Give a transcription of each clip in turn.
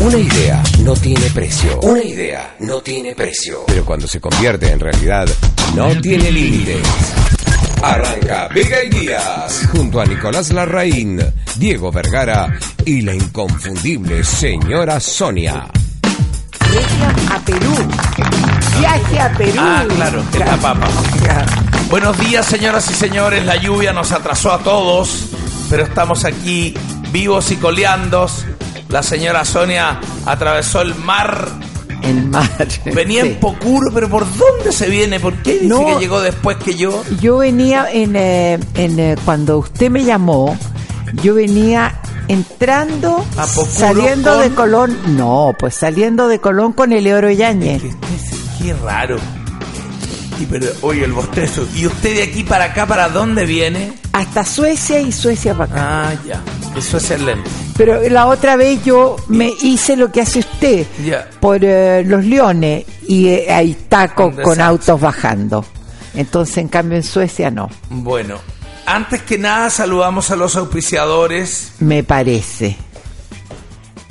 Una idea no tiene precio. Una idea no tiene precio. Pero cuando se convierte en realidad, no tiene límites. Arranca Vega y Díaz junto a Nicolás Larraín, Diego Vergara y la inconfundible señora Sonia. Viaje a Perú. Viaje a Perú. Ah, claro, es la papa. Buenos días, señoras y señores. La lluvia nos atrasó a todos, pero estamos aquí vivos y coleando. La señora Sonia atravesó el mar. El mar. Venía Sí. en Pocuro, pero ¿por dónde se viene? ¿Por qué dice No. que llegó después que yo? Yo venía en, eh, en, eh, cuando usted me llamó, yo venía entrando, ¿A Pocuro saliendo con? de Colón. No, pues saliendo de Colón con Eleoro Yáñez. Qué, qué raro. Y pero, oye, el bostezo. ¿Y usted de aquí para acá, para dónde viene? Hasta Suecia y Suecia para acá. Ah, ya. Eso es el em- lento. Pero la otra vez yo me hice lo que hace usted Ya. por eh, los leones y eh, hay tacos Un con desastre. autos bajando. Entonces, en cambio, en Suecia no, Bueno, antes que nada saludamos a los auspiciadores. me parece.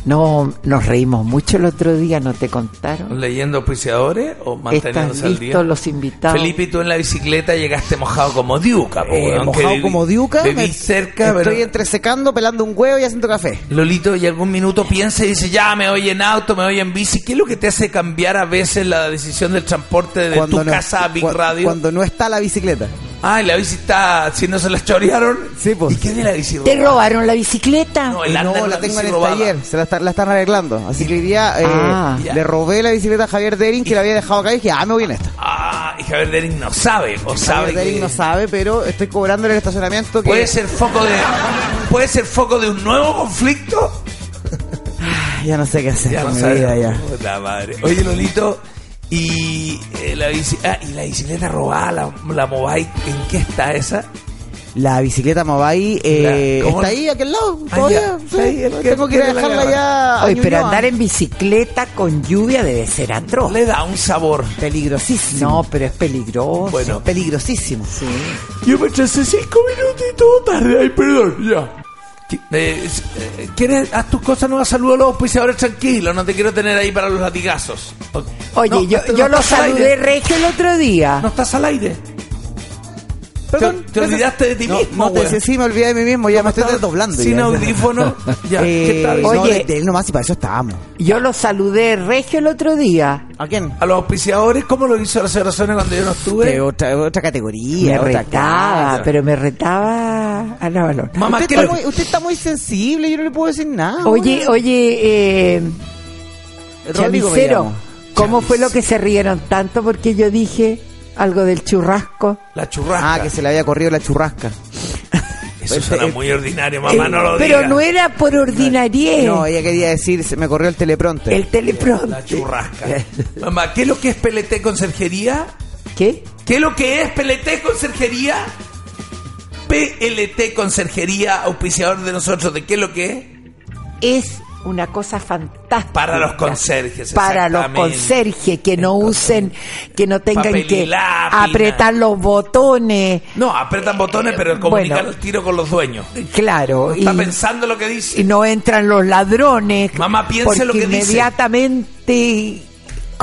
No, nos reímos mucho el otro día, ¿no te contaron? ¿Leyendo auspiciadores o manteniéndose ¿Están al día? listos los invitados? Felipe, tú en la bicicleta llegaste mojado como diuca. po, Eh, weón, que mojado viví- como diuca. Viví me- cerca, Estoy pero... entre secando, pelando un huevo y haciendo café. Lolito, y algún minuto piensa y dice, ya, me voy en auto, me voy en bici. ¿Qué es lo que te hace cambiar a veces la decisión del transporte de tu casa a Big cua- Radio? Cuando no está la bicicleta. Ah, y la bici está... Si no se la chorearon. Sí, pues. ¿Y qué de la bici ¿Te robada? robaron la bicicleta? No, Y el no, anda la tengo bici en el robada. taller, se la, está- la están arreglando. Así que hoy día eh, Ah. le robé la bicicleta a Javier Derin, que la había dejado acá y dije, ah, me voy en esta. Ah, y Javier Derin no sabe. O sabe Javier Derin que- no sabe, pero estoy cobrando en el estacionamiento. Que... Puede ser foco de... Puede ser foco de un nuevo conflicto. Ah, Ya no sé qué hacer Ya no con mi sabes. vida ya. Puta madre. Oye, Lolito, y eh, la, bici- ah, y la bicicleta robada, la, la Mobike, ¿en qué está esa? La bicicleta Mobai eh, La- ¿cómo? está ahí, a aquel lado. Ah, todavía, ya, sí. está ahí, el que tengo que ir a quiere la dejarla grabar. ya. a Oye, pero Ñuñoa. andar en bicicleta con lluvia debe ser atroz. Le da un sabor. Peligrosísimo. No, pero es peligroso. Bueno. Peligrosísimo. Yo me atrasé cinco minutos y todo tarde. Ay, perdón, ya. Qui- eh, es- eh, ¿Quieres? Haz tus cosas nuevas, saludos a los auspiciadores tranquilos. No te quiero tener ahí para los latigazos. O- Oye, No, yo, no yo lo estás al saludé aire. regio el otro día. No estás al aire. Perdón, te gracias. olvidaste de ti No, mismo, No, te weón. decía, sí, me olvidé de mí mismo, ya me estoy desdoblando. Sin ya. audífono. ya. ¿Qué Eh, tal? no, Oye. de- de él nomás y para eso estábamos. Yo lo saludé regio el otro día. ¿A quién? A los auspiciadores, ¿cómo lo hizo la señora Sonia cuando yo no estuve? De otra, otra Me categoría, otra retaba, cosa. pero me retaba a la balón. Mamá, usted, ¿qué está lo- muy, usted está muy sensible, yo no le puedo decir nada. Ah, Oye, weón. oye, eh, Rodrigo me Chamisero, llamo. ¿cómo fue lo que se rieron tanto? Porque yo dije algo del churrasco. La churrasca. Ah, que se le había corrido la churrasca. Eso suena Eh, muy ordinario, mamá, Eh, no lo pero diga. no era por ordinariez. No, este- ella quería decir, se me corrió el teleprompter. Eh. el La teleprompter. churrasca. mamá, ¿qué es lo que es PLT Conserjería? ¿Qué? ¿Qué es lo que es PLT Conserjería? PLT Conserjería, auspiciador de nosotros, ¿de qué es lo que es? Es una cosa fantástica. Para los conserjes, Para los exactamente. conserjes que no usen, que no tengan Papel y que lápina. apretar los botones. No, apretan botones, pero Eh, comunican bueno. el tiro con los dueños. Claro. Está y- pensando lo que y dice. no entran los ladrones. Mamá, piense porque lo que dice. inmediatamente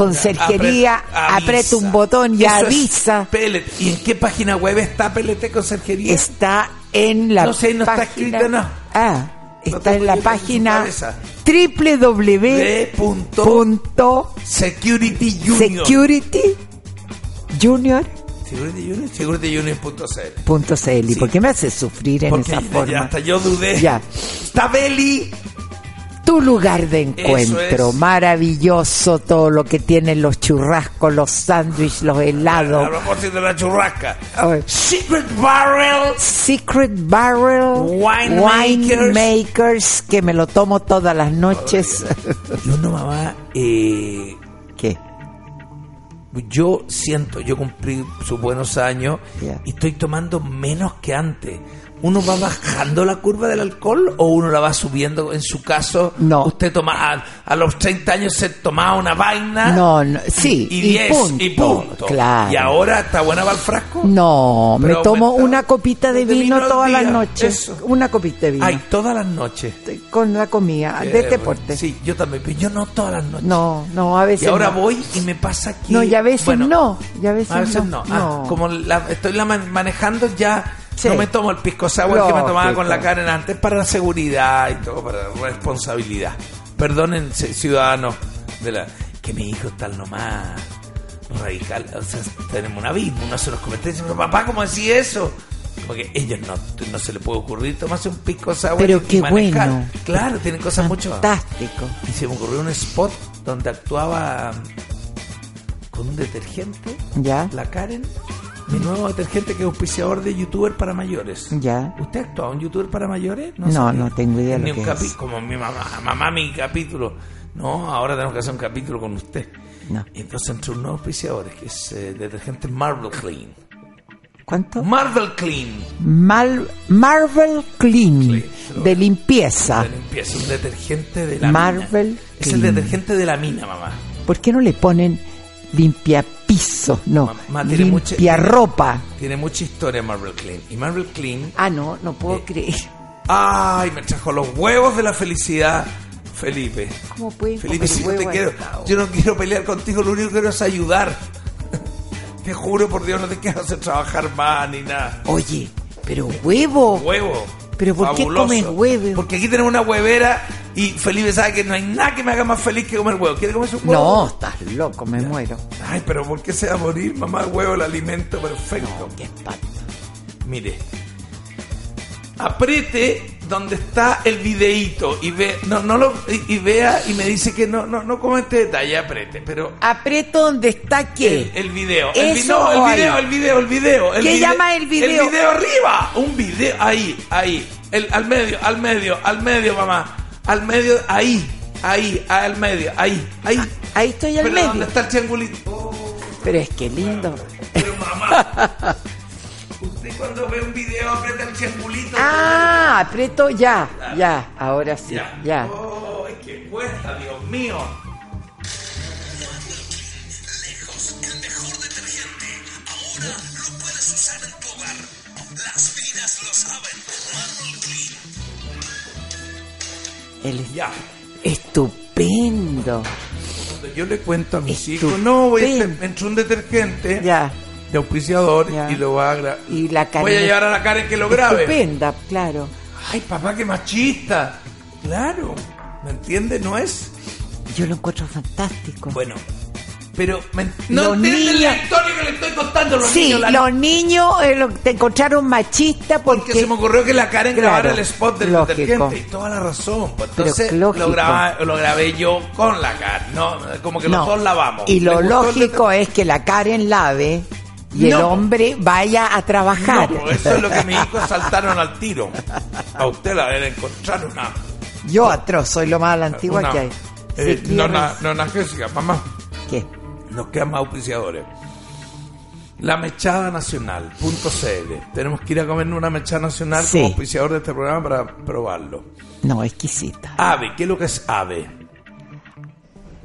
conserjería Apre- aprieta avisa. un botón y Eso es avisa. PLT. ¿Y en qué página web está PLT Conserjería? Está en la No sé, no está página- escrita, no. Ah, No está tengo en la yo en mi página cabeza. www. De punto punto Security Union. security junior Security Union, securityunion.cl. punto CL. Sí. ¿Por qué me hace sufrir en Porque esa ya forma? hasta yo dudé. Ya. Está Beli. Tu lugar de encuentro, es. maravilloso todo lo que tienen los churrascos, los sándwiches, los helados. A propósito de la churrasca. A ver. Secret Barrel. Secret Barrel Winemakers. Winemakers, que me lo tomo todas las noches. Y uno, mamá, eh, ¿Qué? yo siento, yo cumplí sus buenos años Ya. y estoy tomando menos que antes. ¿uno va bajando la curva del alcohol o uno la va subiendo? En su caso, No. usted toma a, a los 30 años se tomaba una vaina. No, no, sí, Y, y 10 y punto, punto. claro. ¿Y ahora está buena va el frasco? No, Pero me tomo aumentado. una copita de Un vino vino al todas día, las noches. eso. Una copita de vino. Ay, todas las noches. Con la comida, Eh, de bueno, deporte. Sí, yo también, pero yo no todas las noches. No, no, a veces. Y ahora no. voy y me pasa que... No, y a veces no, y a veces no. no, Ah, no. como la- estoy la man- manejando ya... Sí. No me tomo el pisco sour que me tomaba Lógico. con la Karen antes para la seguridad y todo, para la responsabilidad. Perdonen, ci- ciudadanos, de la, que mi hijo está nomás radical. O sea, tenemos un abismo, uno se los comete y dice, "Pero papá, ¿cómo así eso? Porque ellos no, no se les puede ocurrir tomarse un pisco sour Pero y qué manejar. bueno. Claro, tienen cosas mucho Fantástico. y se me ocurrió un spot donde actuaba con un detergente, Ya. la Karen, mi nuevo detergente que es auspiciador de youtuber para mayores. Ya. ¿Usted actuaba un youtuber para mayores? No, sé. no tengo idea Ni lo un que capi- es. Como mi mamá, mamá mi capítulo. No, ahora tenemos que hacer un capítulo con usted. No. Y entonces entre unos auspiciadores, que es eh, detergente Marvel Clean. ¿Cuánto? Marvel Clean. Mal- Marvel Clean, Sí, se lo de veo. limpieza. De limpieza, un detergente de la Marvel mina. Es el Clean. detergente de la mina, mamá. ¿Por qué no le ponen limpia piso? No, Mamá, tiene mucha- limpia ropa. Tiene mucha historia Marvel Clean. Y Marvel Clean, Ah, no, no puedo Eh. creer. ay, me trajo los huevos de la felicidad, Felipe. ¿Cómo pueden Felipe, comer si yo te huevo quiero, asado? yo no quiero pelear contigo, lo único que quiero es ayudar. Te juro por Dios, no te quiero hacer trabajar más ni nada. Oye, pero huevo. Huevo. Pero ¿por qué fabuloso. comes huevo? Porque aquí tenemos una huevera y Felipe sabe que no hay nada que me haga más feliz que comer huevo. ¿Quiere comer su huevo? No, estás loco, me muero. Ay, pero ¿por qué se va a morir? Mamá, huevo, el alimento perfecto. Qué espanto. Mire. Apriete donde está el videíto y ve, no, no lo, y, y vea y me dice que no, no, no comente detalle, apriete, pero Aprieto donde está qué. el, el video, el, vi- ¿Eso no, o el ahí? video, el video, el video, el ¿Qué vide- llama el video? El video arriba, un video, ahí, ahí, el, al medio, al medio, al medio, mamá, al medio, ahí, ahí, al medio, ahí, ahí, Ah, Ahí estoy al pero medio. ¿dónde está el triangulito? Oh. Pero es que lindo. Pero mamá, usted cuando ve un video aprieta el triangulito. Ah, aprieto ya, ya, ahora sí, ya. ya. Oh, es que cuesta, Dios mío. Él es Ya. estupendo. Cuando yo le cuento a mis Estupendo. hijos, no, voy a este- entró un detergente Ya. de auspiciador Ya. y lo va a gra- Y la Karen Voy a es- llevar a la Karen que lo grabe. Estupenda, claro. Ay, papá, qué machista. Claro. ¿Me entiende? No es. Yo lo encuentro fantástico. Bueno. Pero me- no Los entienden la niños- historia que le estoy contando a los sí, niños. la- los niños eh, lo- te encontraron machista porque... Porque se me ocurrió que la Karen Claro, grabara el spot del lógico. detergente. Y toda la razón. pues, Pero entonces lo, lógico. graba- lo grabé yo con la Karen. No, como que los No. dos lavamos. Y ¿Le lo gustó el lógico es que la Karen lave y el No. hombre vaya a trabajar. No, pues, eso es lo que mis hijos saltaron al tiro. A usted la deben encontrar una. Yo atroz, soy lo más a la antigua una- que hay. eh, Sí, quiero- no, na- no, na- Jessica, mamá. ¿Qué? Nos quedan más auspiciadores. La Mechada Nacional.cl. Tenemos que ir a comer una Mechada Nacional Sí. como auspiciador de este programa para probarlo. No, exquisita. AVE, ¿qué es lo que es AVE?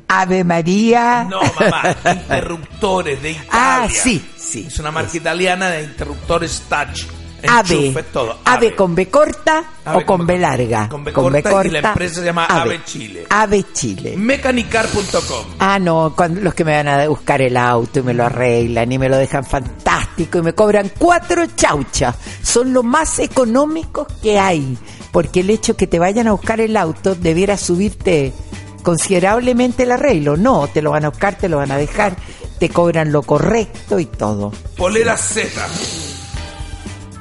Ave María. No, mamá, interruptores de Italia. Ah, sí, sí. Es una marca italiana de interruptores touch. Ave. Enchufes, todo. Ave con B corta Ave o con con- B larga. con B corta, y la empresa se llama Ave Chile. Ave Chile. Mecanicar.com. Ah, no, cuando- los que me van a buscar el auto y me lo arreglan y me lo dejan fantástico y me cobran cuatro chauchas. Son los más económicos que hay. Porque el hecho que te vayan a buscar el auto debiera subirte considerablemente el arreglo. No, te lo van a buscar, te lo van a dejar, te cobran lo correcto y todo. Polera Z.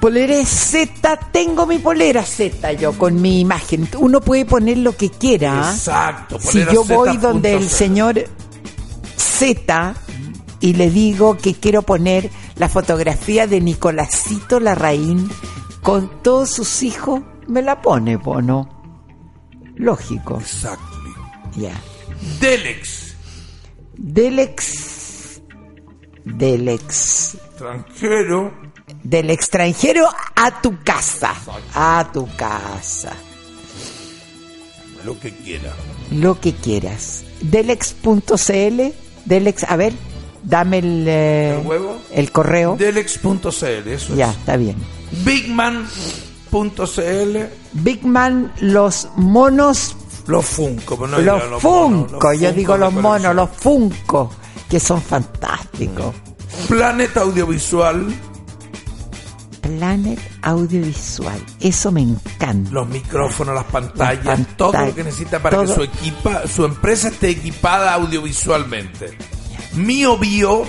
Polera Z, tengo mi polera Z yo con mi imagen. Uno puede poner lo que quiera. Exacto, Si polera Ah. yo Z voy punto donde el Z. señor Z y le digo que quiero poner la fotografía de Nicolásito Larraín con todos sus hijos, me la pone, Bono. Lógico, Exacto. amigo. ya. Delex. Delex. Delex. Extranjero. Del extranjero a tu casa. A tu casa. Lo que quiera. Lo que quieras. Delex.cl. Delex. A ver, dame el. eh, ¿El huevo? el correo. Delex.cl, eso ya, es. está bien. Bigman.cl, Big Man, los monos los Funko. pero no los digan monos, Funko, yo Funko digo de los monos, colección. los Funko, que son fantásticos. Planet Audiovisual, Planet Audiovisual, eso me encanta. los micrófonos, las pantallas, Las todo lo pantallas, que necesita para que todo. su, equipa, su empresa esté equipada audiovisualmente. Mio Bio,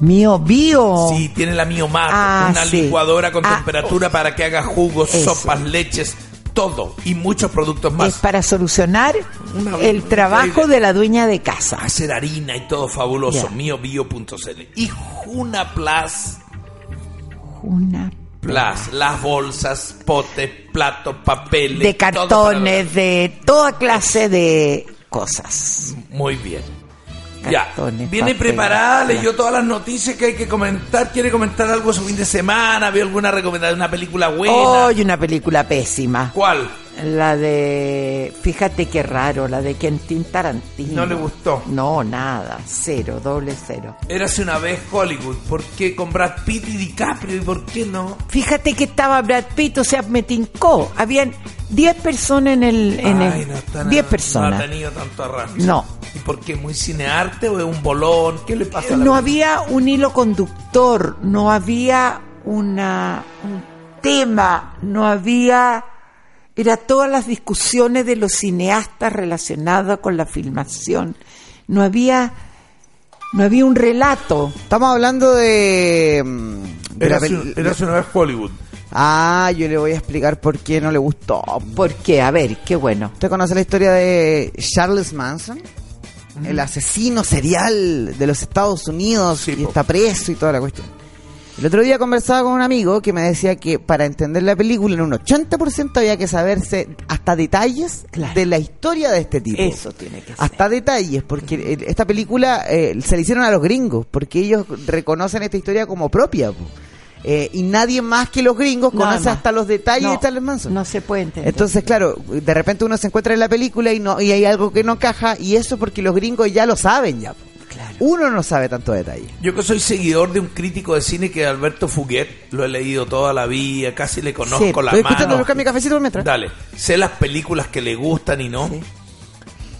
Mío Bio. sí, tiene la Mio Mat, Oh. Ah, una sí. licuadora con Ah, temperatura para que haga jugos, Eso. sopas, leches, todo y muchos productos Es más. para solucionar Una- el trabajo increíble. de la dueña de casa. hacer harina y todo fabuloso. Ya. Miobio.cl. Y Juna Plus, Una Plus, las bolsas, potes, platos, papeles. de todo cartones, de toda clase de cosas. para- Muy bien. ya. Cartones, Viene papeles, preparada, ya. leyó todas las noticias que hay que comentar. ¿Quiere comentar algo su fin de semana? ¿Vio alguna recomendación? ¿Una película buena? Hoy una película pésima. ¿Cuál? La de. Fíjate qué raro, la de Quentin Tarantino. No le gustó. No, nada. Cero, doble cero. Érase una vez Hollywood. ¿Por qué con Brad Pitt y DiCaprio? ¿Y por qué no? Fíjate que estaba Brad Pitt, o sea, me tincó. Habían 10 personas en el. En Ay, el no 10 está nada- No ha personas. tenido tanto arrastre. No. ¿Y por qué? ¿Muy cinearte o es un bolón? ¿Qué le pasa a la No película? había un hilo conductor, no había una, un tema, no había. Era todas las discusiones de los cineastas relacionadas con la filmación. No había. No había un relato. Estamos hablando de. mm, de la Érase, peli- érase una vez Hollywood. Ah, yo le voy a explicar por qué no le gustó. ¿Por qué? A ver, qué bueno. ¿Usted conoce la historia de Charles Manson? El asesino serial de los Estados Unidos Sí, y po. está preso y toda la cuestión. El otro día conversaba con un amigo que me decía que para entender la película en un 80% había que saberse hasta detalles Claro. de la historia de este tipo. Eso tiene que ser. Hasta detalles, porque eh, esta película eh, se la hicieron a los gringos, porque ellos reconocen esta historia como propia. po. Eh, y nadie más que los gringos Nada conoce más. hasta los detalles No, de Charles Manson. No se puede entender. Entonces, claro, de repente uno se encuentra en la película y no y hay algo que no encaja y eso porque los gringos ya lo saben ya. po. Claro. Uno no sabe tanto detalle. Yo que soy seguidor de un crítico de cine que es Alberto Fuguet, lo he leído toda la vida, casi le conozco Sí, la Estoy escuchando mano. Lucas mi cafecito mientras. Dale, sé las películas que le gustan y no. Sí.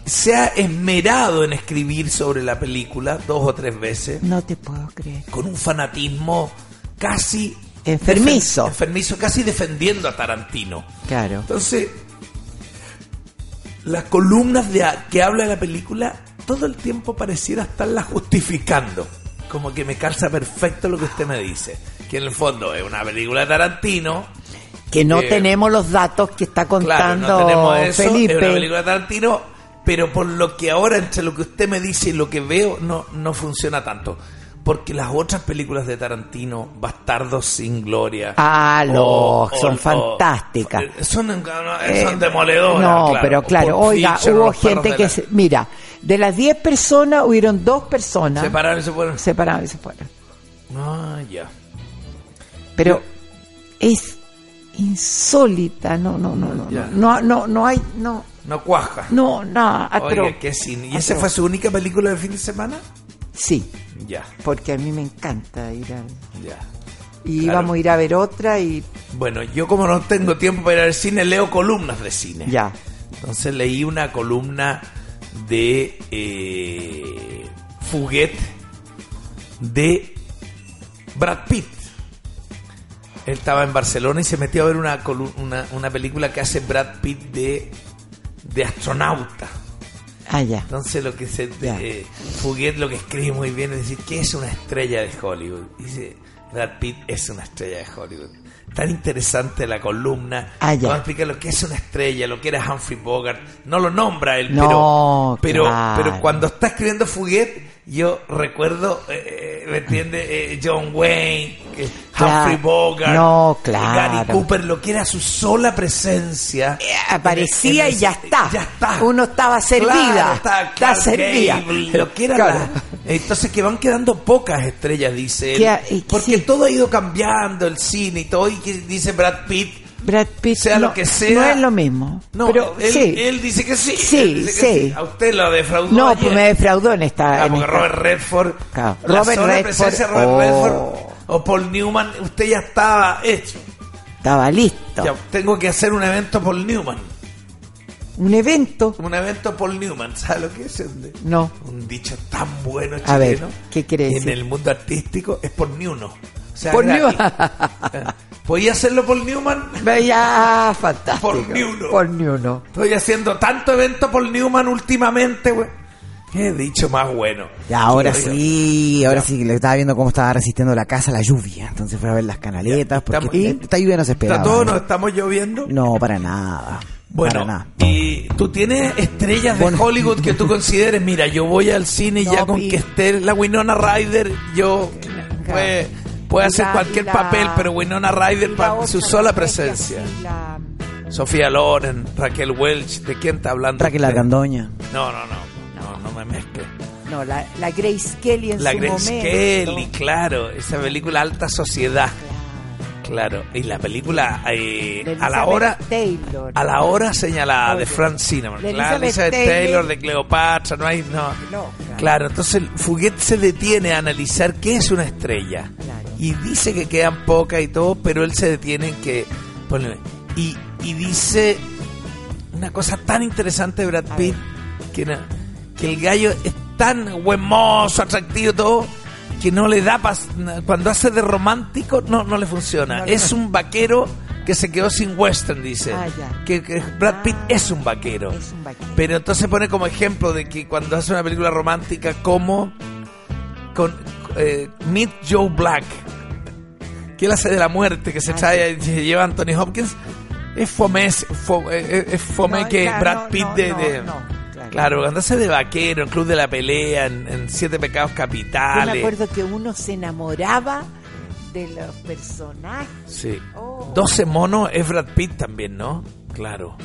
Se ha esmerado en escribir sobre la película dos o tres veces, no te puedo creer. con un fanatismo casi... Enfermizo. defen- Enfermizo, casi defendiendo a Tarantino. Claro. Entonces, las columnas de a- que habla de la película, todo el tiempo pareciera estarla justificando. Como que me calza perfecto lo que usted me dice. Que en el fondo es una película de Tarantino. Que no Eh, tenemos los datos que está Claro, contando no tenemos eso. Es una Felipe. película de Tarantino. Pero por lo que ahora, entre lo que usted me dice y lo que veo, no, no funciona tanto. Porque las otras películas de Tarantino, Bastardos sin Gloria. Ah, o- lo- o- son o- fantásticas. Son, son Eh, demoledoras. No, claro. pero claro, Pulp oiga, Fiction, hubo Los Perros gente de que... la- se- mira, de las 10 personas hubieron dos personas separadas Separaron y se fueron. y se fueron. Ah, ya. Pero es insólita, no, no, no, no, Ya. no, no, no, no hay, no, No cuaja. no, no, atro- Oiga, qué cine. ¿Y esa atro- fue su única película de fin de semana? Sí, Ya, porque a mí me encanta ir a... ya. Y Claro. íbamos a ir a ver otra y Bueno, yo como no tengo tiempo para ir al cine, leo columnas de cine. ya. Entonces leí una columna de eh, Fuguet de Brad Pitt. Él estaba en Barcelona y se metió a ver una, colu- una, una película que hace Brad Pitt de, de astronauta. Ah, ya. Entonces lo que se Ya. eh, Fuguet lo que escribe muy bien es decir ¿qué es una estrella de Hollywood? Dice Brad Pitt es una estrella de Hollywood. Tan interesante la columna. Ah, ya. Cómo explica lo que es una estrella, lo que era Humphrey Bogart. No lo nombra él, No, pero, pero, claro. pero cuando está escribiendo Fuguet, yo recuerdo, eh, eh, ¿me entiende? Eh, John Wayne, eh, Claro. Humphrey Bogart, No, claro. Gary Cooper, lo que era su sola presencia. Eh, aparecía En el- y ya está. Ya está. Uno estaba servida. Claro, estaba Está Clark servida. Gable, lo que era Claro. la- Entonces que van quedando pocas estrellas, dice él. Que a- y- porque sí. todo ha ido cambiando, el cine y todo. Y que dice Brad Pitt. Brad Pitt Sea no, lo que sea. no es lo mismo. No, pero él, sí. él dice que sí. Sí, él dice que sí. A usted lo defraudó. no, ayer. pues me defraudó en esta. Ah, en porque esta- Robert Redford. Claro. La Robert sola Redford, presencia de Robert oh. Redford o Paul Newman, usted ya estaba hecho. Estaba listo. Ya, tengo que hacer un evento Paul Newman. Un evento. Un evento Paul Newman, ¿sabes lo que es? Un- No. Un dicho tan bueno chileno. A ver, ¿qué quiere En decir? el mundo artístico es Paul Newman. O sea, Paul gratis. Newman. Eh, ¿Podía hacerlo Paul Newman? Ya, fantástico. Por ni uno. Por ni uno. Estoy haciendo tanto evento Paul Newman últimamente, güey. Qué dicho más bueno. Ya, ahora Yo digo, sí, ahora sí, le estaba viendo cómo estaba resistiendo la casa a la lluvia. Entonces fue a ver las canaletas, Ya, porque estamos- esta lluvia no se esperaba. ¿Está todo? ¿Nos estamos lloviendo? No, para nada. Bueno, para nada. y tú tienes estrellas de Bueno. Hollywood que tú consideres. Mira, yo voy al cine y No, ya con pi- que esté la Winona Ryder, yo puede, puede hacer La- cualquier la- papel, pero Winona Ryder y para la su otra, sola la presencia. sí, la- Sofía Loren, Raquel Welch, ¿de quién está hablando? Raquel usted? Argandoña. No, no, no, no, no me mezcle. No, la, la Grace Kelly en La su Grace momento. Kelly, claro, esa película Alta Sociedad. Claro, y la película eh, De a la Elizabeth hora Taylor. a la hora señalada de Oye. Frank Cinnamon. De Claro, Elizabeth Elizabeth Taylor, Taylor, de Cleopatra, no hay no. No, claro. claro. entonces el Fuguet se detiene a analizar qué es una estrella. Claro. Y dice que quedan pocas y todo, pero él se detiene en que ponle, y y dice una cosa tan interesante de Brad A Pitt que, na- que el gallo es tan huemoso, atractivo, todo, que no le da pas- na- cuando hace de romántico no, no le funciona. No le- es un vaquero que se quedó sin western, dice. Ah, ya. que, que Brad Pitt Ah, es un vaquero. es un vaquero. Pero entonces pone como ejemplo de que cuando hace una película romántica como con eh, Meet Joe Black, que él hace de la muerte, que se Ah, trae y se lleva a Anthony Hopkins, es fome, es fo- eh, eh, es fome No, que claro, Brad Pitt no, de... no, de- no, claro. claro. cuando hace de vaquero, en Club de la Pelea, en, en Siete Pecados Yo Capitales. me acuerdo que uno se enamoraba de los personajes. Sí. Oh. 12 monos es Brad Pitt también, ¿no? Claro.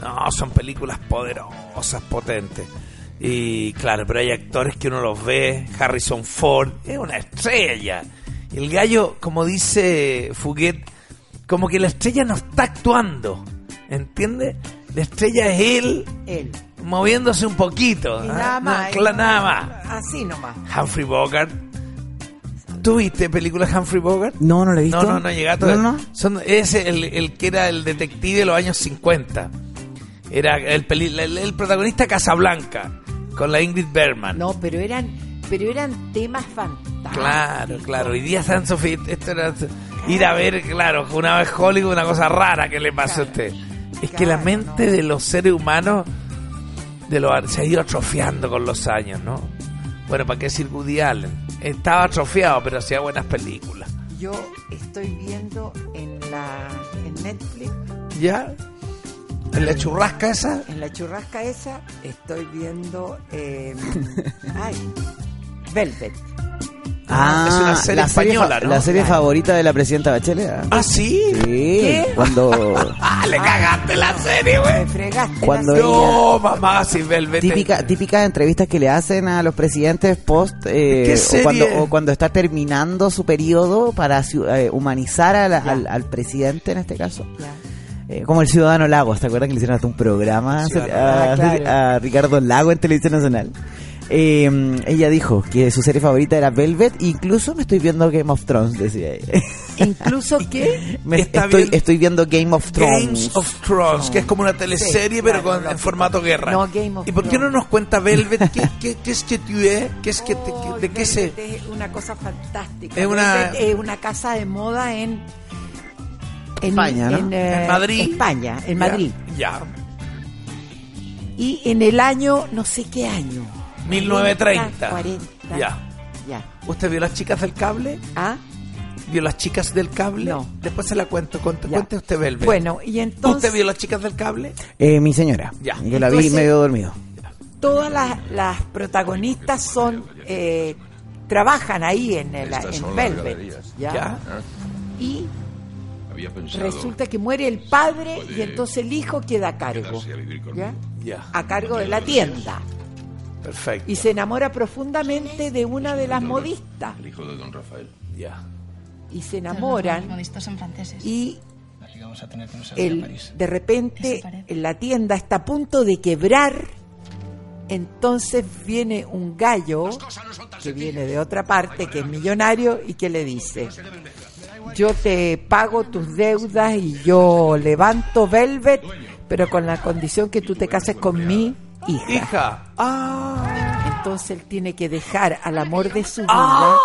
No, son películas poderosas, potentes. Y claro, pero hay actores que uno los ve. Harrison Ford es una estrella. Y el gallo, como dice Fuguet, como que la estrella no está actuando. ¿Entiendes? La estrella es él Él. moviéndose un poquito. Y ¿ah? nada No, más. cla- nada más. Así nomás. Humphrey Bogart. ¿Tú viste películas Humphrey Bogart? No, no la he visto. No, no, no llegaste. No, no. Son, es el, el que era el detective de los años 50. Era el, peli- el, el protagonista Casablanca, con la Ingrid Bergman. No, pero eran, pero eran temas fantásticos. Claro, claro. Y Díaz San Sofía, esto era ir a ver, claro, una vez Hollywood, una cosa rara que le pasó a usted. Es que la Claro, mente no. de los seres humanos de los, ar- se ha ido atrofiando con los años, ¿no? Bueno, ¿para qué decir Woody Allen? Estaba atrofiado, pero hacía buenas películas. Yo estoy viendo en la en Netflix, ¿Ya? ¿En la churrasca esa? en la churrasca esa, estoy viendo eh, ay, Velvet. Ah, Es la una serie serie española, fa- ¿no? La serie Claro. favorita de la presidenta Bachelet. ¿ah? ¿Ah, sí? Sí, ¿Qué? cuando ¡Ah, le cagaste la serie, güey! Me fregaste. la Cuando serie. No, mamá, si Velvet. típica, típicas entrevistas que le hacen a los presidentes post eh, ¿Qué o, serie? cuando, o cuando está terminando su periodo para ciu- eh, humanizar a la- al, al presidente en este caso. Ya. Eh, como el Ciudadano Lagos, ¿te acuerdas que le hicieron hasta un programa a, Ciudadano Ah, a- Lagos, claro. a Ricardo Lago en Televisión Nacional? Eh, ella dijo que su serie favorita era Velvet, incluso me estoy viendo Game of Thrones, decía ella. Incluso que Me- Está estoy, bien. estoy viendo Game of Thrones. Games of Thrones, que es como una teleserie, Sí, pero claro, con- en lógico. formato guerra. No, Game of ¿Y por qué no Thrones. nos cuenta Velvet qué, qué- qué es que tú es? ¿Qué es que te- Oh, ¿De qué se...? Velvet Es una cosa fantástica. Es una- Velvet es una casa de moda en. en- España, ¿no? en, eh, En Madrid. España, en Madrid. Ya. Y en el año, no sé qué año. 1930. 40. Ya. Ya. ¿Usted vio las chicas del cable? ¿Ah? ¿Vio las chicas del cable? No. Después se la cuento. Cuente, ya. cuente usted Velvet. Bueno, y entonces. ¿Usted vio las chicas del cable? Eh, mi señora, Ya. yo la vi Entonces- medio dormido. todas las, las protagonistas son eh, trabajan ahí en, el, Estas en son las Velvet galerías. ¿ya? Ya. y Había pensado resulta que muere el padre y Puede entonces el hijo queda a cargo quedarse a vivir conmigo. ¿ya? Ya. a cargo de la tienda Perfecto. y se enamora profundamente de una de las modistas El hijo de don Rafael. Ya. y se Los enamoran modistas son franceses. y Aquí vamos a tener que nos el- de repente Esa pared. la tienda está a punto de quebrar. Entonces viene un gallo que viene de otra parte, que es millonario, y que le dice, yo te pago tus deudas y yo levanto Velvet, pero con la condición que tú te cases con mi hija. Hija. Ah. Entonces él tiene que dejar al amor de su vida, ¡Ah!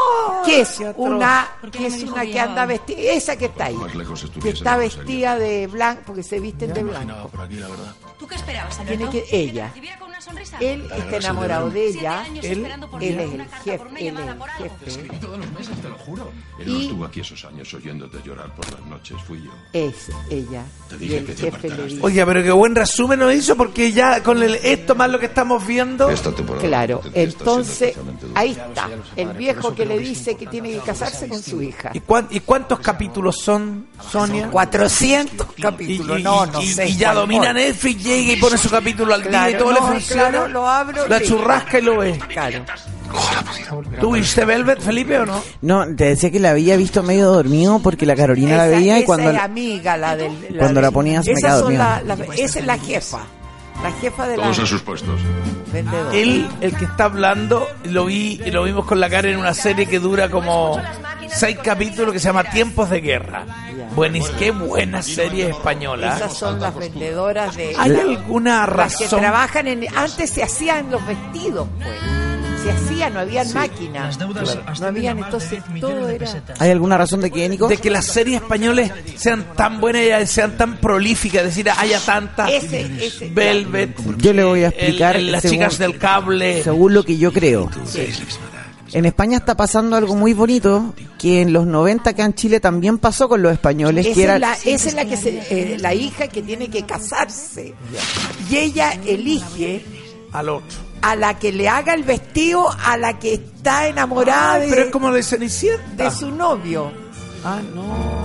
que es ¡Qué atroz! una ¿Por qué que no es me dijo una que que anda llevaba? vestida, esa que está ahí, Más lejos que estuviese está la cosa, vestida de blanco, porque se visten de blanco. por aquí, la verdad. ¿Tú qué esperabas, Tiene Alberto? que- ella. te recibiera con una sonrisa? Él está enamorado de ella, él, él es el jefe, él es el Y jefe. todos los meses, te lo juro. Él no Y- estuvo aquí esos años oyéndote llorar por las noches, fui yo. Es ella. Te Y dije el que te jefe le apartaras de- dice, Oye, pero qué buen resumen nos hizo porque ya con el, esto más lo que estamos viendo. Esta temporada. claro, te- te está siendo entonces especialmente dura. ahí está, el viejo que le dice que tiene que casarse con su hija. ¿Y, cuán- y cuántos capítulos son, Sonia? 400 Y- capítulos, y- no, no y, sé. y ya cuál domina es. Netflix, llega y pone su capítulo al día y Claro, todo le no, funciona. claro, lo abro, la sí. churrasca y lo ve. Claro. ¿Tú viste Velvet, Felipe, o no? No, te decía que la había visto medio dormido porque la Carolina la Esa- veía y esa cuando... es amiga, la del, cuando la del- ponías me esas quedaba son dormida. la- la- Esa es la jefa, la jefa de la Todos en sus puestos. vendedora. Él, el que está hablando, lo vi y lo vimos con la cara en una serie que dura como seis capítulos que se llama Tiempos de Guerra. Buenis, qué buena serie española. Esas son las vendedoras de. ¿Hay alguna Las que razón? trabajan en. Antes se hacían los vestidos, pues. Se hacían, no habían máquinas. No habían, entonces todo era. ¿Hay alguna razón de que, Nico? De que las series españolas sean tan buenas y sean tan prolíficas, es decir, haya tantas. Ese- ese- Velvet. Yo le voy a el- explicar el- las según- chicas del cable. Según lo que yo creo. En España está pasando algo muy bonito que en los 90 que en Chile también pasó con los españoles, que Esa era es, la, esa es la que se- eh, la hija que tiene que casarse. Y ella elige Al otro. a la que le haga el vestido, a la que está enamorada Ah, de, Pero es como de Cenicienta. de su novio. Ah, no.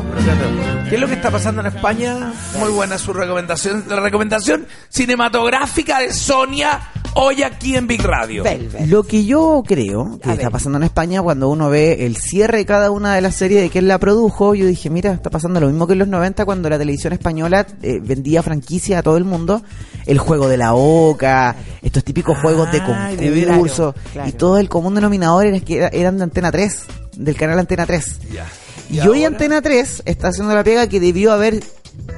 ¿Qué es lo que está pasando en España? Muy buena su recomendación. La recomendación cinematográfica de Sonia hoy aquí en Big Radio. Velvet. Lo que yo creo que A está ver. pasando en España cuando uno ve el cierre de cada una de las series de quién la produjo, yo dije, mira, está pasando lo mismo que en los 90 cuando la televisión española eh, vendía franquicias a todo el mundo, el juego de la oca, estos típicos juegos de Ay, de veras. concurso Claro, claro. y todo el común denominador era que era- eran de Antena 3, del canal Antena 3. Y, hoy Antena 3 está haciendo la pega que debió haber,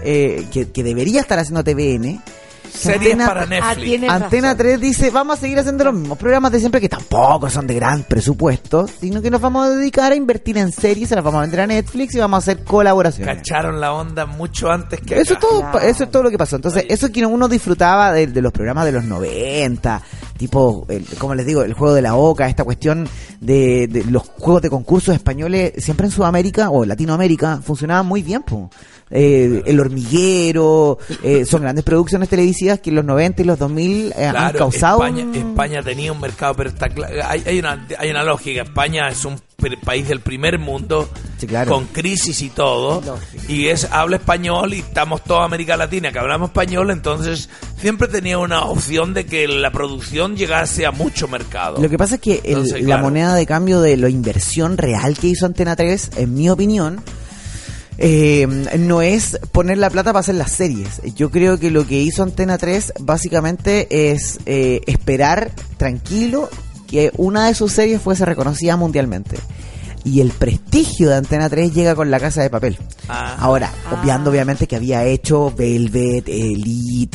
eh, que, que debería estar haciendo TVN. Series Antena- para Netflix. Ah, tiene- Tienes Antena razón. 3 dice, vamos a seguir haciendo los mismos programas de siempre que tampoco son de gran presupuesto, sino que nos vamos a dedicar a invertir en series, se las vamos a vender a Netflix y vamos a hacer colaboraciones. Cacharon la onda mucho antes que Eso es, acá. todo, Claro. eso es todo lo que pasó. Entonces, eso que uno disfrutaba de, de los programas de los 90, tipo, el- como les digo, el juego de la oca, esta cuestión de, de los juegos de concursos españoles, siempre en Sudamérica o Latinoamérica, funcionaban muy bien. po. Eh, el hormiguero, eh, son grandes producciones televisivas que en los 90 y los 2000 eh, han Claro, causado... España, un- España tenía un mercado, pero está cla- hay, hay una, hay una lógica. España es un pr- país del primer mundo, Sí, claro. con crisis y todo, y es habla español y estamos toda América Latina que hablamos español, entonces siempre tenía una opción de que la producción llegase a mucho mercado. Lo que pasa es que el- Entonces, la claro. moneda de cambio de la inversión real que hizo Antena 3, en mi opinión, eh, no es poner la plata para hacer las series. Yo creo que lo que hizo Antena 3 básicamente es eh, esperar tranquilo que una de sus series fuese reconocida mundialmente. Y el prestigio de Antena 3 llega con la casa de papel. Ah. Ahora, obviando obviamente que había hecho Velvet, Elite,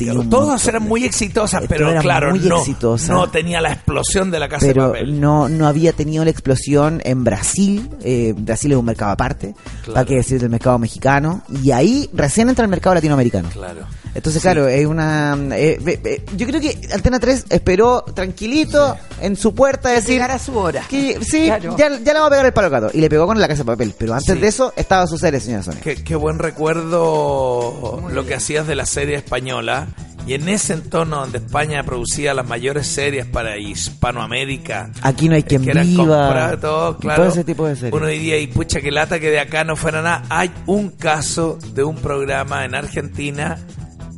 y Claro, un todas montón eran de- muy exitosas, Todas pero eran claro, muy no, exitosas. no tenía la explosión de la casa de pero papel. no, no había tenido la explosión en Brasil. eh, Brasil es un mercado aparte, Claro. hay que decir del mercado mexicano. Y ahí recién entra el mercado latinoamericano. Claro. Entonces, claro, es una. eh, ve- ve- yo creo que Antena 3 esperó tranquilito en su puerta decir. Llegar a su hora. Que, sí, Claro. ya, ya le va a pegar el palo al gato. Y le pegó con la casa de papel. Pero antes Sí. de eso estaba su serie, señora Sonia. Qué, qué buen recuerdo lo que hacías de la serie española. Y en ese entorno donde España producía las mayores series para Hispanoamérica. Aquí no hay eh, quien que eran viva, compradas, todo, y claro. todo ese tipo de series. Uno diría, y pucha, que lata que de acá no fuera nada. Hay un caso de un programa en Argentina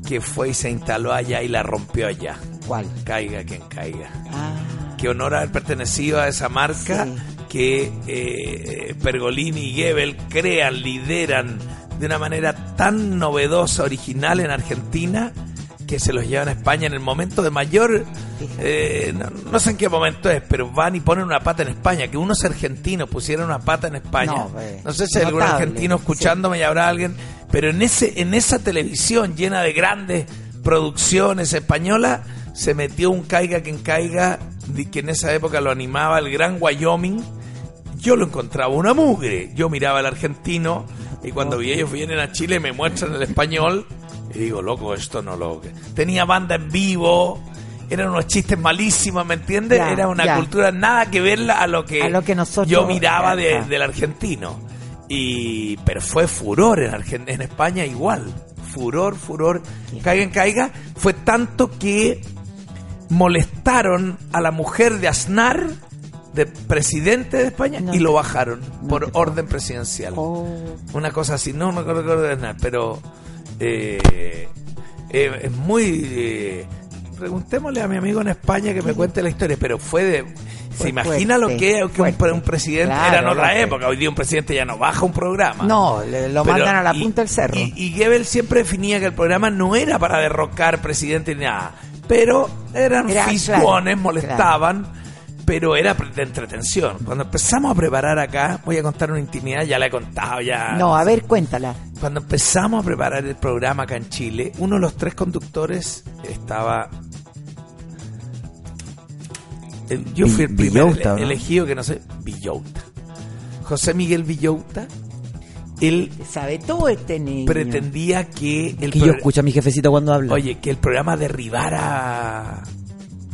que fue y se instaló allá y la rompió allá. ¿Cuál? Caiga quien caiga. que honora haber pertenecido a esa marca que eh, Pergolini y Gebel crean, lideran de una manera tan novedosa, original en Argentina, que se los llevan a España en el momento de mayor, eh, no, no sé en qué momento es, pero van y ponen una pata en España, que unos argentinos pusieran una pata en España. No, No, eh, sé si hay algún notable, argentino escuchándome y habrá alguien, pero en, ese, en esa televisión llena de grandes producciones españolas, se metió un caiga quien caiga, di- que en esa época lo animaba el gran Wyoming, yo lo encontraba una mugre. Yo miraba al argentino y cuando vi ellos vienen a Chile me muestran el español y digo, loco, esto no lo... Tenía banda en vivo, eran unos chistes malísimos, ¿me entiendes? Ya, Era una ya. cultura nada que verla a lo que, A lo que nosotros- yo miraba de- Ajá. del argentino. Y, pero fue furor en, Argen- en España igual. Furor, furor. Caiga en caiga. Fue tanto que molestaron a la mujer de Aznar, de presidente de España, No. y lo bajaron por orden presidencial. Oh. Una cosa así, no me acuerdo acuerdo de Aznar, pero eh, eh, es muy... eh, preguntémosle a mi amigo en España que me cuente la historia, pero fue de... ¿Se Fue imagina lo fuerte, que, que un, fuerte. un presidente Claro, era en otra fuerte. época? Hoy día un presidente ya no baja un programa. No, le- lo Pero- mandan a la y- punta del cerro. Y, y Goebbels siempre definía que el programa no era para derrocar presidente ni nada, pero eran Era, fisgones, claro, molestaban, pero era pre- de entretención. Cuando empezamos a preparar acá, voy a contar una intimidad, ya la he contado, ya. No, a ver, cuéntala. Cuando empezamos a preparar el programa acá en Chile, uno de los tres conductores estaba. el- eh, yo Vi- fui el primer Villota, ele- ¿no? elegido que no sé. Villota. José Miguel Villota. Él Sabe todo este niño. pretendía que el que yo pro- escucho a mi jefecita cuando habla. oye que el programa derribara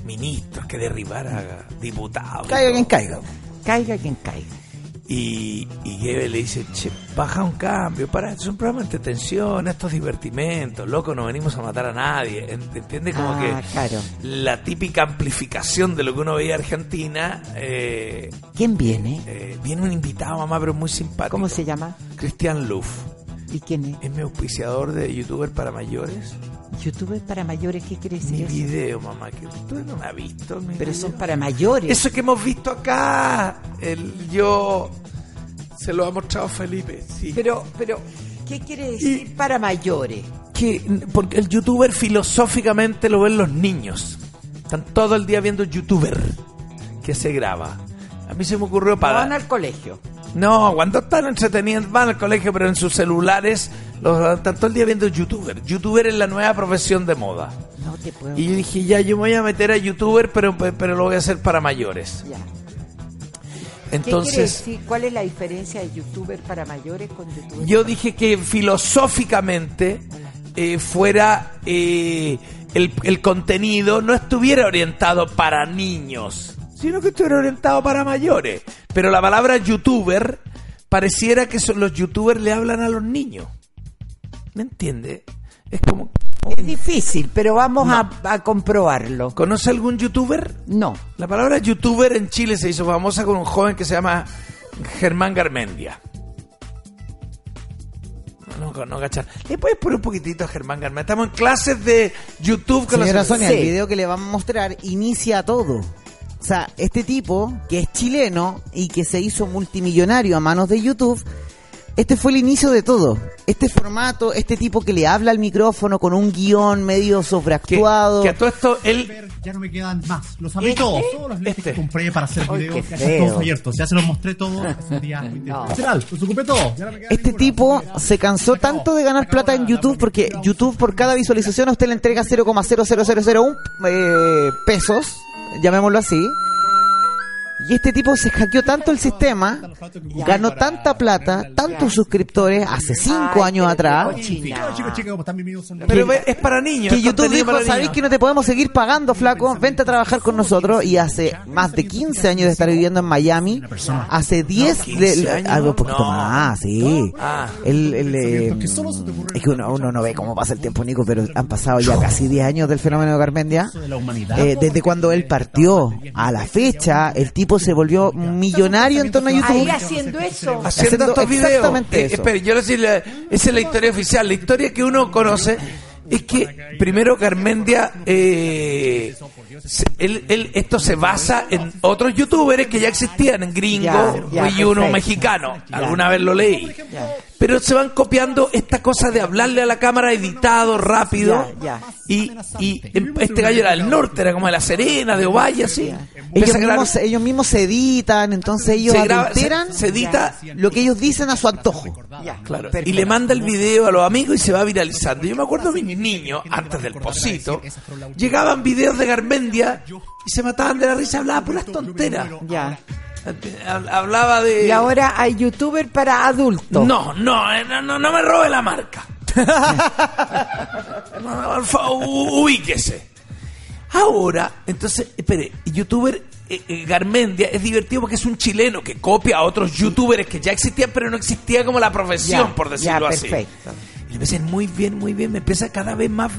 ministros que derribara diputados y caiga quien todo. caiga. Caiga quien caiga. y, y Goebbels le dice che baja un cambio para es un programa de entretención estos divertimentos loco no venimos a matar a nadie Ent- entiende como Ah, que claro. la típica amplificación de lo que uno veía en Argentina eh, ¿Quién viene? eh, viene un invitado mamá pero muy simpático ¿Cómo se llama? Cristian Luff ¿Y quién es? es mi auspiciador de youtuber para mayores YouTube para mayores, ¿qué quiere decir Mi eso? video, mamá, que tú no me has visto. mi Pero video. son para mayores. Eso que hemos visto acá, el yo se lo ha mostrado Felipe. Sí. Pero, pero, ¿qué quiere decir para mayores? que porque el youtuber filosóficamente lo ven los niños. Están todo el día viendo youtuber que se graba. A mí se me ocurrió para Van al colegio. No, cuando están entretenidos van al colegio, pero en sus celulares los están todo el día viendo youtuber. Youtuber es la nueva profesión de moda. No te puedo. Y yo dije, ya, yo me voy a meter a youtuber, pero, pero lo voy a hacer para mayores. Ya. ¿Qué quiere Entonces, decir? ¿Cuál es la diferencia de youtuber para mayores con youtuber? yo dije que filosóficamente eh, fuera eh, el, el contenido no estuviera orientado para niños, sino que estuviera orientado para mayores. Pero la palabra youtuber pareciera que son- los youtubers le hablan a los niños. ¿Me entiende? Es como... Es difícil, pero vamos a, a comprobarlo. ¿Conoce algún youtuber? No. La palabra youtuber en Chile se hizo famosa con un joven que se llama Germán Garmendia. No, no, no cachar. ¿Le puedes poner un poquitito a Germán Garmendia? Estamos en clases de YouTube con la Señora señora. Sonia, Sí. el video que le vamos a mostrar inicia todo. O sea, este tipo, que es chileno y que se hizo multimillonario a manos de YouTube, este fue el inicio de todo. Este formato, este tipo que le habla al micrófono con un guión medio Que, sobreactuado. que a todo esto él... Ver, ya no me quedan más. Los abrí ¿Este? todos. Todos los lentes Este. que compré para hacer Ay, videos. qué Ya feo. están todos abiertos. Ya se los mostré todos. hace un día muy No. literal, Los ocupé todos. ya no me queda Este ninguno. tipo Ya. se cansó acabó. tanto de ganar Se acabó plata la- en la YouTube porque planificación. YouTube por cada visualización a usted le entrega 0,00001 eh, pesos, llamémoslo así. Y este tipo se hackeó tanto el sistema, ganó tanta plata, tantos suscriptores hace cinco Ay, años pero qué atrás, Sí, Chicos, chicos, chicos, ¿cómo están? Bienvenidos a un nuevo Pero video. es para niños. que es YouTube contenido dijo, para sabéis niños". que no te podemos seguir pagando, flaco, vente a trabajar con nosotros. Y hace más de 15 años de estar viviendo en Miami, hace 10, de- 15 años, algo un poquito no. más, sí. Ah. El, el, eh, Que solo se te ocurre es que uno, uno no ve cómo pasa el tiempo, Nico, pero han pasado ya casi 10 años del fenómeno de Carmendia. de la humanidad. Eh, desde cuando él partió a la fecha, el tipo se volvió millonario en torno a Ahí YouTube. haciendo eso. haciendo Haciendo estos videos. exactamente Eh, eso. espere, yo le decía, la- esa es la historia oficial. La historia que uno conoce es que primero Carmendia eh, se- él- él- esto se basa en otros youtubers que ya existían, en gringo Ya, ya, y uno perfecto. mexicano. Ya. Alguna vez lo leí. Ya. Pero se van copiando esta cosa de hablarle a la cámara editado, rápido. Ya, ya. Y, y em- este gallo era del norte, era como de La Serena, de Ovalle, así. Ellos Empieza a grabar- mismos, ellos mismos se editan, entonces ellos se graba- se- adulteran se edita lo que ellos dicen a su antojo. Ya, Claro. perfecto. Y le manda el video a los amigos y se va viralizando. Yo me acuerdo de mis niños, antes del pocito, llegaban videos de Garmendia y se mataban de la risa, hablaba puras tonteras. Ya. Hab- Hablaba de... Y ahora hay youtuber para adultos. No, no, eh, no, no, no me robe la marca. No, no, por favor, u- ubíquese. Ahora, entonces, espere, youtuber eh, eh, Garmendia es divertido porque es un chileno que copia a otros youtubers que ya existían, pero no existía como la profesión, Ya, por decirlo ya, así. perfecto. Y le dicen, muy bien, muy bien, me empieza cada vez más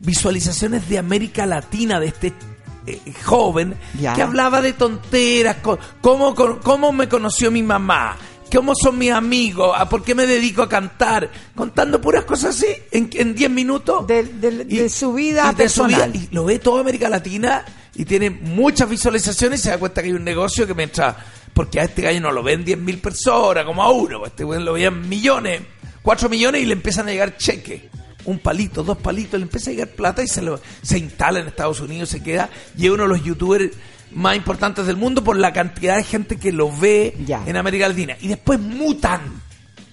visualizaciones de América Latina, de este eh, joven Ya. que hablaba de tonteras, co- cómo, con- cómo me conoció mi mamá, cómo son mis amigos, a por qué me dedico a cantar, contando puras cosas así en en 10 minutos. De- de- de su vida y de su vida. personal. Y lo ve toda América Latina y tiene muchas visualizaciones y se da cuenta que hay un negocio que mientras... Porque a este gallo no lo ven 10.000 personas, como a uno. Este güey lo veían millones, 4 millones y le empiezan a llegar cheques. Un palito, dos palitos, le empieza a llegar plata y se, lo, se instala en Estados Unidos, se queda. Y es uno de los youtubers más importantes del mundo por la cantidad de gente que lo ve Ya. en América Latina. Y después mutan.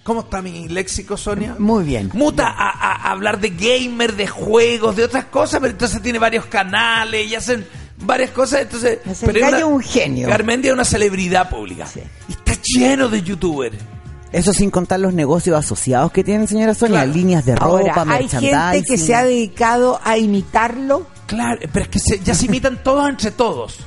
¿Cómo está mi léxico, Sonia? Muy bien. Muta a, a- a hablar de gamer, de juegos, de otras cosas, pero entonces tiene varios canales y hacen varias cosas. Entonces, Es el pero es gallo un genio. Garmendia es una celebridad pública. Sí. Y está lleno de youtubers. Eso sin contar los negocios asociados que tienen, señora Sonia, Claro. líneas de ropa, Ahora, hay gente que merchandising. se ha dedicado a imitarlo. Claro, pero es que se- ya se imitan todos entre todos.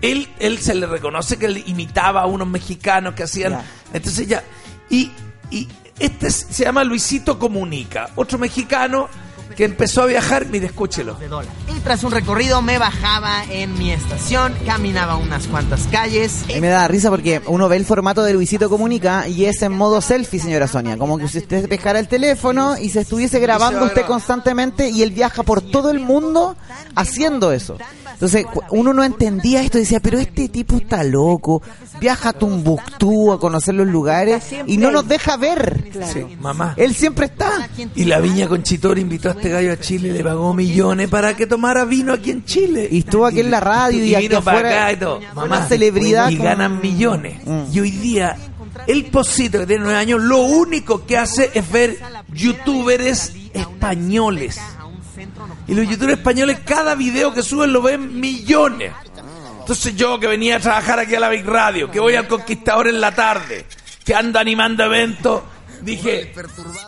Él, él se le reconoce que él imitaba a unos mexicanos que hacían. Ya. Entonces ya. Y, y este es- se llama Luisito Comunica, otro mexicano que empezó a viajar. Mire, escúchelo. de dólar. Y tras un recorrido me bajaba en mi estación, caminaba unas cuantas calles. Y me da risa porque uno ve el formato de Luisito Comunica y es en modo selfie, señora Sonia. Como que si usted dejara el teléfono y se estuviese grabando usted constantemente y él viaja por todo el mundo haciendo eso. Entonces cu- uno no entendía esto y decía, pero este tipo está loco, viaja a Tumbuctú a conocer los lugares y no nos deja ver. Sí, mamá. Él siempre está. Y la viña Conchitor invitó a este gallo a Chile, le pagó millones para que tomara vino aquí en Chile. Y estuvo aquí en la radio y, aquí vino para afuera acá y todo. fue Mamá, una celebridad. Y con- Mm. ganan millones. Y hoy día, el Posito, que tiene nueve años, lo único que hace es ver youtubers españoles. Y los youtubers españoles, cada video que suben lo ven millones. Entonces yo que venía a trabajar aquí a la Big Radio, que voy al Conquistador en la tarde, que ando animando eventos, dije,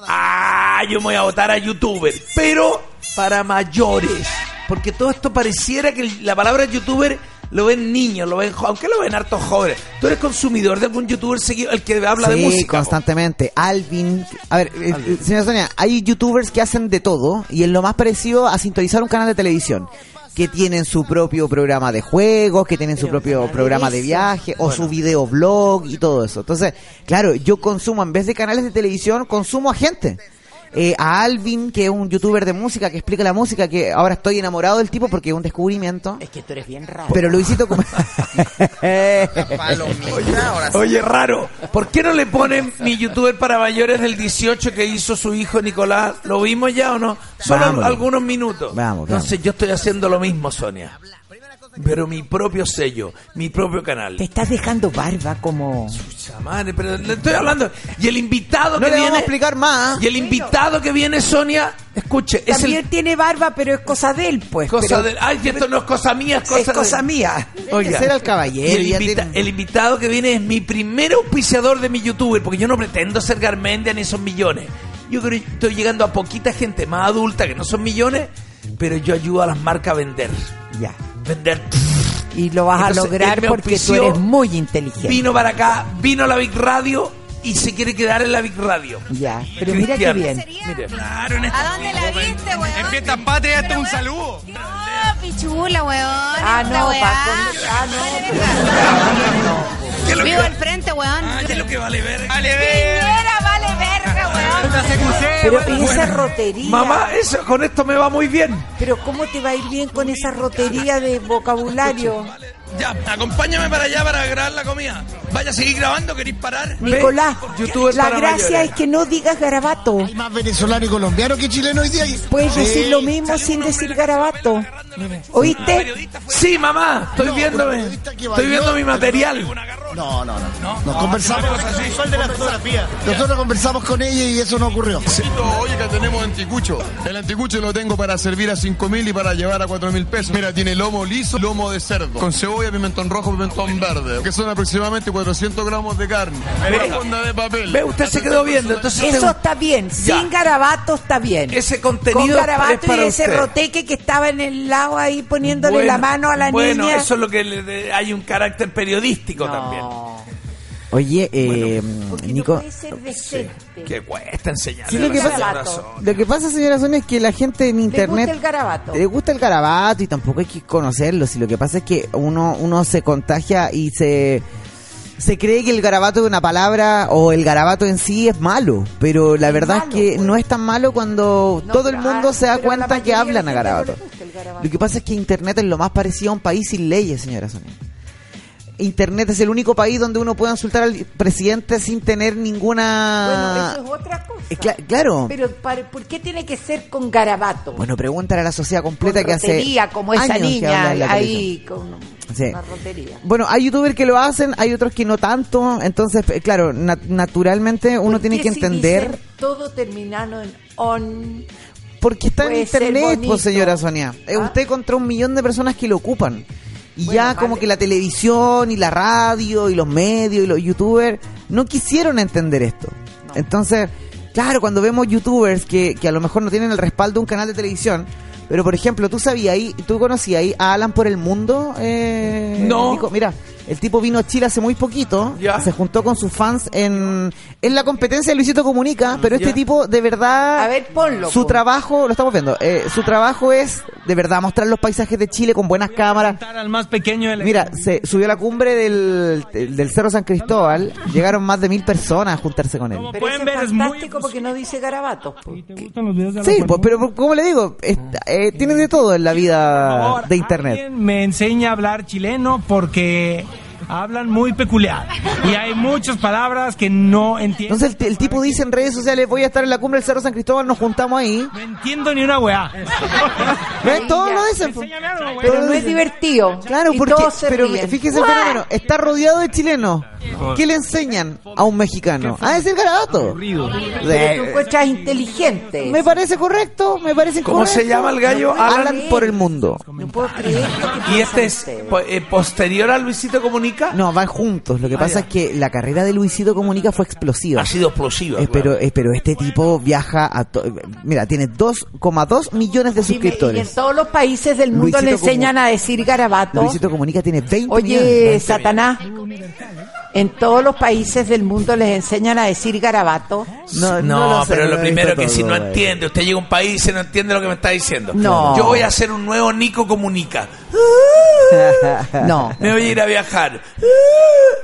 ah, yo me voy a votar a youtuber, pero para mayores. Porque todo esto pareciera que el- la palabra youtuber lo ven niños, lo ven jo- aunque lo ven hartos jóvenes. ¿Tú eres consumidor de algún youtuber seguido, el que habla de Sí, música? po? constantemente. Alvin. A ver, eh, eh, señora Sonia, hay youtubers que hacen de todo y es lo más parecido a sintonizar un canal de televisión. Que tienen su propio programa de juegos, que tienen su propio programa de viaje o su videoblog y todo eso. Entonces, claro, yo consumo, en vez de canales de televisión, consumo a gente. Eh, a Alvin, que es un youtuber de música, que explica la música, que ahora estoy enamorado del tipo porque es un descubrimiento. Es que tú eres bien raro. Pero Luisito... como- Oye, raro, ¿por qué no le ponen mi youtuber para mayores del 18 que hizo su hijo Nicolás? ¿Lo vimos ya o no? Solo Vamos. algunos minutos. Vamos, vamos. Entonces yo estoy haciendo lo mismo, Sonia. Pero mi propio sello, mi propio canal. Te estás dejando barba como... Pucha madre, pero le estoy hablando. Y el invitado No que le vamos viene. a explicar más. Y el invitado que viene, Sonia, escuche, es También el. tiene barba, pero es cosa de él, pues. Cosa pero del. Ay, que esto no es cosa mía, es cosa, es cosa de- mía. Oiga. ser al caballero, Y el, ya invita- tiene- el invitado que viene es mi primer auspiciador de mi youtuber, porque yo no pretendo ser Garmendia ni son millones. Yo creo que estoy llegando a poquita gente más adulta que no son millones, pero yo ayudo a las marcas a vender. Ya. Vender. Y lo vas Entonces, a lograr él me porque tú auspició, eres muy inteligente. Vino para acá, vino a la Big Radio y se quiere quedar en la Big Radio. Ya. Pero mira qué bien. Cristiano. Mire. ¿A dónde la viste, weón? En fiestas patrias, esto es un saludo. No, pichula, weón. Ah, Esta no, weá. Paco. Ah, Vivo al frente, weón. ¿Qué es lo que vale ver? Piñera vale verga, weón. vuelta a CQC. Pero vuelta- y esa rotería. Mamá, eso, con esto me va muy bien. Pero ¿cómo te va a ir bien con esa rotería de vocabulario? Ya, acompáñame para allá para grabar la comida. Vaya a seguir grabando, ¿queréis parar? Nicolás, youtubers la para gracia mayores. es que no digas garabato. Hay más venezolano y colombiano que chileno hoy día. y- Puedes Sí. decir lo mismo sin decir garabato. ¿Oíste? Sí, mamá, estoy No, viéndome. pero viste que Estoy viendo bailó. mi material. No, no, no. Nos conversamos. de la fotografía. Nosotros conversamos con ella y eso no ocurrió. Oye, que tenemos anticucho. El anticucho lo tengo para servir a 5.000 y para llevar a 4.000 pesos. Mira, tiene lomo liso, lomo de cerdo, con cebolla, pimentón rojo, pimentón verde, que son aproximadamente 400 gramos de carne. Una onda de papel. Ve, usted se quedó viendo. Entonces Eso usted- está bien. Ya. Sin garabato está bien. Ese contenido Con garabato es para y ese usted. roteque que estaba en el lado ahí poniéndole la Bueno, mano a la bueno, niña. eso es lo que le- de- hay un carácter periodístico también. Oye, eh, Porque no Nico, puede ser decente. Que cuesta enseñar. Sí, lo que pasa- lo que pasa, señora Sonia, es que la gente en internet... gusta el garabato. Le gusta el garabato y tampoco hay que conocerlo. Si lo que pasa es que uno, uno se contagia y se... Se cree que el garabato de una palabra o el garabato en sí es malo, pero la Es verdad malo, es que pues. no es tan malo cuando No, todo el claro, mundo se da pero la cuenta que mayoría de hablan a gente no le garabato. gusta el garabato. Lo que pasa es que Internet es lo más parecido a un país sin leyes, señora Sonia. Internet es el único país donde uno puede insultar al presidente sin tener Bueno, ninguna... eso es otra cosa. Eh, cla- claro. Pero para- ¿por qué tiene que ser con garabato? Bueno, pregúntale a la sociedad completa Con que hace rotería, como esa años que niña habla la televisión. ahí con Sí. una rotería. Bueno, hay youtubers que lo hacen, hay otros que no tanto, entonces, eh, claro, na- naturalmente uno ¿Por tiene qué que si entender dicen todo terminado en on. porque está en puede ser internet, bonito? pues señora Sonia. Eh, ¿Ah? Usted contra un millón de personas que lo ocupan. Y Bueno, ya como vale. que la televisión y la radio y los medios y los youtubers no quisieron entender esto. Entonces, claro, cuando vemos youtubers que, que a lo mejor no tienen el respaldo de un canal de televisión, pero por ejemplo, ¿tú sabías ahí, tú conocías ahí a Alan por el mundo? Eh, No. Nico? mira, el tipo vino a Chile hace muy poquito, Ya. se juntó con sus fans en, en la competencia de Luisito Comunica, pero este Ah, Ya. tipo de verdad... A ver, ponlo, pues. Su po. trabajo, lo estamos viendo, eh, su trabajo es de verdad mostrar los paisajes de Chile con buenas cámaras. Al más pequeño del Mira, se subió a la cumbre del, del Cerro San Cristóbal, llegaron más de mil personas a juntarse con él. Pero pueden eso ver, es es muy fantástico porque no dice garabatos. pues. po. Sí, pues, pero como le digo, Está- eh, tiene de todo en la vida de internet. me enseña a hablar chileno porque hablan muy peculiar. Y hay muchas palabras que no entiendo. Entonces el, el tipo dice en redes sociales, voy a estar en la cumbre del Cerro San Cristóbal, nos juntamos ahí. No entiendo ni una weá. ¿Ves? Todos lo dicen. pues. po. Pero Todos no es dicen. divertido. Claro, y porque todos se pero ríen. fíjese el ¡Guau! fenómeno, está rodeado de chilenos. ¿Qué le enseñan a un mexicano? A decir garabato. Pero tú Eh, encuentras inteligente. Me parece correcto, me parece ¿Cómo se incorrecto. llama el gallo? Alan, Alan por el mundo. No puedo creer. lo que Y este es piensan po- ustedes. eh, posterior a Luisito Comunica. No, van juntos. Lo que pasa Ah, es ya. que la carrera de Luisito Comunica fue explosiva. Ha sido explosiva. Eh, claro. pero, eh, pero este tipo viaja a... to- Mira, tiene 2,2 millones de Dime, Y en suscriptores. todos los países del mundo Luisito le enseñan Comunica. a decir garabato. Luisito Comunica tiene 20 Oye, millones. Satanás. En todos los países del mundo les enseñan a decir garabato. No, lo sé, pero no lo he primero visto que si todo, no eh. entiende, usted llega a un país y no entiende lo que me está diciendo. No. Yo voy a hacer un nuevo Nico Comunica. No. Me voy a ir a viajar.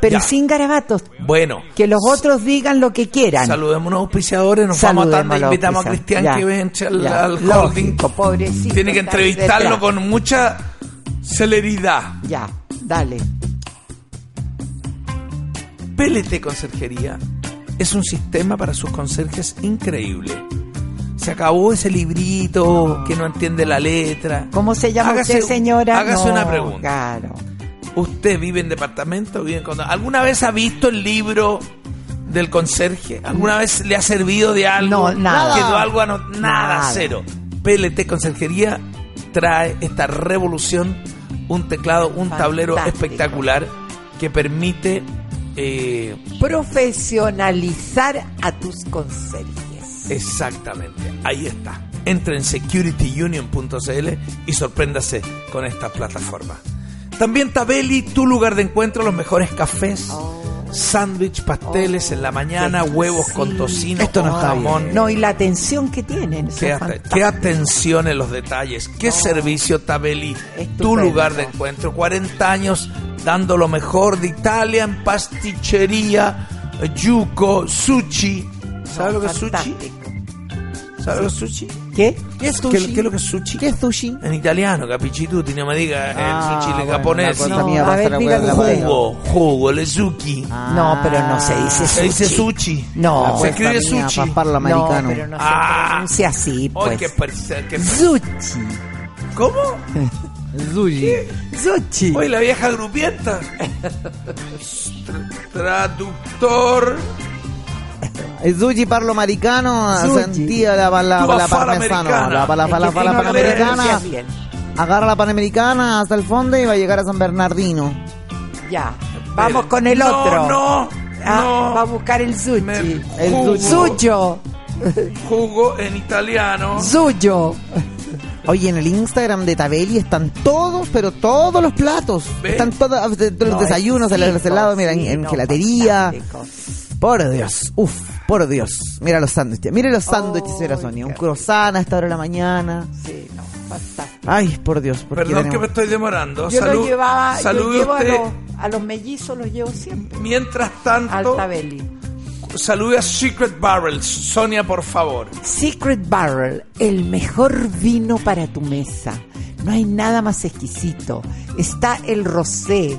Pero Ya. sin garabatos. Bueno, Que los otros digan lo que quieran. saludemos a unos auspiciadores, nos vamos a Saludemos tanda, a los invitamos a auspiciantes. Cristian que Ya, venga al, ya. al Lógico, holding. pobrecito, Tiene que está entrevistarlo detrás. con mucha celeridad. Ya, dale. PLT Conserjería es un sistema para sus conserjes increíble. Se acabó ese librito que no entiende la letra. ¿Cómo se llama Hágase- usted, señora? Hágase No, una pregunta. Claro. ¿Usted vive en departamento o vive en condo- ¿Alguna vez ha visto el libro del conserje? ¿Alguna vez le ha servido de algo? No, nada. ¿Quedó algo ano- Nada, Nada. cero. PLT Conserjería trae esta revolución, un teclado, un tablero Fantástico. espectacular que permite... eh, Profesionalizar a tus conserjes. Exactamente, ahí está. Entre en securityunion.cl y sorpréndase con esta plataforma. También Tabeli, tu lugar de encuentro, los mejores cafés, sándwich, pasteles en la mañana, Oh. Qué huevos con sí. tocino, Esto no con está jamón. No, y la atención que tienen. eso Qué, es at- fantástico. qué atención en los detalles, qué servicio Tabeli, tu Estupendo. lugar de encuentro. 40 años dando lo mejor de Italia en pastichería, yuco, sushi. ¿Sabes No, lo que es sushi? fantástico. ¿Sabes lo que es sushi? ¿Qué? ¿Qué es ¿Qué, sushi? qué es lo que es sushi? ¿Qué es sushi? En italiano, capichituti, no me diga Ah, el sushi en bueno, japonés. la cosa Eh, No, mía a pasa ver, la diga hueá en usted. mano. Jugo, jugo, le zuki. No, pero no se dice Ah. Se Ah, sushi. dice sushi. No. La se cosa escribe mía, sushi. pa' parlo No, americano. pero no Ah. se pronuncia así, Ay, pues. qué parece- qué parece- Zuchi. ¿Cómo? Sushi. Zuchi. Oye, la vieja grupienta. Traductor. El sushi parlo americano, Sushi. sentía la Tu pala la afala parmesana, americana. la pala Es que pala pala no lo panamericana. pronuncias bien. Agarra la panamericana hasta el fondo y va a llegar a San Bernardino. Ya. Vamos con el otro. No, no. Ah, no. Va a buscar el sushi. Me- El jugo, Suyo. jugo en italiano. Suyo. Oye, en el Instagram de Tabeli están todos, pero todos los platos. Ve. Están todos ah, de- de los No, desayunos, el, el exquisito, helado, mira, en, sí, en no, gelatería. fantástico. Por Dios, uff, por Dios. Mira los sándwiches, mira los sándwiches, señora Sonia. Un qué croissant a esta hora de la mañana. Sí, no, fantástico. Ay, por Dios, ¿por qué Perdón que tenemos- me estoy demorando. Yo Salud- lo llevaba, yo salude llevo a usted. los, a los mellizos, los llevo siempre. Mientras tanto, Alta Belli. salude a Secret Barrels. Sonia, por favor. Secret Barrel, el mejor vino para tu mesa. No hay nada más exquisito. Está el rosé,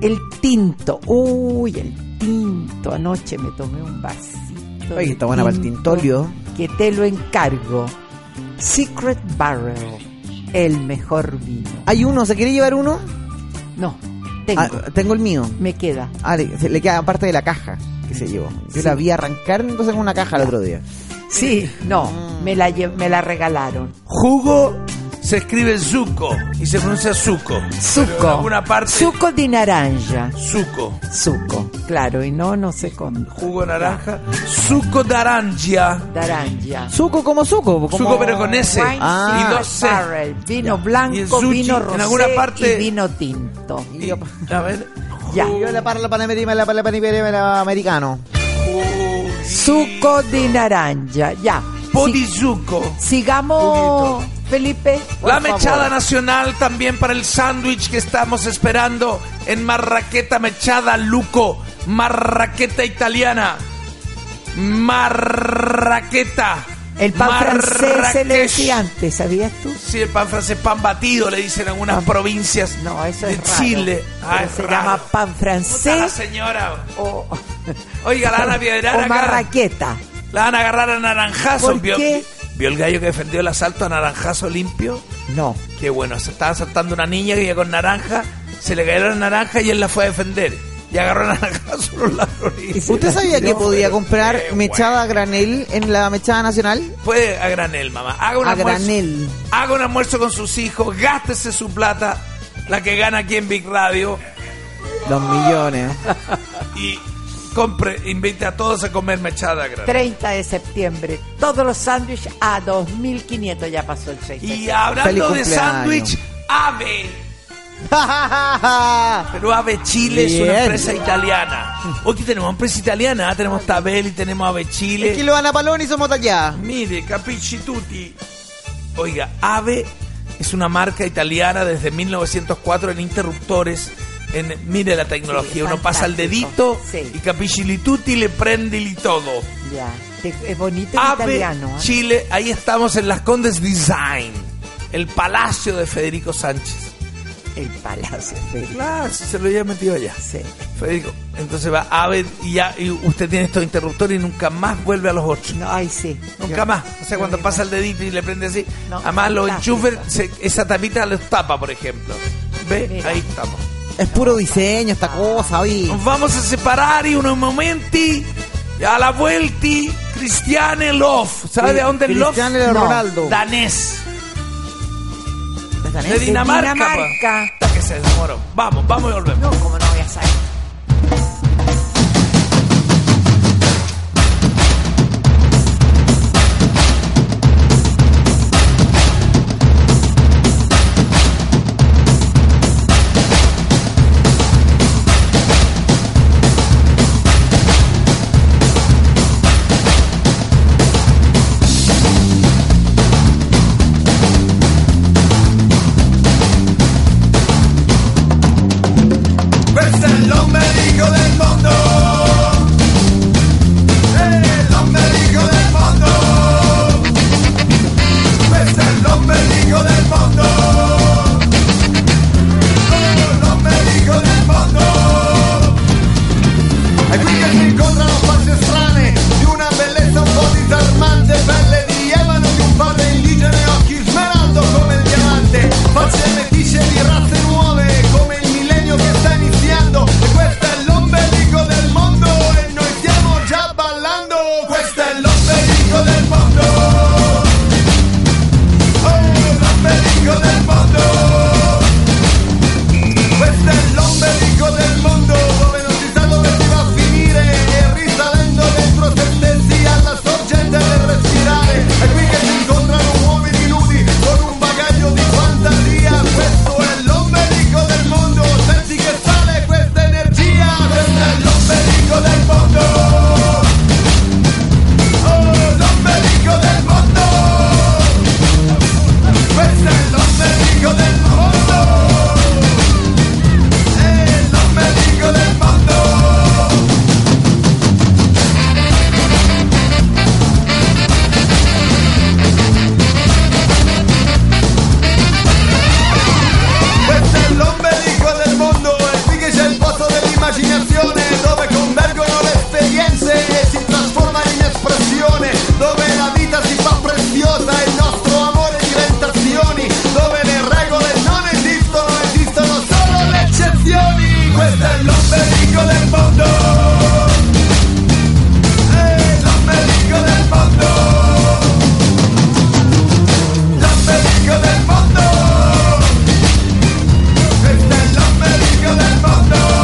el tinto. Uy, el tinto. Anoche me tomé un vasito. Oye, de está buena para el tinto tintolio. Que te lo encargo. Secret Barrel, el mejor vino. Hay uno, ¿se quiere llevar uno? No, tengo. Ah, tengo el mío. me queda. Ah, le, se- le queda parte de la caja que se llevó. Yo Sí. la vi arrancar entonces en una caja el otro día. Sí, no, Mm. me la, lle- me la regalaron. Jugo se escribe zuko y se pronuncia zuko. Pero en Suco. alguna parte, Suco de naranja. zuko. Suco, claro, y no, no se come. Jugo naranja. Zuko d'arancia. Naranja. Suco como suco. Como... Zuko pero con S. Wine Ah. y Secret dos C. Barrel, vino Y el blanco, sushi, vino en rosé alguna parte- Oh. y vino tinto. Y- a ver. Ya. Yo la parlo panamericana, la parlo panamericana americano. Suco de naranja, ya. Si- Podizuco. sigamos, Felipe. por La favor. mechada nacional también para el sándwich que estamos esperando en Marraqueta Mechada Luco. Marraqueta italiana. Marraqueta. El pan francés se le Marrakech. decía antes, ¿sabías tú? Sí, el pan francés, pan batido, le dicen en algunas provincias No, eso de es raro. Chile. Ah, Pero es se raro. llama pan Puta la francés señora. o, Oiga, la van a piedrar o acá. marraqueta. La van a agarrar a naranjazo. ¿Por ¿Vio, qué? vio el gallo que defendió el asalto a naranjazo limpio? No. Qué bueno, se estaba saltando una niña que iba con naranja, se le cayeron naranja y él la fue a defender. Y agarró naranjazo los Y ladrones. se- ¿Usted sabía que No, podía pero comprar qué mechada a granel en la mechada nacional? Puede a granel, mamá. Haga un A almuerzo. granel. Haga un almuerzo con sus hijos, gástese su plata, la que gana aquí en Big Radio, Dos millones. y compre, invite a todos a comer mechada a granel. 30 de septiembre, todos los sándwiches a 2.500, ya pasó el 6. Y Feliz hablando de cumpleaños. sándwich, ave. Pero Ave Chile es una Bien. empresa italiana. Hoy que tenemos empresa italiana, ah, tenemos Tabelli, tenemos Ave Chile. Es que lo van a palón y somos de allá. Mire, capisci tutti. Oiga, Ave es una marca italiana desde 1904 en interruptores. En, mire la Sí, tecnología, uno pasa el fantástico. dedito Sí. y capisci li tutti le prende li todo. Ya, te- es bonito en Ave italiano. ¿eh? Chile, ahí estamos en Las Condes Design, el palacio de Federico Sánchez. El palacio, Felipe. Claro, si se lo había metido allá. Sí. Federico, entonces va Ave y ya y usted tiene estos interruptores y nunca más vuelve a los ocho. No, ay, sí. Nunca Yo- más. O sea, yo cuando me pasa el dedito y le prende así. No, Además, los fantástico. enchufes, se- esa tapita los tapa, por ejemplo. ¿Ve? Mira. Ahí estamos. Es puro diseño esta cosa, oye. Nos vamos a separar y unos momenti. y A la vuelta, Cristiane Love. ¿Sabe de dónde es Love? Cristiano Ronaldo. Danés. imagino. De Dinamarca. Dinamarca. pa. Hasta que se demoró. Vamos, vamos y volvemos. No, como no voy a saber. Es el ombligo del mundo. El ombligo del mundo. Oh, Fuerza el ombligo del mundo. El ombligo del mundo. El ombligo del mundo. Fuerza el ombligo del mundo.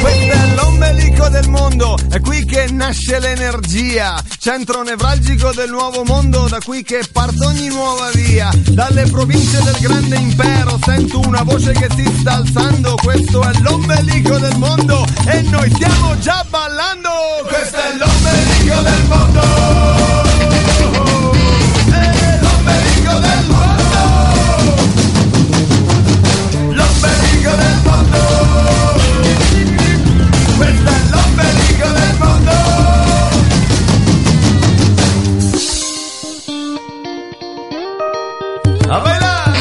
Questo è l'ombelico Pues del mondo, è qui che nasce l'energia, centro nevralgico del nuovo mondo, da qui che parte ogni nuova via, dalle province del grande impero sento una voce che si sta alzando, questo è l'ombelico del mondo e noi stiamo già ballando, questo è l'ombelico del mondo. È l'ombelico del mondo. L'ombelico del mondo. Questo è l'ombelico del mondo A bailar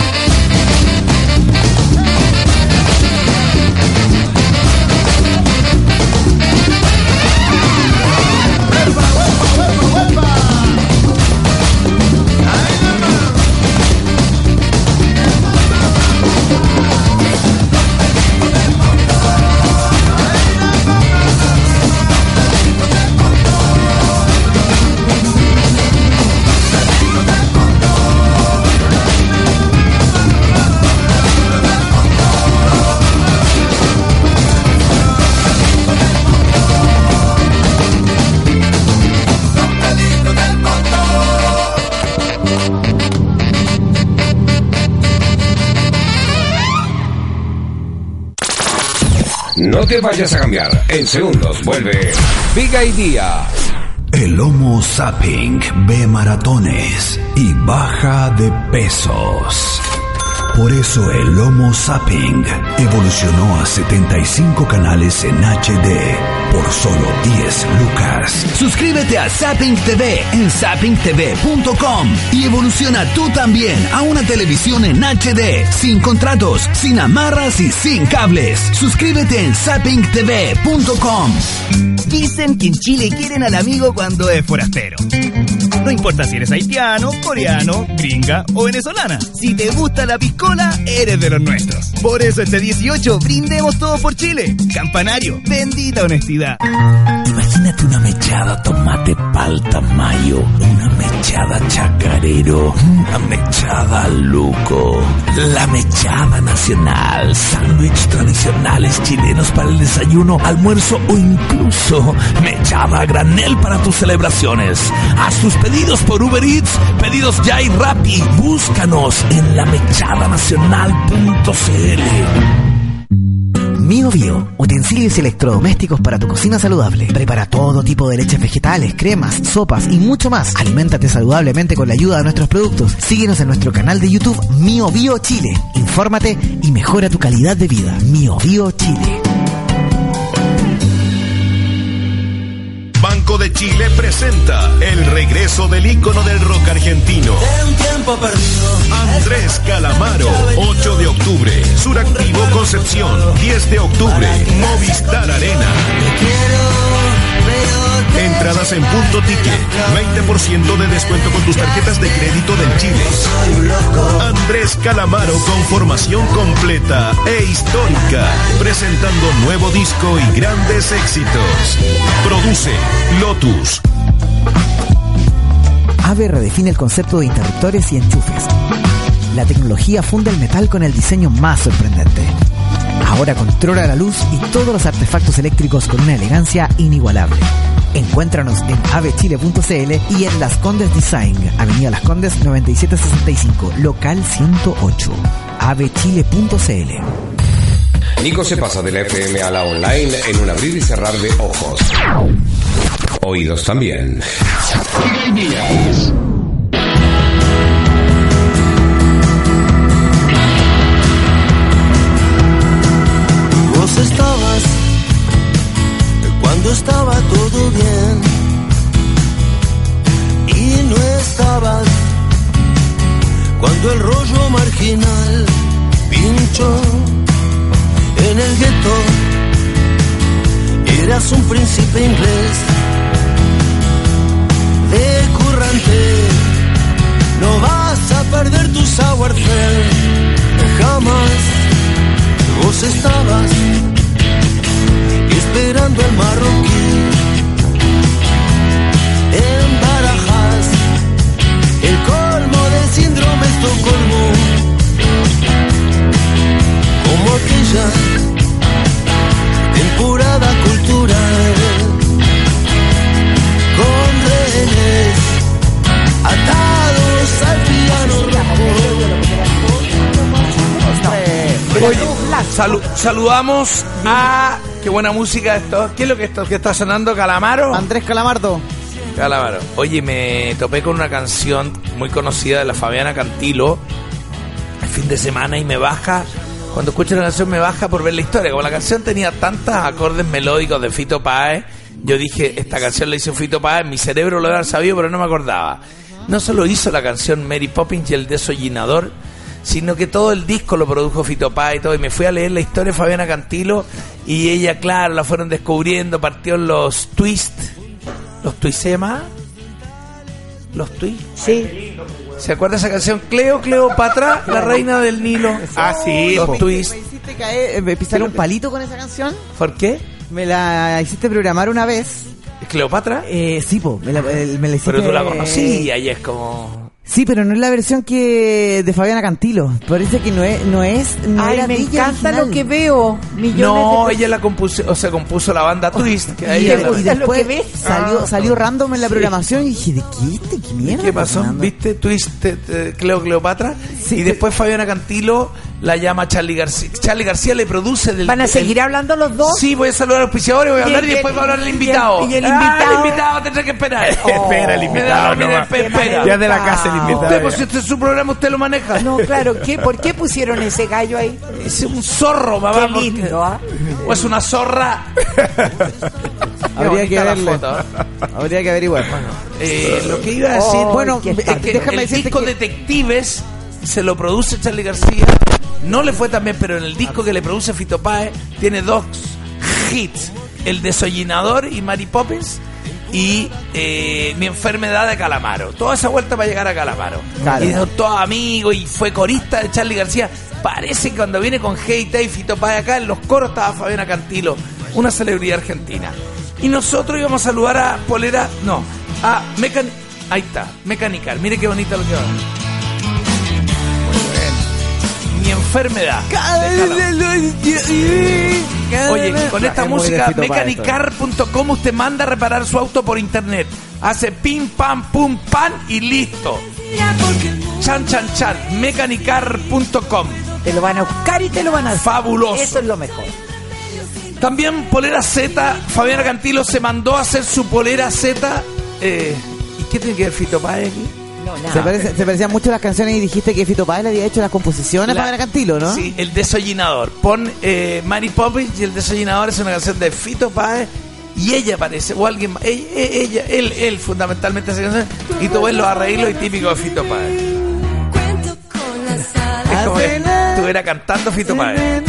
No te vayas a cambiar. En segundos vuelve Viga y Díaz. El Homo Zapping ve maratones y baja de pesos. Por eso el Homo Zapping evolucionó a 75 canales en HD por solo 10 lucas. Suscríbete a Zapping TV en zappingtv.com y evoluciona tú también a una televisión en HD, sin contratos, sin amarras y sin cables. Suscríbete en zappingtv.com. Dicen que en Chile quieren al amigo cuando es forastero. No importa si eres haitiano, coreano, gringa o venezolana. Si te gusta la piscola, eres de los nuestros. Por eso este 18 brindemos todo por Chile. Campanario, bendita honestidad. Imagínate una mechada tomate palta mayo, una mechada chacarero, una mechada luco, la mechada nacional, sándwich tradicionales chilenos para el desayuno, almuerzo o incluso mechada a granel para tus celebraciones. Haz tus pedidos por Uber Eats, pedidos ya y Rappi. Búscanos en lamechadanacional.cl. Mío Bio, utensilios y electrodomésticos para tu cocina saludable. Prepara todo tipo de leches vegetales, cremas, sopas y mucho más. Aliméntate saludablemente con la ayuda de nuestros productos. Síguenos en nuestro canal de YouTube Mío Bio Chile. Infórmate y mejora tu calidad de vida. Mío Bio Chile. Banco de Chile presenta el regreso del ícono del rock argentino. Andrés Calamaro, 8 de octubre. Suractivo Concepción, 10 de octubre. Movistar Arena. Entradas en punto ticket. 20% de descuento con tus tarjetas de crédito del Chile. Andrés Calamaro con formación completa e histórica. Presentando nuevo disco y grandes éxitos. Produce Lotus. AVE redefine el concepto de interruptores y enchufes. La tecnología funda el metal con el diseño más sorprendente. Ahora controla la luz y todos los artefactos eléctricos con una elegancia inigualable. Encuéntranos en avechile.cl y en Las Condes Design, Avenida Las Condes 9765, local 108. avechile.cl Nico se pasa de la FM a la online en un abrir y cerrar de ojos. Oídos también. Vos estabas cuando estaba todo bien y no estabas cuando el rollo marginal eras un príncipe inglés de currante. No vas a perder tu saberfell jamás. Vos estabas esperando al marroquí en barajas. El colmo del síndrome Estocolmo, como aquella temporada cultural con rehenes atados al piano Oye, salu- saludamos a. Qué buena música esto. ¿Qué es lo que, esto, que está sonando? ¿Calamaro? Andrés Calamardo. Calamaro. Oye, me topé con una canción muy conocida de la Fabiana Cantilo el fin de semana y me baja. Cuando escucho la canción me baja por ver la historia. Como la canción tenía tantos acordes melódicos de Fito Páez, yo dije, esta canción la hizo Fito Páez, mi cerebro lo había sabido, pero no me acordaba. No solo hizo la canción Mary Poppins y el desollinador, sino que todo el disco lo produjo Fito Páez y todo. Y me fui a leer la historia de Fabiana Cantilo y ella, claro, la fueron descubriendo, partió en los twist, los twisemas, los twist. Sí. ¿Se acuerda esa canción? Cleo, Cleopatra, la reina del Nilo. Ah, sí, po. Los twist. ¿Hiciste caer, eh, pisar un palito con esa canción? ¿Por qué? Me la hiciste programar una vez. ¿Cleopatra? Eh, sí, po, me la, eh, me la hiciste... Pero tú la conocías y es como... Sí, pero no es la versión que de Fabiana Cantilo. Parece que no es, no es, no Ay, era me de ella encanta original. lo que veo. Millones No, de ella la compuso, o sea, compuso la banda Twist. Que a Y, ella de- la- y después que ves? salió, Ah. salió random en la Sí. programación y dije, ¿de qué? este? ¿Qué mierda? ¿Qué pasó? ¿Viste? Twist, eh, eh, Cleo Cleopatra. Y después Fabiana Cantilo la llama Charlie García. Charlie García le produce del. ¿Van a el- seguir hablando los dos? Sí, voy a saludar a los auspiciadores, voy a Y hablar el- y, después va a hablar el y el- invitado. y el Ah, invitado. el invitado tendrá que esperar. Espera, el Me da invitado la- mira, nomás. espera, espera. Ya de la casa el invitado, Usted, pues, ya. si este es su programa, usted lo maneja. No, claro, ¿qué? ¿por qué pusieron ese gallo ahí? Es un zorro, mamá. Qué lindo, ¿ah? porque- O es una zorra. Habría que bonita la verlo. foto. Habría que averiguar. Eh, lo que iba a decir, bueno, bueno, es que déjame el decirte disco que- Detectives se lo produce Charlie García, no le fue tan bien, pero en el disco que le produce Fito Páez tiene dos hits, El Desollinador y Mary Poppins y eh, Mi Enfermedad de Calamaro. Toda esa vuelta para llegar a Calamaro. Claro. Y son todos amigos y fue corista de Charlie García. Parece que cuando viene con Hey Day, Fito Páez acá, en los coros estaba Fabiana Cantilo, una celebridad argentina. Y nosotros íbamos a saludar a Polera, no, a Mecan... Ahí está, Mecanical. Mire qué bonita lo que va. Muy bien. Mi enfermedad. Déjalo. Oye, con esta Es muy música, de Fito Páez esto. mecanicar.com usted manda a reparar su auto por internet. Hace pim, pam, pum, pan y listo. Chan, chan, chan. Mecanicar.com. Te lo van a buscar y te lo van a hacer. Fabuloso. Eso es lo mejor. También Polera Z, Fabián Cantilo se mandó a hacer su Polera Z. eh, ¿Y qué tiene que ver Fito Páez aquí? No, Se, parece- se parecían mucho las canciones y dijiste que Fito Páez le había hecho las composiciones La- para Cantilo, ¿no? Sí, el desollinador. Pon eh, Mary Poppins y el desollinador es una canción de Fito Páez y ella aparece, o alguien más, ella, ella- él, él fundamentalmente hace canción y tú ves los arreglos y típico de Fito Páez. Es como que estuviera cantando Fito Páez.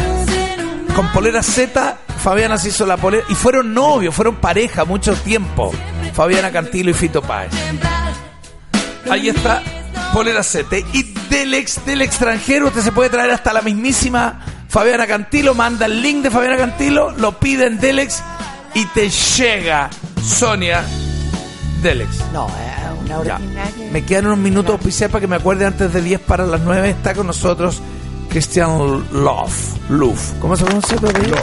Con polera Z, Fabiana se hizo la polera y fueron novios, fueron pareja mucho tiempo. Fabiana Cantilo y Fito Páez. Ahí está Polera Z. Y del, ex, del extranjero usted se puede traer hasta la mismísima Fabiana Cantilo. Manda el link de Fabiana Cantilo, lo pide en Delex y te llega Sonia Delex. No, es una Ya. ordinaria. Me quedan unos minutos, Pisea, para que me acuerde antes de 10 para las 9. Está con nosotros Christian Love. Love. ¿Cómo se pronuncia tu apellido?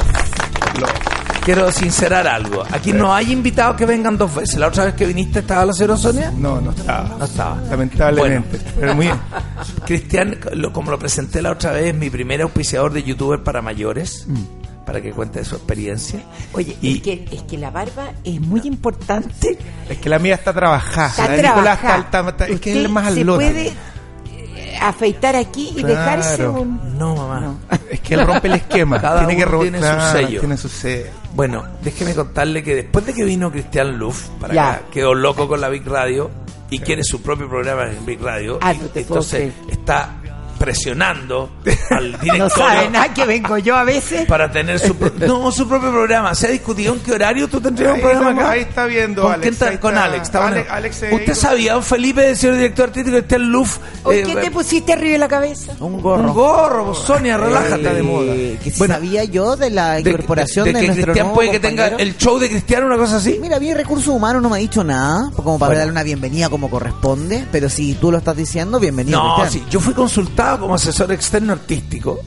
Quiero sincerar algo. Eh. Aquí no hay invitados que vengan dos veces. La otra vez que viniste, ¿estaba la cero, Sonia? Ah, No, no estaba. No estaba. Lamentablemente. Pero muy bien. Cristian, lo- como lo presenté la otra vez, es mi primer auspiciador de youtuber para mayores, Mm. para que cuente de su experiencia. Oye, Y- es, que, es que la barba es muy importante. Es que la mía está trabajada. Está la de Nicolás trabajada. está- está- está- es que es Usted más al se lote. puede eh, afeitar aquí y Claro. dejarse un... No, mamá. Es que él rompe el esquema. Cada tiene que uno ro- tiene su claro, sello. Tiene su sello. Bueno, déjeme contarle que después de que vino Cristian Luf, para Ya. acá, quedó loco con la Big Radio y quiere su propio programa en Big Radio. Ah, Y no te puedo entonces está presionando al No directorio sabe nada que vengo yo a veces. para tener su, pro- no, su propio programa. Se ha discutido en qué horario tú tendrías un Ahí programa estamos, acá. ahí está viendo, ¿Con Alex, quién está- ahí con está. Alex. está bueno. Alex- Alex eh, se ¿Usted hizo- sabía, don Felipe, señor director artístico, que está el Luf? ¿Por eh, qué te pusiste arriba de la cabeza? Un gorro. Un gorro, pues, Sonia, relájate Eh, de moda. Que si sabía yo de la incorporación de, de que nuestro Cristian nuevo puede que tenga compañero. el show de Cristiano, una cosa así. Mira, bien recursos humanos no me ha dicho nada, como para Bueno. darle una bienvenida como corresponde, pero si tú lo estás diciendo, bienvenido. No, Cristian. sí, yo fui consultado como asesor externo artístico.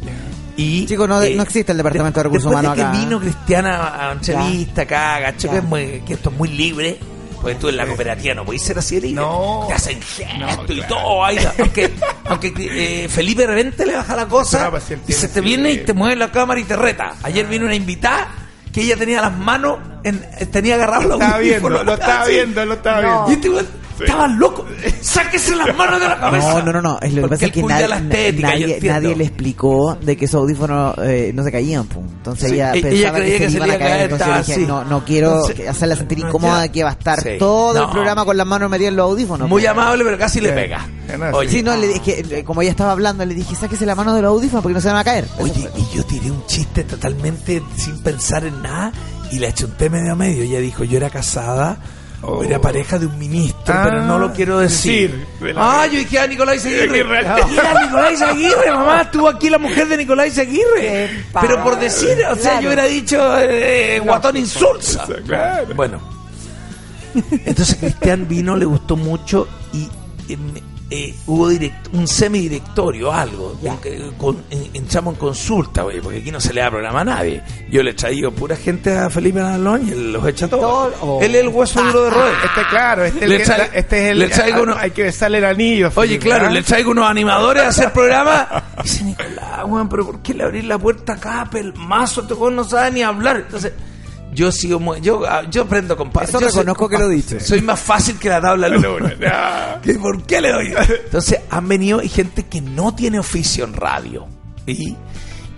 Y, Chico, no, eh, no existe el departamento de recursos después de humanos acá. que vino Cristiana a entrevista acá, gacho, Ya. que, es muy- que esto es muy libre. Porque tú en la cooperativa no podés ser así de libre. No. Te hacen gesto y todo. ahí, aunque aunque eh, Felipe de repente le baja la cosa No, pues, si él y tiene se te que- viene y te mueve la cámara y te reta. Ayer vino una invitada que ella tenía las manos, en, tenía agarrado la Estaba viendo, lo estaba viendo, lo estaba viendo. Y este güey estaba loco. Sáquese las manos de la cabeza. No, no, no, no. Es lo que pasa Porque es él que cuida nadie, la estética, yo nadie, entiendo. nadie le explicó de que esos audífonos eh, no se caían. pum. Entonces Sí, ella e- ella pensaba creía que, que se se iban le a iba a caer. caer, entonces estaba dije, así. no, no quiero Entonces, que- hacerla sentir no, incómoda ya. que va a estar Sí. todo el No. programa con las manos metidas en los audífonos. Muy pum. amable, pero casi le pega. Oye, pues. Sí, no, le dije, es que, eh, como ella estaba hablando, le dije, sáquese la mano de los audífonos porque no se van a caer. Eso oye, fue. y yo tiré un chiste totalmente sin pensar en nada y la chunté medio a medio. Ella dijo, yo era casada. o Era pareja de un ministro, Ah, pero no lo quiero decir. decir, de la- ah, yo dije a Nicolás Aguirre. Aguirre. Y era Nicolás Aguirre, mamá. Estuvo aquí la mujer de Nicolás Aguirre. Pero por decir, o sea, Claro. yo hubiera dicho eh, eh, guatón insulsa. Bueno. Entonces Cristian vino, le gustó mucho y eh, eh, hubo direct- un semidirectorio, algo. En que- con- en- entramos en consulta, güey, porque aquí no se le da programa a nadie. Yo le he traído pura gente a Felipe Nalón y él los echa todos. Él es el hueso duro de roer. Este, claro, este, es Le el que- trae- este es el. le traigo uno- Hay que besarle el anillo. Oye, Felipe, claro, ¿ah? le traigo unos animadores a hacer programa. Dice Nicolás, weón, pero ¿por qué le abrir la puerta acá, pelmazo? Este weón no sabe ni hablar. Entonces, yo sigo, mu- yo, ah, yo aprendo con pa- Eso yo reconozco que lo dices. Soy más fácil que la tabla luna. ¿Qué- ¿Por qué le doy? Entonces, han venido y gente que no tiene oficio en radio. Y,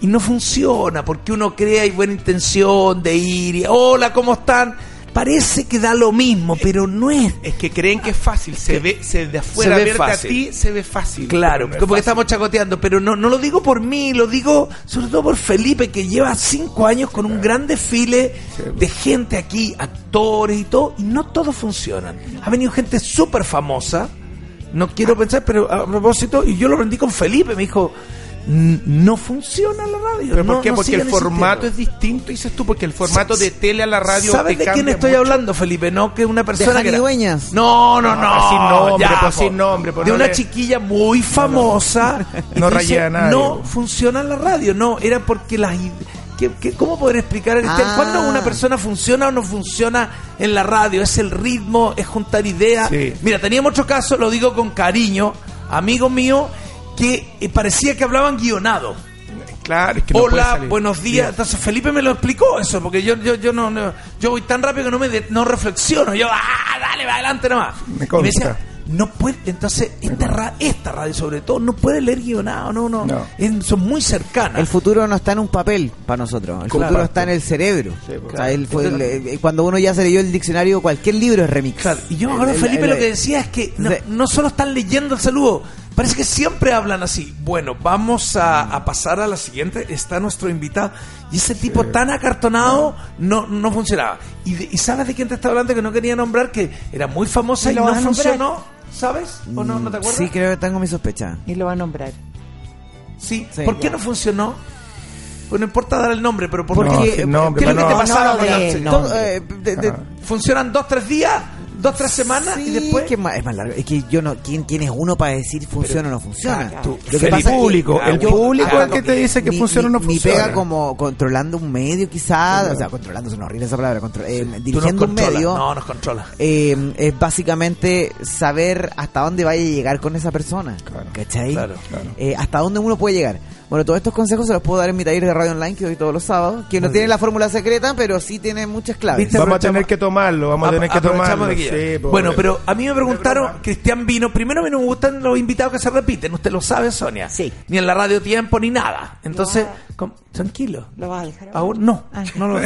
y no funciona porque uno cree hay buena intención de ir y, hola, ¿cómo están? Parece que da lo mismo, pero no es. Es que creen que es fácil. Se ve se de afuera ve verte a fácil. ti, se ve fácil. Claro, Pero no es porque fácil. estamos chacoteando, pero no, no lo digo por mí, lo digo sobre todo por Felipe, que lleva cinco años con un gran desfile de gente aquí, actores y todo, y no todos funcionan. Ha venido gente súper famosa, no Ah. quiero pensar, pero a propósito, y yo lo aprendí con Felipe, me dijo, "N- no funciona la radio. ¿Pero no- por qué? no porque el sigan insistiendo". formato es distinto, dices tú, porque el formato de tele a la radio. ¿Sabes te de quién cambia estoy mucho. hablando, Felipe? No que una De persona que Jani era- Dueñas. No, no, no. No, sin nombre, ya, pues, po. sin nombre, pues, de no una le- chiquilla muy famosa. No Y rayé dice, a nadie, No po". funciona la radio. No, era porque las... id- ¿Qué, qué- cómo poder explicar, Cristian? Ah. ¿Cuándo una persona funciona o no funciona en la radio? Es el ritmo, es juntar ideas. Sí. Mira, teníamos otro caso, lo digo con cariño, amigo mío, que eh, parecía que hablaban guionado. Claro, es que no puede Hola, salir. buenos días. Entonces Felipe me lo explicó eso, porque yo, yo, yo no, no- yo voy tan rápido que no me de- no reflexiono. Yo, ah, dale, va adelante nomás. Me y me consta. decía, no puede, entonces esta, ra- esta radio sobre todo no puede leer guionado, no, no. No. Es- son muy cercanas. Ah. El futuro no está en un papel para nosotros, el Claro. futuro está en el cerebro. pues. O sea, él fue- le- eh, cuando uno ya se leyó el diccionario, cualquier libro es remix. Claro, y yo me El- acuerdo, el- Felipe, el- lo que decía es que no, de- no solo están leyendo el saludo, parece que siempre hablan así. Bueno, vamos a, a pasar a la siguiente. Está nuestro invitado. Y ese tipo tan acartonado no, no funcionaba. Y, de- y sabes de quién te está hablando que no quería nombrar, que era muy famosa ¿Y y lo no vas a nombrar? funcionó. ¿Sabes? ¿O no, no te Mm, acuerdas? Sí, creo que tengo mi sospecha. Y lo va a nombrar. Sí. Sí, ¿Por qué ya. no funcionó? Pues no importa dar el nombre, pero ¿por No, qué? sin nombre, ¿Qué es lo no. que te pasaba? No, con la- de- sí, no. todo- Todo, eh, de- de- ¿Funcionan dos, tres días? ¿Dos, tres semanas? Sí, y después... que es más, es más largo. Es que yo no. ¿Quién, quién es uno para decir funciona o no funciona? claro, tú- Lo que el pasa es que- público, el yo- público ah, es el que te dice que mi- funciona o no mi- mi funciona. pega como controlando un medio, quizás. O sea, controlando es una horrible esa palabra. contro- eh, Tú nos dirigiendo un controlas. medio. No, nos controla. eh, es básicamente saber hasta dónde vaya a llegar con esa persona. ¿Cachai? claro, claro. Eh, hasta dónde uno puede llegar. Bueno, todos estos consejos se los puedo dar en mi taller de radio online que doy todos los sábados. Que no tiene la fórmula secreta, pero sí tiene muchas claves. Vamos a tener que tomarlo, vamos a tener que Aprovechamos tomarlo. de que ya. sí, po. bueno, pero a mí me preguntaron, broma. Cristian vino, primero a mí no me gustan los invitados que se repiten, usted lo sabe, Sonia. Sí. Ni en la radio tiempo, ni nada. Entonces, com- tranquilo. ¿Lo vas a dejar? ahora? Aún no, no lo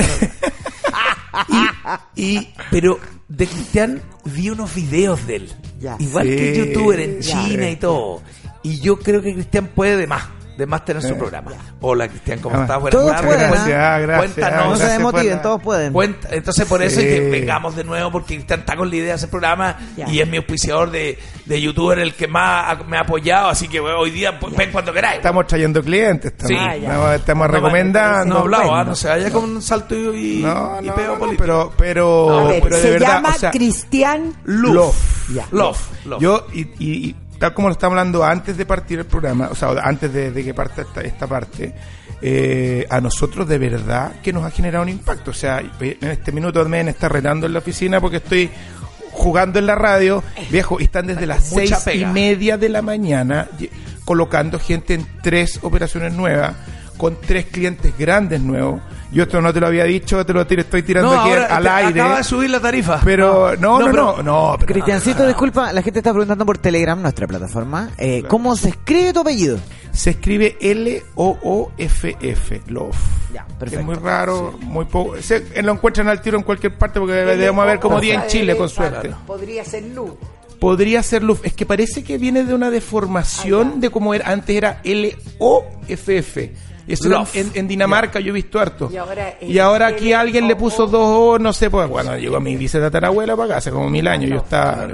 y, y- Pero de Cristian vi unos videos de él. Ya. Igual Sí. que youtuber en Ya. China y todo. Y yo creo que Cristian puede de más, de más tener su Eh, programa. Hola Cristian, ¿cómo Ah, estás? todos tardes. pueden, Cuenta- gracias, gracias, Cuéntanos. no se demotiven, todos pueden. Cuenta- entonces por eso Sí. es que vengamos de nuevo porque Cristian está con la idea de hacer programa Ya. y es mi auspiciador de, de youtuber el que más ha- me ha apoyado, así que bueno, hoy día pues, ven cuando queráis. Estamos trayendo clientes, Sí. estamos, Ah, ya. estamos- estamos No, eh, recomendando. no hablaba, no se vaya con un salto y, y- No, y no, peo no, político. pero, pero, A ver, Oh, pero de se verdad, llama o sea, Cristian Love. Ya. Love, love. Yo, y, y- y tal como lo estamos hablando antes de partir el programa, o sea, antes de, de que parta esta, esta parte, eh, a nosotros de verdad que nos ha generado un impacto. O sea, en este minuto me está retando en la oficina porque estoy jugando en la radio, viejo, y están desde las Mucha seis y pega. media de la mañana y- colocando gente en tres operaciones nuevas, con tres clientes grandes nuevos. Yo esto no te lo había dicho, te lo tiro- estoy tirando aquí ahora al te- aire. Acaba de subir la tarifa. Pero no, no, pero- no, no, pero- Cristiancito, disculpa, la gente está preguntando por Telegram, nuestra plataforma. eh, ¿Cómo se escribe tu apellido? Se escribe L-O-O-F-F, Love. Es muy raro, muy poco. Se- eh, lo encuentran al tiro en cualquier parte porque debemos haber como 10 en Chile, con suerte. Podría ser Lu. Podría ser Love. Es que parece que viene de una deformación de como era, antes era L-O-F-F. Y Eso era Love. en, en Dinamarca yo he visto harto. Y ahora es Y ahora aquí alguien le puso dos O, no sé, pues bueno, llegó a mi bisatatarabuela para acá, hace como mil años. Yo estaba.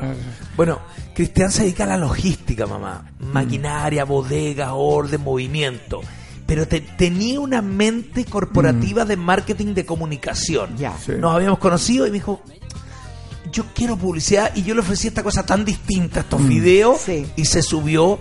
Bueno, Cristian se dedica a la logística, mamá. Maquinaria, bodegas, orden, movimiento. Pero te- tenía una mente corporativa Mm. de marketing de comunicación. Nos habíamos conocido y me dijo, yo quiero publicidad y yo le ofrecí esta cosa tan distinta, estos Mm. videos, y se subió.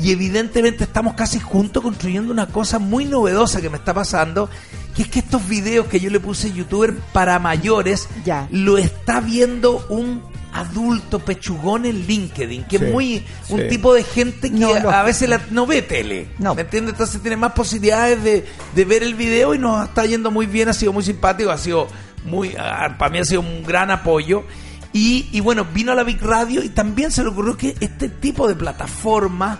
Y evidentemente estamos casi juntos construyendo una cosa muy novedosa que me está pasando, que es que estos videos que yo le puse youtuber para mayores, lo está viendo un adulto pechugón en LinkedIn, que es Sí, muy un sí. tipo de gente que No, no. a veces la- no ve tele. ¿Me entiendes? Entonces tiene más posibilidades de, de ver el video y nos está yendo muy bien, ha sido muy simpático, ha sido muy, ah, para mí ha sido un gran apoyo. Y, y bueno, vino a la Big Radio y también se le ocurrió que este tipo de plataformas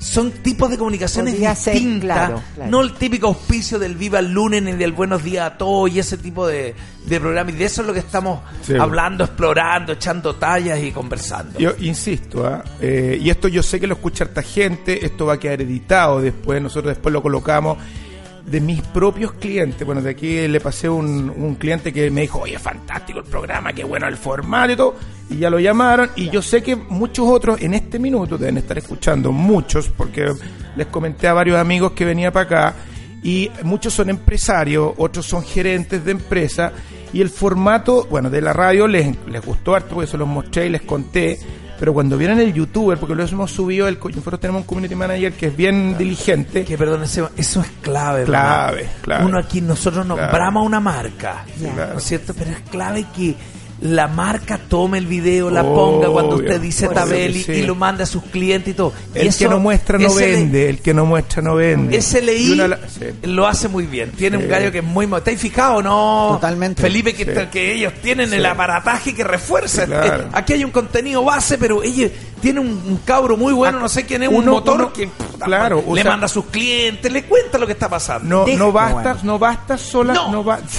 son tipos de comunicaciones Podría ser, distintas. claro, claro. No el típico auspicio del Viva el Lunes ni del Buenos Días a Todos y ese tipo de, de programas. Y de eso es lo que estamos Sí. hablando, explorando, echando tallas y conversando. Yo insisto, ¿ah? Eh, y esto yo sé que lo escucha harta gente, esto va a quedar editado después, nosotros después lo colocamos de mis propios clientes. Bueno, de aquí le pasé un, un cliente que me dijo, oye, fantástico el programa, qué bueno el formato y todo, y ya lo llamaron, y yo sé que muchos otros en este minuto deben estar escuchando, muchos, porque les comenté a varios amigos que venía para acá, y muchos son empresarios, otros son gerentes de empresa, y el formato, bueno, de la radio les, les gustó harto, porque se los mostré y les conté, pero cuando vieron el youtuber, porque lo hemos subido, el, co- nosotros tenemos un community manager que es bien diligente. Que perdón, eso es clave. Clave, ¿verdad? clave. Uno aquí, nosotros nombramos a una marca, Ya. ¿no es cierto? Pero es clave que la marca tome el video, la ponga cuando Obvio. usted dice Por eso Tabeli que sí. y lo manda a sus clientes y todo. Y El que eso- no muestra no ese le- vende, el que no muestra no vende. Ese Y leí una la- sí. lo hace muy bien. Tiene Sí. un gallo que es muy. mo- ¿Estáis fijados, no? Totalmente. Felipe, que, Sí. está- que ellos tienen Sí. el aparataje que refuerza. Sí, claro. Eh, Aquí hay un contenido base, pero ellos tiene un, un cabro muy bueno, no sé quién es, un Ah, uno- motor uno- que puta, claro, le o sea- manda a sus clientes, le cuenta lo que está pasando. No, no basta, no basta sola, no. ba-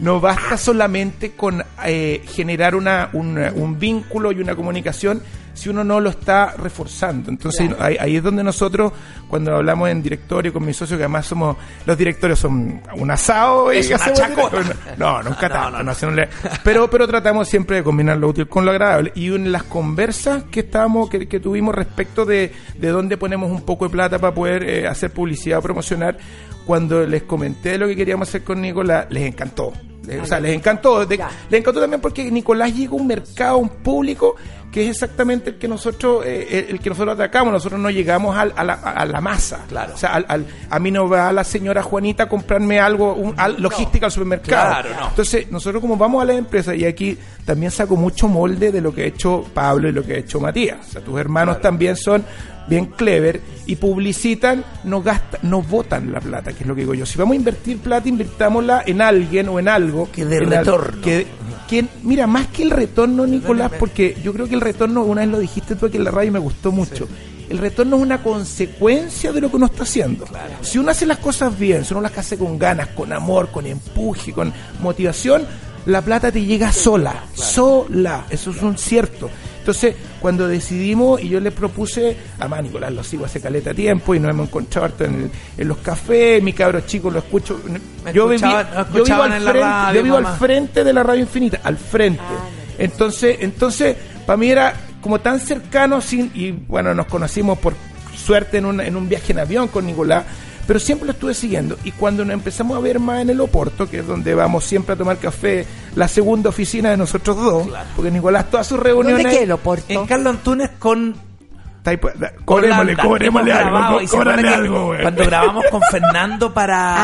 no basta solamente con eh, generar una, un, un vínculo y una comunicación si uno no lo está reforzando. Entonces ahí, ahí es donde nosotros, cuando hablamos en directorio con mis socios, que además somos, los directorios son un asado y Es una hacemos chacota. directorio. No, nunca tanto, no hacemos- pero, pero tratamos siempre de combinar lo útil con lo agradable. Y en las conversas que estábamos, que, que tuvimos respecto de, de dónde ponemos un poco de plata para poder eh, hacer publicidad o promocionar, cuando les comenté lo que queríamos hacer con Nicolás, les encantó. Les- o sea, les encantó. De- les encantó también porque Nicolás llegó a un mercado, a un público que es exactamente el que nosotros eh, el que nosotros atacamos. Nosotros no llegamos al- a, la, a la masa. O sea, al- al- a mí no va la señora Juanita a comprarme algo, un- al- logística al supermercado. Claro, no. Entonces, nosotros como vamos a las empresas, y aquí también saco mucho molde de lo que ha hecho Pablo y lo que ha hecho Matías. O sea, tus hermanos también son bien clever y publicitan, no gastan, no votan la plata, que es lo que digo yo. Si vamos a invertir plata, invirtámosla en alguien o en algo. Que de retorno. que, que- mira, más que el retorno, Nicolás, porque yo creo que el retorno, una vez lo dijiste tú aquí en la radio y me gustó mucho. El retorno es una consecuencia de lo que uno está haciendo. Si uno hace las cosas bien, si uno las hace con ganas, con amor, con empuje, con motivación, la plata te llega sola, sola. Eso es un cierto. Entonces, cuando decidimos, y yo le propuse, a más Nicolás lo sigo hace caleta tiempo y nos hemos encontrado harto en, el- en los cafés, mi cabro chico lo escucho. Yo, viví- escuchaban- nos yo vivo, escuchaban al en la frente, radio, yo vivo al mamá. frente de la radio infinita, al frente. Ah, Entonces, entonces para mí era como tan cercano, sin, y bueno, nos conocimos por suerte en un, en un viaje en avión con Nicolás, pero siempre lo estuve siguiendo. Y cuando nos empezamos a ver más en el Oporto, que es donde vamos siempre a tomar café, la segunda oficina de nosotros dos, porque Nicolás todas sus reuniones... ¿Dónde queda el Oporto? En Carlos Antunes con... Cobrémosle, Holanda. cobrémosle Hemos algo, grabado có- y se acuerda cóbrale que algo, güey. Cuando grabamos con Fernando para.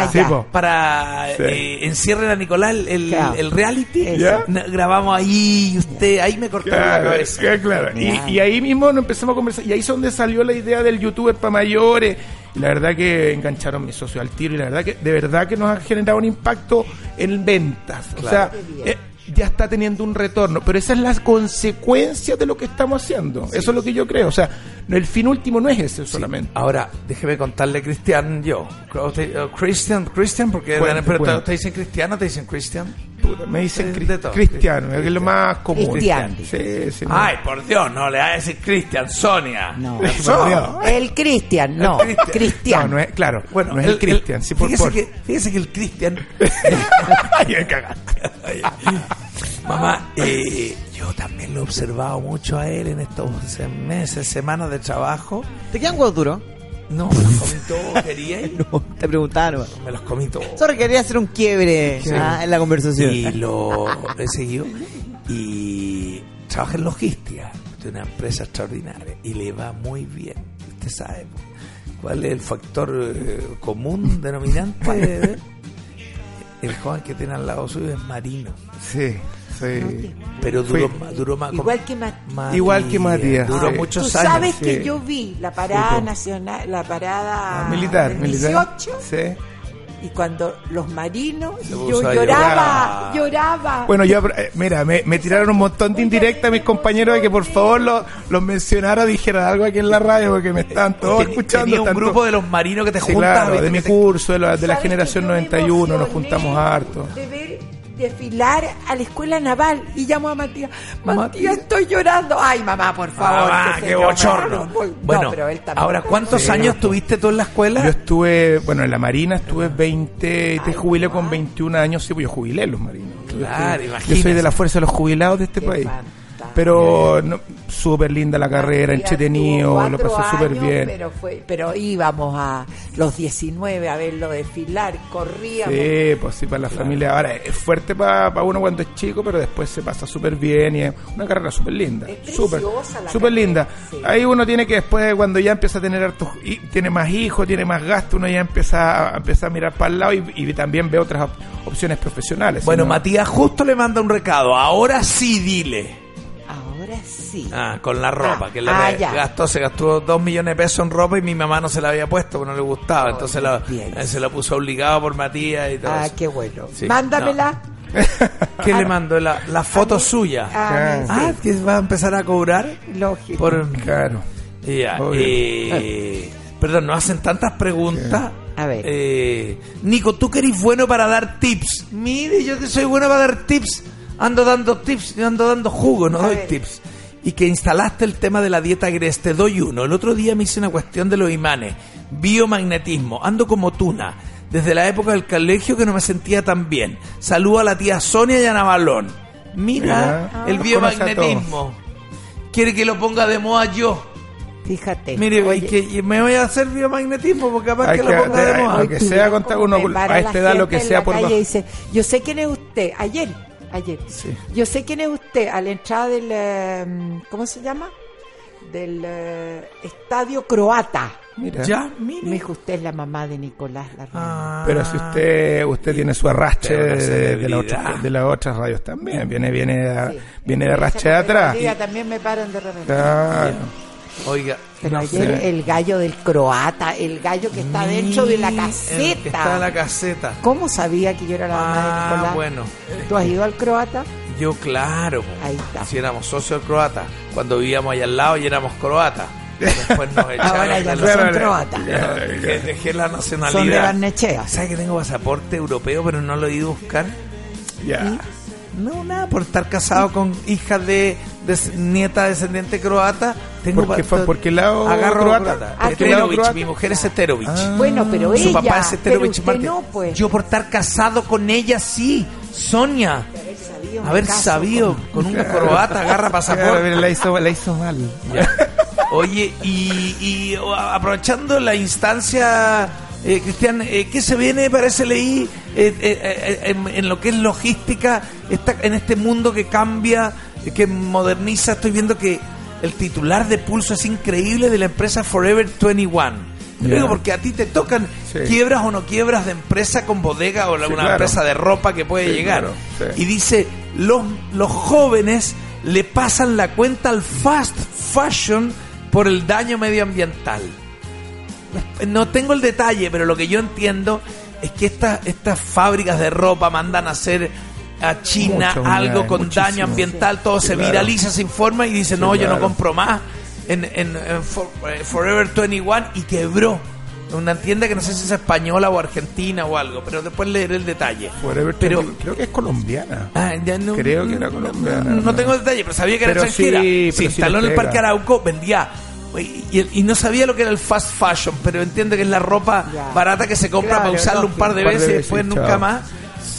Ah, Sí, ya. po. Para eh, encierren a Nicolás el, el- Claro. el reality. Ya. na- Grabamos ahí y usted. Ahí me cortaron la Claro, cabeza. claro, claro. Y, Ya. y ahí mismo nos empezamos a conversar. Y ahí es donde salió la idea del youtuber para mayores. Y la verdad que engancharon mis socios al tiro. Y la verdad que de verdad que nos ha generado un impacto en ventas. O sea, Claro. eh, ya está teniendo un retorno. Pero esa es la consecuencia de lo que estamos haciendo. Eso es lo que yo creo. O sea, no- el fin último no es ese solamente. Ahora, déjeme contarle, Cristian, yo. Usted- eh, Christian, Christian, porque Cuente, pero cuente. te dicen Cristiano, te dican Christian. Me dicen De- cri- de todo. cristiano, es lo más común. Cristian. Sí, sí, no. Ay, por Dios, no le va a decir Cristian, Sonia. No, El Cristian, no. Cristian. No, no es, claro, bueno, no es el- el, Cristian. Sí, por fíjese, favor. Que, fíjese que el Cristian. Mamá, eh, yo también lo he observado mucho a él en estos se- meses, semanas de trabajo. ¿Te quedan huevos duros? No, me los comí todos, quería ir. No, te preguntaba nomás. Me los comí todos. Sorry, quería hacer un quiebre Sí. ah, en la conversación. Y lo he seguido. Y trabaja en logística de una empresa extraordinaria. Y le va muy bien. Usted sabe po, cuál es el factor eh, común denominante. de él? El joven que tiene al lado suyo es marino. Sí, sí. Pero duró, Fui- ma- duró más. Igual que Matías. Igual que Matías, Duró sí. muchos Tú años. sabes que sí. yo vi la parada Sí, po. nacional, la parada militar, del militar. 18, Sí. y cuando los marinos, y yo puso a lloraba, llorar. lloraba. Bueno, yo, eh, mira, me, me tiraron un montón de indirectas mis compañeros de que por favor lo- los mencionara, dijera algo aquí en la radio, porque me están todos escuchando. Eh, Tenía un tanto- grupo de los marinos que te Sí, juntas. claro, ¿viste? de mi Que te- curso, de la, de la ¿Sabes generación que yo me 91, nos emocioné juntamos harto. De ver desfilar a la escuela naval y llamo a Matías. Matías, estoy llorando. Ay, mamá, por favor. Ah, Mamá, que se qué llora. bochorno. No, este Bueno, pero él también. ahora, ¿cuántos Sí. años tuviste tú en la escuela? Yo estuve, bueno, en la Marina estuve 20, te jubilé con 21 años, sí, pues yo jubilé a los marinos. Claro, Yo imagínate. soy de la fuerza de los jubilados de este Qué país. Pero no, súper linda la carrera, Matías entretenido, tuvo lo cuatro pasé súper años, bien. Pero, fue, pero íbamos a los 19 a verlo desfilar, corríamos. Sí, pues sí, para la familia. Ahora es fuerte para uno cuando es chico, pero después se pasa súper bien y es una carrera súper linda. Súper, preciosa la súper carrera, linda. sí. Ahí uno tiene que después, cuando ya empieza a tener hartos, hi- tiene más hijos, tiene más gasto, uno ya empieza a, empieza a mirar para el lado y, y también ve otras op- opciones profesionales. Bueno, ¿no? Matías justo le manda un recado. Ahora sí, dile. Ahora sí. Ah, con la ropa, Ah, que le re- ah, ya. gastó, se gastó dos millones de pesos en ropa y mi mamá no se la había puesto porque no le gustaba. Entonces la- eh, se la puso obligado por Matías y todo Oh, Ah, eso. qué bueno. Sí, Mándamela. no. ¿Qué le mandó? La, la foto suya. Ah, sí. Ah, que va a empezar a cobrar. Lógico. Por... Claro. Ya, Obvio. eh, Perdón, nos hacen tantas preguntas. A ver. Eh, Nico, tú que eres bueno para dar tips. Mire, yo que soy bueno para dar tips. Ando dando tips, yo ando dando jugo, no A doy ver. tips. Y que instalaste el tema de la dieta Gres, te doy uno. El otro día me hice una cuestión de los imanes. Biomagnetismo, ando como tuna. Desde la época del colegio que no me sentía tan bien. Saludo a la tía Sonia y a Ana Balón. Mira, Mira, el los conoce a biomagnetismo. Quiere que lo ponga de moda yo. Fíjate. Mire, Oye, y que y me voy a hacer biomagnetismo porque capaz Hay que, que- lo ponga de hay- moda. hay que sea contar uno me para a la esta edad lo gente que en sea la por calle bajo. dice, yo sé quién es usted. Ayer, ayer. Yo sé quién es usted a la entrada del, eh, ¿cómo se llama? Del eh, estadio croata. Mira. Ah. Ya, Me dijo, usted es la mamá de Nicolás Larraín. Pero si usted usted tiene su arrastre Usted es Ah. una de, de la celebridad. otra- de las otras radios también, viene viene de- viene de Esa arrastre de categoría atrás. Ah, también me paran de repente. Claro. ah, Oiga, Pero no ayer sé. el gallo del croata, el gallo que está dentro de la El que está en caseta. la caseta. ¿Cómo sabía que yo era la mamá de Ah, Nicolás? bueno. ¿Tú has ido al croata? Yo, claro. po. Si éramos socios croatas. Cuando vivíamos allá al lado y éramos croatas. Después nos echaron. Ahora ya de no la- son croatas. Ya, Dejé, dejé la nacionalidad. Son de Barnechea. ¿Sabes que tengo pasaporte europeo pero no lo he ido a buscar? Ya. ¿Mm? No, nada, por estar casado con hijas de, des- nieta descendiente croata, tengo Porque pa- fue- porque el lado agarro croata- porque Ah, el lado Eterovich, croata- mi mujer es Eterovich. Bueno, pero Su ella, papá es pero Eterovich usted Martínez. no, pues. Yo por estar casado con ella sí, Sonia. un Haber caso sabido con, un croata agarra Claro, pasaporte. mira, la hizo, la hizo mal. Oye, y, y, o, a- aprovechando la instancia, eh, Cristian, eh, ¿qué se viene, parece leí, eh, eh, eh, en, en lo que es logística, está, en este mundo que cambia, eh, que moderniza? Estoy viendo que el titular de Pulso es increíble de la empresa Forever 21. Te lo Ya. digo porque a ti te tocan Sí. quiebras o no quiebras de empresa con bodega o la- Sí, una claro. empresa de ropa que puede Sí, llegar. claro, sí. Y dice, los, los jóvenes le pasan la cuenta al fast fashion por el daño medioambiental. No tengo el detalle, pero lo que yo entiendo es que esta- estas fábricas de ropa mandan a hacer a China Mucho, algo ya, con muchísimo. daño ambiental, todo Sí, se claro. viraliza, se informa y dice, Sí, no, yo no claro. compro más en, en- en For- eh, Forever 21 y quebró. Una tienda que no sé si es española o argentina o algo, pero después leeré el detalle. Forever pero 21, creo que es colombiana. Ah, ya no- creo que era colombiana. no, tengo detalle, pero sabía que era Pero sí, extranjera. pero se sí instaló en el pega. Parque Arauco, vendía. Y, y- y no sabía lo que era el fast fashion, pero entiende que es la ropa barata que se compra para Claro, usarla un lógico. par de veces y después chao. nunca más.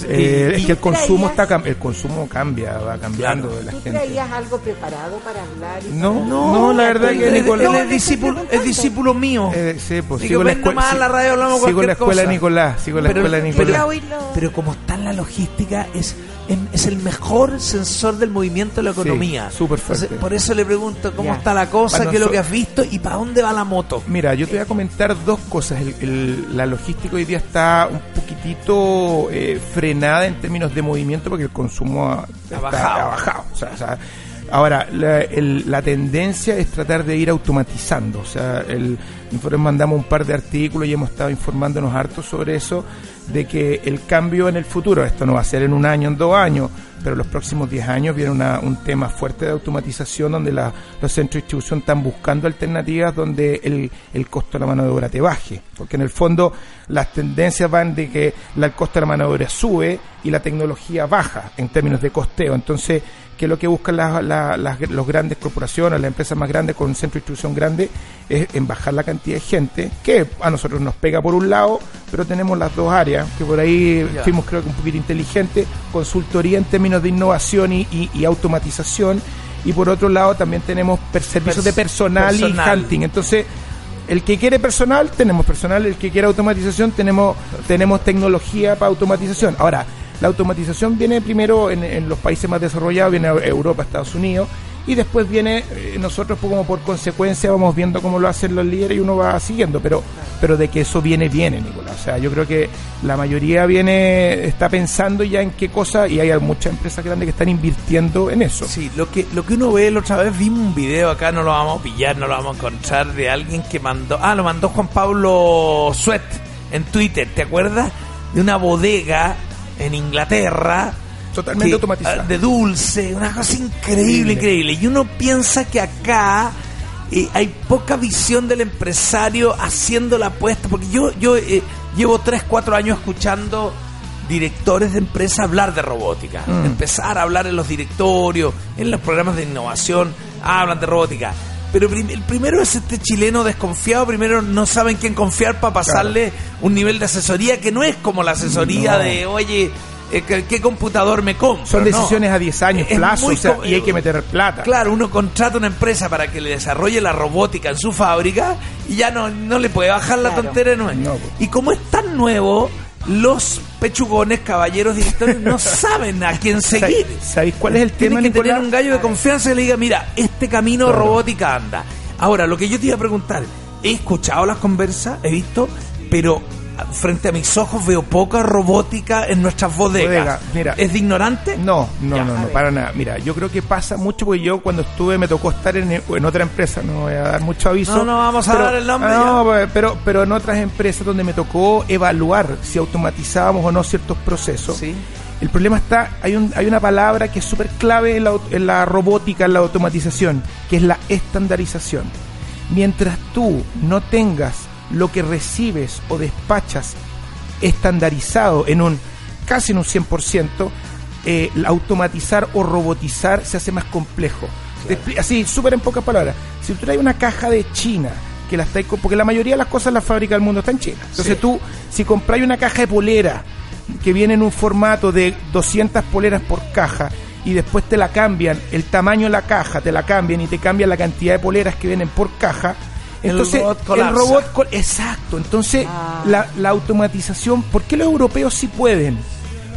Eh, Y- es que el y- consumo está cam- el consumo cambia, va cambiando de la ¿Tú gente. traías algo preparado para hablar? y No, para- no, la verdad que él es- Nicolás- él es discípulo, es discípulo mío. Eh, sí, pues Digo, sigo la venga escuela. más a la radio, hablamos sigo cualquier la escuela cosa. Nicolás, sigo la Pero- escuela pero- Nicolás. Pero como está en la logística, es, es, es el mejor sensor del movimiento de la Sí, economía. súper fuerte. Entonces, por eso le pregunto cómo Ya. está la cosa, Bueno, qué es lo so- que has visto y para dónde va la moto. Mira, yo te voy a comentar dos cosas. El- el- la logística hoy día está un poquitito eh, frenada en términos de movimiento porque el consumo ha, está- bajado. ha O sea, o sea, ahora, la, el- la tendencia es tratar de ir automatizando. O sea, el, nosotros mandamos un par de artículos y hemos estado informándonos harto sobre eso, de que el cambio en el futuro, esto no va a ser en un año, en dos años, pero los próximos 10 años viene una- un tema fuerte de automatización donde la- los centros de distribución están buscando alternativas donde el, el costo de la mano de obra te baje. Porque en el fondo las tendencias van de que la- el costo de la mano de obra sube y la tecnología baja en términos de costeo. Entonces, que lo que buscan las, la- las- los grandes corporaciones, las empresas más grandes con un centro de distribución grande, es en bajar la cantidad de gente, que a nosotros nos pega por un lado, pero tenemos las dos áreas, que por ahí Ya. fuimos creo que un poquito inteligentes, consultoría en términos de innovación y, y- y automatización, y por otro lado también tenemos per- servicios de personal, personal. y hunting. Entonces, el que quiere personal, tenemos personal. El que quiere automatización, tenemos, tenemos tecnología para automatización. Ahora, la automatización viene primero en, en los países más desarrollados, viene a Europa, Estados Unidos, y después viene eh, nosotros pues, como por consecuencia vamos viendo cómo lo hacen los líderes y uno va siguiendo, pero, pero de que eso viene, viene, Nicolás. O sea, yo creo que la mayoría viene, está pensando ya en qué cosa, y hay muchas empresas grandes que están invirtiendo en eso. Sí, lo que, lo que uno ve, la otra vez vimos un video acá, no lo vamos a pillar, no lo vamos a encontrar, de alguien que mandó. Ah, lo mandó Juan Pablo Suet en Twitter, ¿te acuerdas? De una bodega en Inglaterra. Totalmente que- automatizada. ah, De dulce, una cosa Increíble. increíble, increíble. Y uno piensa que acá. eh, hay poca visión del empresario haciendo la apuesta, porque yo, yo eh, llevo 3, 4 años escuchando directores de empresa hablar de robótica, Mm. empezar a hablar en los directorios, en los programas de innovación, hablan de robótica. Pero prim- el primero es este chileno desconfiado, primero no saben quién confiar para pasarle un nivel de asesoría que no es como la asesoría No. de, oye, eh, ¿qué, qué computador me compro? Son No. decisiones a 10 años, Es plazo, muy o sea, co- eh, y hay que meter plata. Claro, uno contrata una empresa para que le desarrolle la robótica en su fábrica y ya no, no le puede bajar la tontera de nuevo. pues. y como es tan nuevo, los pechugones, caballeros, directores no saben a quién seguir. ¿Sabéis cuál es el tema, Tienen que tener Nicolás? un gallo de confianza que le diga, mira, este camino Claro. robótica anda. Ahora, lo que yo te iba a preguntar, he escuchado las conversas, he visto, pero ah, frente a mis ojos veo poca robótica en nuestras bodegas. Bodega, mira. ¿Es de ignorante? No, no, no, no, para nada. Mira, yo creo que pasa mucho porque yo cuando estuve me tocó estar en, en otra empresa, no voy a dar mucho aviso. No, no, vamos a pero- dar el nombre Ah, No, pues, pero, pero en otras empresas donde me tocó evaluar si automatizábamos o no ciertos procesos. El problema está, hay, un, hay una palabra que es súper clave en la, aut- en la robótica, en la automatización, que es la estandarización. Mientras tú no tengas lo que recibes o despachas estandarizado en un casi en un 100%, eh, la automatizar o robotizar se hace más complejo. Te expli- Así, súper en pocas palabras. Si tú traes una caja de China, que la estáis co- porque la mayoría de las cosas las fábricas del mundo están en China. Entonces Sí. tú, si compráis una caja de polera, que viene en un formato de 200 poleras por caja, y después te la cambian, el tamaño de la caja, te la cambian y te cambian la cantidad de poleras que vienen por caja, El entonces robot el colapsa. robot col- exacto entonces Ah. la, la automatización ¿por qué los europeos sí pueden?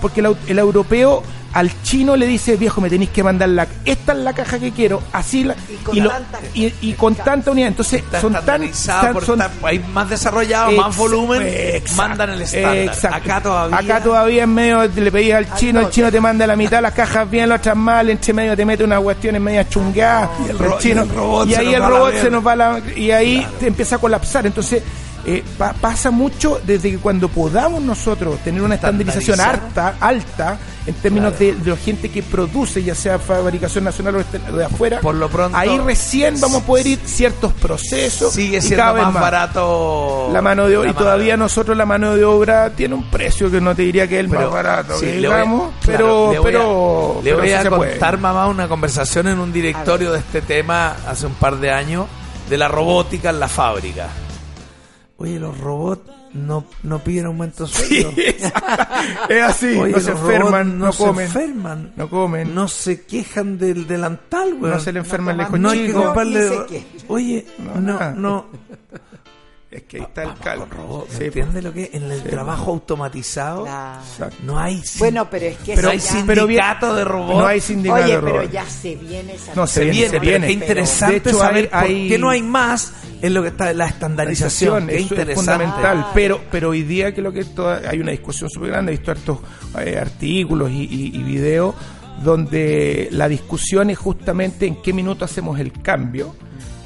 porque el, au- el europeo al chino le dice viejo me tenéis que mandar la esta es la caja que quiero así la, y, con lo- tanta- y- y con tanta unidad entonces Está son tan, estandarizado tan- por son- estar- hay más desarrollado, Exa- más volumen, pues, exacto, mandan el estándar. exacto. Acá todavía. Acá todavía en medio le pedís al chino, el chino te manda la mitad las cajas bien, las otras mal, entre medio te mete unas cuestiones media chungadas, y, ro- y el robot se ahí nos el va a la robot mierda. se nos va a la, y ahí te empieza a colapsar. Entonces, eh, pa- pasa mucho desde que cuando podamos nosotros tener una estandarización Estandarizar. alta, alta, en términos de, de la gente que produce, ya sea fabricación nacional o externa- de afuera, Por lo pronto, ahí recién vamos a poder ir ciertos procesos Sigue y siendo cada vez más, barato. la mano de obra, la y todavía nosotros la mano de obra tiene un precio que no te diría que es el Pero, más barato, sí, que le voy a- digamos, claro, pero, le voy a- pero, Le pero voy sí a se puede. contar, mamá, una conversación en un directorio de este tema hace un par de años de la robótica en la fábrica. Oye, los robots no, no piden aumento de sueldo. es así, Oye, no se los robots enferman, no, no se comen, enferman. no comen, no se quejan del delantal, güey. no se le enferman No lejos hay que chicos. comprarle- Oye, no, no. Es que ahí está el calvo. ¿Me entiendes lo que es? En el trabajo automatizado no hay Bueno, pero es que Pero eso hay ya- sindicato de robots. No hay sindicato Oye, de pero robots. ya se viene esa No, se se viene, viene, pero viene. Qué interesante De hecho, saber hay- hay- por qué no hay más en lo que está la estandarización. Qué Eso interesante. es fundamental. Pero, pero hoy día que lo que es toda- hay una discusión súper grande, he visto hartos eh, artículos y, y- y videos donde la discusión es justamente en qué minuto hacemos el cambio.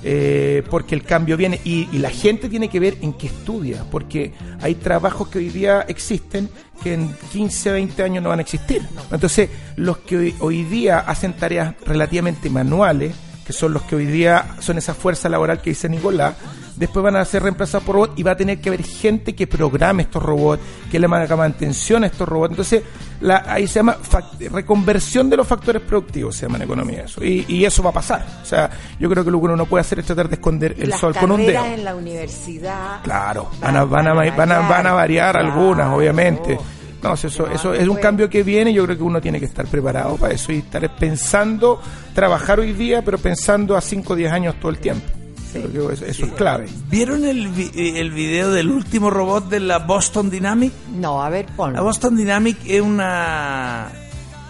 eh, porque el cambio viene y, y la gente tiene que ver en qué estudia, porque hay trabajos que hoy día existen que en 15, 20 años no van a existir. Entonces, los que hoy, hoy día hacen tareas relativamente manuales, que son los que hoy día son esa fuerza laboral que dice Nicolás, después van a ser reemplazados por robots y va a tener que haber gente que programe estos robots, que le haga mantención a estos robots. Entonces, la, ahí se llama fac- reconversión de los factores productivos, se llama en economía eso. Y, y eso va a pasar. O sea, yo creo que lo que uno no puede hacer es tratar de esconder el las sol con un dedo. carreras en la universidad. Claro, van a, van a, van a, van a variar algunas, obviamente. No, si Ah, eso, eso es un cambio que viene, yo creo que uno tiene que estar preparado para eso y estar pensando, trabajar hoy día, pero pensando a 5 o 10 años todo el tiempo. Yo creo que eso eso es clave. ¿Vieron el, vi- eh, el video del último robot de la Boston Dynamic? No, a ver, ponlo. La Boston Dynamic es una.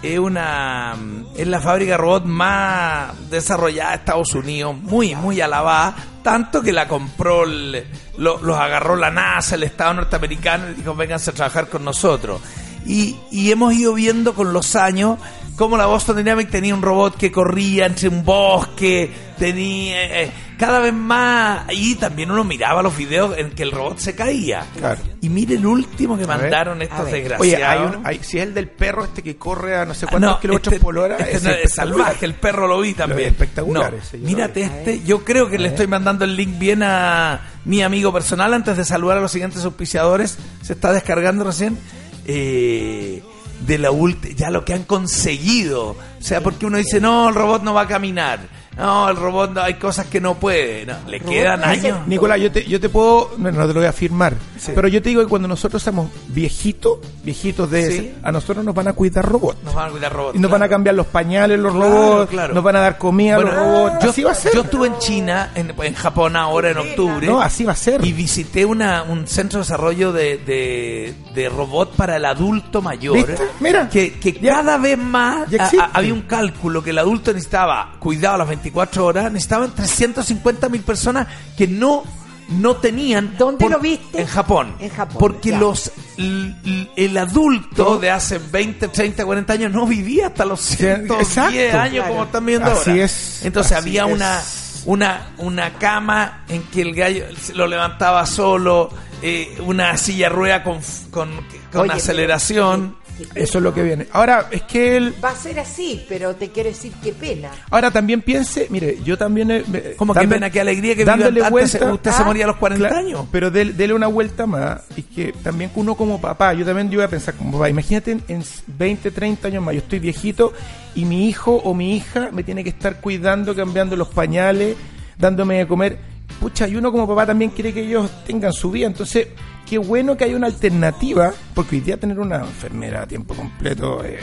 Es una. Es la fábrica de robots más desarrollada de Estados Unidos, muy, muy alabada. Tanto que la compró, el- lo- los agarró la NASA, el Estado norteamericano, y dijo: vénganse a trabajar con nosotros. Y, y hemos ido viendo con los años cómo la Boston Dynamic tenía un robot que corría entre un bosque, tenía eh, eh, cada vez más. Y también uno miraba los videos en que el robot se caía. Claro. Y mire el último que A ver. mandaron A estos ver. desgraciados. Oye, hay un- hay- si es el del perro este que corre a no sé Ah, cuántos no, kilómetros este- por hora, este es no, es espectacular. salvaje, el perro lo vi también. espectacular No, ese, yo lo mírate este, yo creo que le estoy mandando el link bien a mi amigo personal antes de saludar a los siguientes auspiciadores. Se está descargando recién. eh, de la ulti- ya lo que han conseguido. O sea, porque uno dice, no, el robot no va a caminar. No, el robot, no- hay cosas que no puede. No, le quedan años. Nicolás, yo te, yo te puedo, no, no te lo voy a afirmar, pero yo te digo que cuando nosotros somos viejitos, viejitos de Sí. ese, a nosotros nos van a cuidar robots. Nos van a cuidar robots. Y nos van a cambiar los pañales los robots, claro. nos van a dar comida Bueno, los robots. Yo, Ah, así va a ser. yo estuve en China, en, en Japón ahora en octubre. No, así va a ser. Y visité una, un centro de desarrollo de, de, de robot para el adulto mayor. eh, ¿Viste? Mira. Que, que cada vez más Ya a- a- existe. había un cálculo que el adulto necesitaba, cuidado a las 24 horas, necesitaban 350 mil personas que no, no tenían. ¿Dónde lo viste? En Japón. En Japón, Porque ya. los l- l- el adulto de hace 20, 30, 40 años no vivía hasta los 110 exacto. años como Claro. están viendo Así ahora. es, Entonces así había una una, una cama en que el gallo se lo levantaba solo, eh, una silla rueda con, con, con Oye, aceleración. Eso es lo que viene. Ahora, es que él. Va a ser así, pero te quiero decir qué pena. Ahora también piense, mire, yo también. eh, me- ¿Cómo que dando- pena, qué alegría que dándole vivió antes? vuelta. Ah, Usted se moría a los 40 Claro, años. Pero del- dele una vuelta más. Y que también uno como papá, yo también yo voy a pensar como papá. Imagínate en, en 20, 30 años más, yo estoy viejito y mi hijo o mi hija me tiene que estar cuidando, cambiando los pañales, dándome de comer. Pucha, y uno como papá también quiere que ellos tengan su vida. Entonces, qué bueno que hay una alternativa, porque hoy día tener una enfermera a tiempo completo, eh,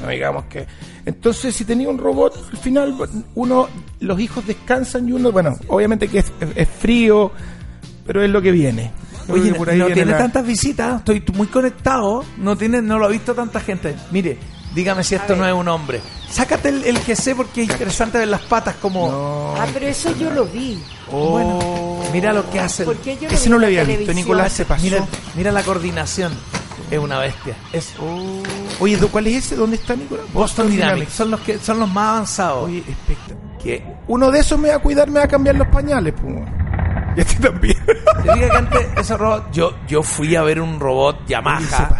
no digamos que... Entonces, si tenía un robot, al final uno, los hijos descansan y uno, bueno, obviamente que es- es- es frío, pero es lo que viene. Yo creo Oye, que por ahí no viene tiene la- tantas visitas, estoy muy conectado, no tiene, no lo ha visto tanta gente. Mire, dígame si esto no es un hombre. Sácate el, el que sé porque es interesante ver las patas como... Ah, pero eso yo lo vi. Oh. Bueno, mira lo que hacen. ¿Por qué yo lo vi en la televisión? Mira, mira la coordinación. Es una bestia. Es Oye, ¿do- ¿cuál es ese? ¿Dónde está Nicolás? Oh. Boston Dynamics. Son los que son los más avanzados. Oye, este, Que uno de esos me va a cuidar, me va a cambiar los pañales, pues. Y este también. Te dije que antes ese robot, yo, yo fui a ver un robot Yamaha.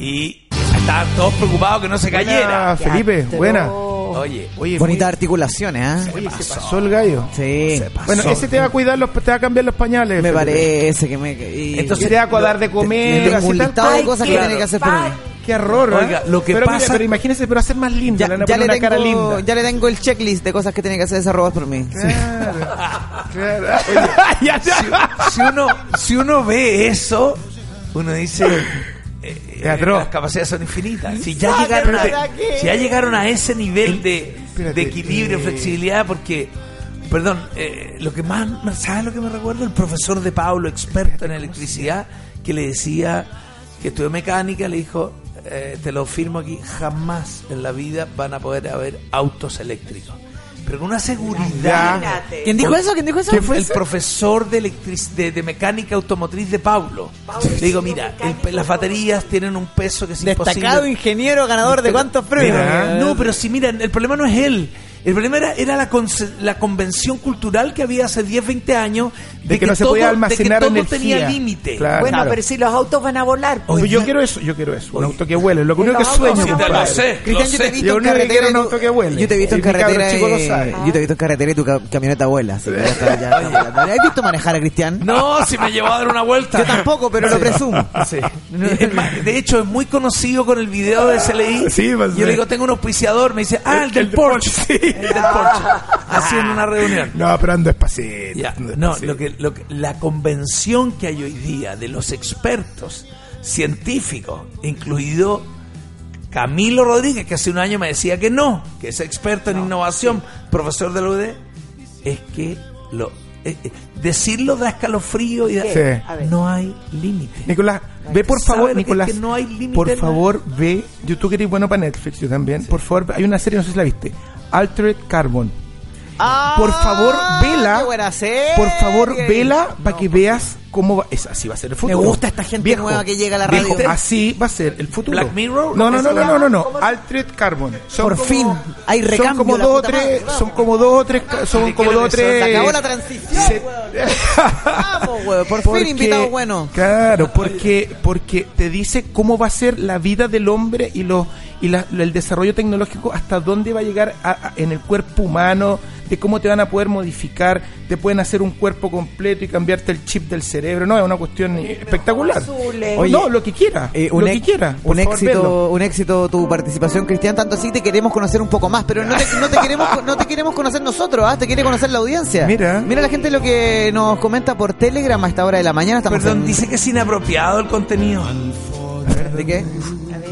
Y estaban todos preocupados que no se Buena, cayera. Felipe, buena. Oye, Oye, Bonitas articulaciones, ¿eh? Oye, se pasó el gallo. Sí. Bueno, ese te va a cuidar, los, te va a cambiar los pañales. Me Felipe. parece que me. y- Entonces te va a dar de comer, Tengo así un tal. listado de Ay, cosas que qué tiene que hacer por mí. Qué horror, ¿eh? Oiga, lo que pero mire, pasa- pero imagínese, pero hacer más linda. le van a Ya poner le, una tengo, cara linda. ya le tengo el checklist de cosas que tiene que hacer ese robot por mí. si, si uno, si uno ve eso, uno dice. eh, eh, las capacidades son infinitas. Si ya, Sáquenla llegaron de a, aquí. si ya llegaron a ese nivel de, de equilibrio, flexibilidad, porque, perdón, eh, lo que más, más- ¿sabes lo que me recuerdo? El profesor de Pablo, experto en electricidad, que le decía que estudió mecánica, le dijo, eh, te lo firmo aquí, jamás en la vida van a poder haber autos eléctricos. Pero con una seguridad. Imagínate. ¿Quién dijo eso? ¿Quién dijo eso? ¿Quién fue ¿Quién el fue eso? profesor de, electric- de, de mecánica automotriz de Pablo. Le digo, mira, el pe- las baterías tienen un peso que es Destacado imposible. ingeniero ganador de cuántos premios. Mira, ¿eh? no, pero si mira, el problema no es él. El problema era, era la, conce- la convención cultural que había hace 10, 20 años De que no se podía todo- de que almacenar todo energía. tenía límite. Claro. Bueno, pero si los autos van a volar. pues. Oye, yo quiero eso, yo quiero eso. Un auto que huele, lo que pues Pero único que vamos, sueño. sí, te lo compadre. sé, lo Cristian, yo te sé. he visto en carretera y tú- Yo te he visto en carretera. Chico lo eh, sabe. Yo te he visto en carretera y tu ca- camioneta abuela. Así que ya está, ya estamos hablando. ¿Has visto manejar a Cristian? No, si me llevó a dar una vuelta. Yo tampoco, pero lo presumo. Sí. Es más, de hecho, es muy conocido con el video de SLI. Sí, pues, Yo sí. le digo, tengo un auspiciador. Me dice, ah, el, del Porsche. El del Porsche. Así en una reunión. No, pero ando despacito. Ya, ando No, despacito. lo que, lo que- la convención que hay hoy día de los expertos científicos, incluido Camilo Rodríguez, que hace un año me decía que no, que es experto en innovación, profesor de la UD, es que lo, eh, eh, decirlo da escalofrío y da- Sí. A no hay límite. Nicolás, ve por ¿Sabe lo favor, que es Nicolás. que no hay límite por en la- favor, ve. Yo tú que eres bueno para Netflix, yo también. Por favor, hay una serie, no sé si la viste. Altered Carbon. Por favor, Ah, vela. Por favor, vela para que veas cómo va. Es, así va a ser el futuro. gusta esta gente nueva que llega a la viejo, radio. así va a ser el futuro. Black Mirror, No, no, ¿cómo no, se no, no, llama? no, no. Altered Carbon. Son Por como- fin, hay Son recambio, como la dos o puta madre, tres. vamos. Son como dos o tres. ca- Son como dos o tres. Se acabó la transición. se- weón. Vamos, weón. Por fin Porque- invitado bueno. Claro, porque porque te dice cómo va a ser la vida del hombre y los y la- el desarrollo tecnológico hasta dónde va a llegar a- a- en el cuerpo humano, de cómo te van a poder modificar, te pueden hacer un cuerpo completo y cambiarte el chip del cerebro. No, es una cuestión espectacular. Azules. Oye, no, lo que quiera, Eh, lo que ex- quiera. por un favor, verlo. éxito, un éxito tu participación, Cristian. Tanto así te queremos conocer un poco más, pero no te, no te queremos, no te queremos conocer nosotros, ¿ah? te quiere conocer la audiencia. Mira. mira la gente lo que nos comenta por Telegram a esta hora de la mañana. Estamos Perdón, en- dice que es inapropiado el contenido. ¿De qué?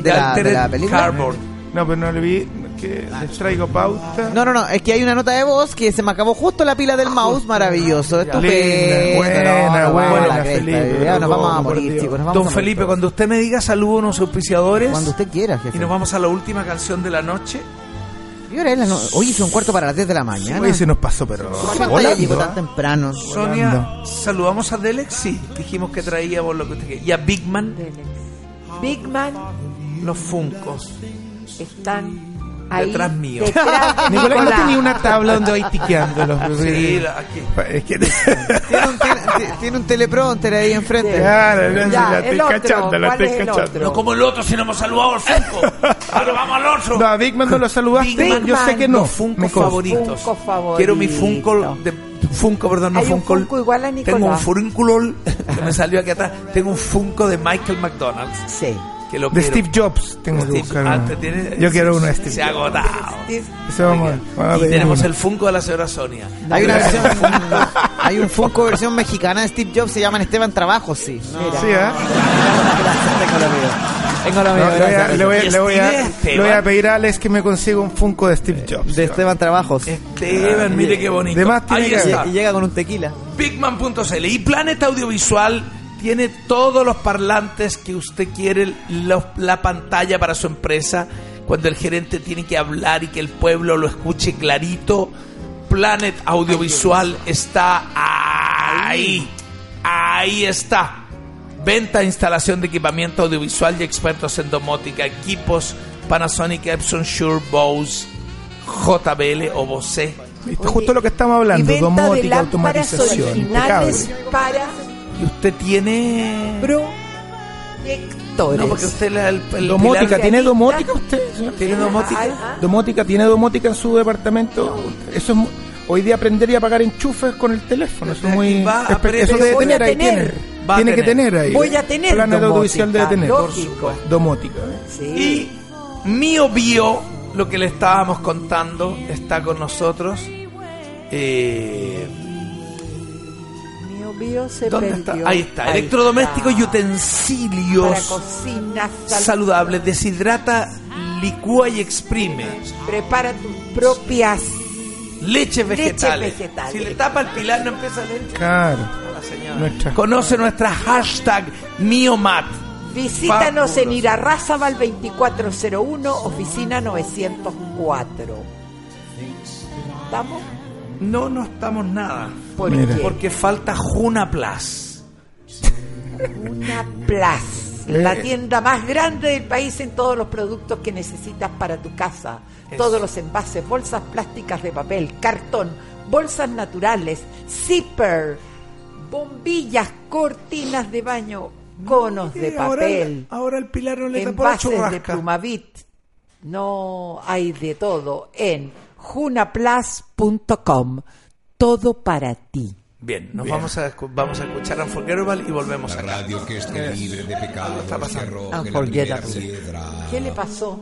De la, de la película. Cardboard. No, pero no le vi que les traigo pauta. No, no, no, es que hay una nota de voz que se me acabó justo la pila del mouse, maravilloso, estupendo. Linda, buena, No, no, buena, vamos a la cresta, Felipe, ya nos vamos a por morir, Dios. chicos, nos vamos a Don morir Felipe, todos. cuando usted me diga saludos a unos auspiciadores Cuando usted quiera, jefe. y nos vamos a la última canción de la noche. ¿Qué hora es la no- Hoy es un cuarto para las 10 de la mañana. Oye, se nos pasó, pero ¿Qué pantalla volando, llegó ¿eh? tan temprano? Sonia, saludamos a Delex, sí, dijimos que traíamos lo que usted quería. Y a Big Man, Big Man los Funcos. están Ahí, detrás mío. detrás- Nicolás, ¿no Nicolás. tenía una tabla donde vais tiqueándolos? Sí, la- aquí. Es que... Tiene un teleprompter ahí enfrente. Claro, no, si la estoy cachando, la estoy cachando. No como el otro, si no hemos saludado al Funko. Ahora vamos al otro. No, a Big Man no lo saludaste. Big Man, yo sé que no. los Funko me consta. favoritos. Funko favorito. Quiero mi Funko de Funko, perdón, no Hay un Funko. Funko igual a Nicolás. Tengo un furúnculo que me salió aquí atrás. Tengo un Funko de Michael McDonald's. Sí. Que lo De quiero. Steve Jobs tengo que Steve- buscar ah, uno. te tiene- Yo quiero se- uno de Steve Se ha Jobs. agotado. Eso vamos, vamos a y pedir tenemos uno. el Funko de la señora Sonia. Hay una versión, hay un Funko versión mexicana de Steve Jobs, se llaman Esteban Trabajos, sí. Mira. Sí, ¿eh? Gracias, tengo lo mío. Tengo lo mío, No, le voy a- gracias. le voy a- le voy a- le voy a pedir a Alex que me consiga un Funko de Steve Jobs. De Esteban Trabajos. Esteban, mire qué bonito. De más tiene Ahí que está. Y llega con un tequila. Bigman.cl y Planet Audiovisual tiene todos los parlantes que usted quiere, los- la pantalla para su empresa, cuando el gerente tiene que hablar y que el pueblo lo escuche clarito. Planet Audiovisual está ahí, ahí está. Venta e instalación de equipamiento audiovisual y expertos en domótica, equipos Panasonic, Epson, Shure, Bose, JBL o Bose. Esto es justo lo que estamos hablando, y venta de domótica, lámparas automatización, impecable. originales para Y usted tiene... proyectores. No, porque usted la, el, el Domótica, pilar- ¿tiene domótica usted? señor? ¿Tiene domótica? Domótica, ¿tiene domótica en su departamento? Eso es mu- Hoy día aprender y apagar enchufes con el teléfono, eso es muy... Va a espe- aprender. Eso debe Voy a tener, ahí tener. tiene. Va a Tiene que tener. tener ahí. Voy a tener Planet domótica, audiovisual debe tener. lógico. Por supuesto. Domótica. ¿eh? Y Mío Bio, lo que le estábamos contando, está con nosotros. Eh, Mío, mío, se ¿Dónde está? perdió. Ahí está. Electrodomésticos y utensilios Para cocina, sal- saludables. Deshidrata, licúa y exprime. Prepara tus propias Leches vegetales. Leches vegetales. Si le tapa el pilar, no empieza a leer. Claro. La señora. Nuestra- Conoce nuestra hashtag MioMat. Visítanos en Fabuloso. Irarrázaval 2401, oficina 904. ¿Estamos? No, no estamos nada. ¿Por Mira. qué? Porque falta Juna Plus. Una Plus, Eh. la tienda más grande del país en todos los productos que necesitas para tu casa. Eso. Todos los envases, bolsas plásticas de papel, cartón, bolsas naturales, zipper, bombillas, cortinas de baño, conos de Eh, ahora papel, el- Ahora, el pilar no le tapó la envases de churrasca. plumavit. No hay de todo en junaplus.com. Todo para ti. Bien, nos Vamos, a, escu- vamos a escuchar Unforgettable y volvemos a radio que esté libre de pecado. Está pasando. Unforgettable. ¿Qué le pasó?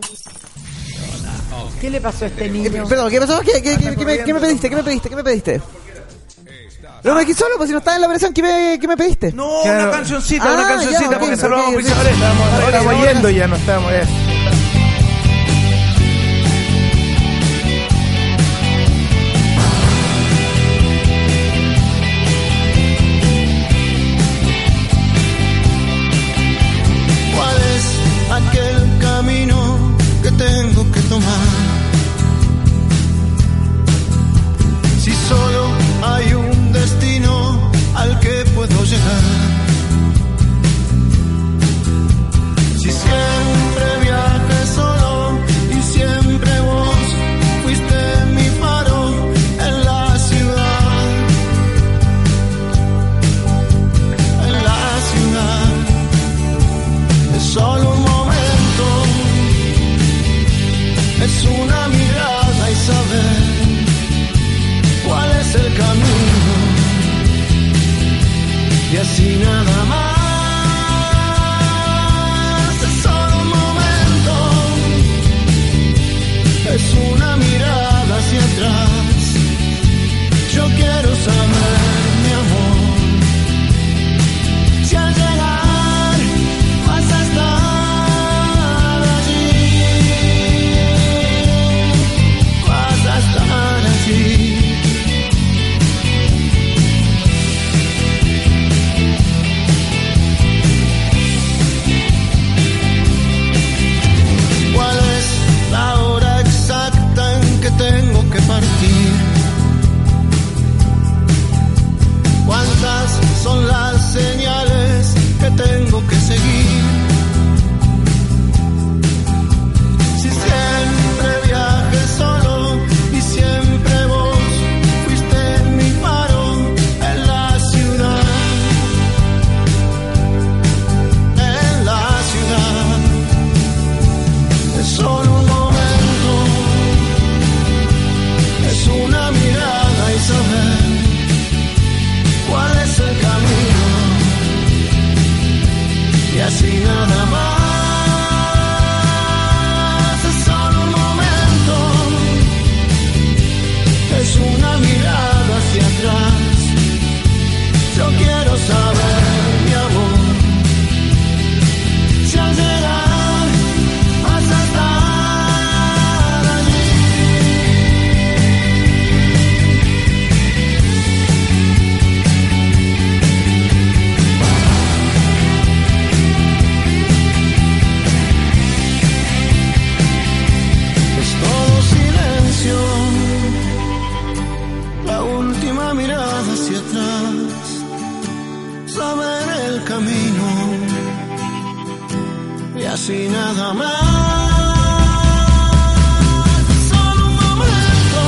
¿Qué le pasó a este niño? Perdón, ¿qué pasó? ¿Qué, qué- qué- qué me, qué me pediste? ¿Qué me pediste? ¿Qué me pediste? No, me aquí solo, pues si no estaba en la versión, ¿qué me, qué me pediste? No, una Claro. cancioncita, Ah, una ya, cancioncita, ok, porque ok, saludamos ok. pisadores. Ahora Estamos yendo ya, no estamos... eh. ¿Cuál es aquel camino que tengo que tomar? Si solo hay un destino al que puedo llegar. Si siempre viajé solo y siempre vos fuiste mi faro en la ciudad. En la ciudad es solo un momento, es una mirada y saber cuál es el camino. Y así nada más, es solo un momento, es una mirada hacia atrás. Yo quiero saber, mi amor, si al llegar vas a estar allí. Vas a estar allí. así nada más. Es solo un momento, es una mirada hacia atrás. Yo quiero saber, mi amor, si al llegar vas a estar allí. es todo silencio. La última mirada hacia atrás, saber el camino y así nada más. Solo un momento,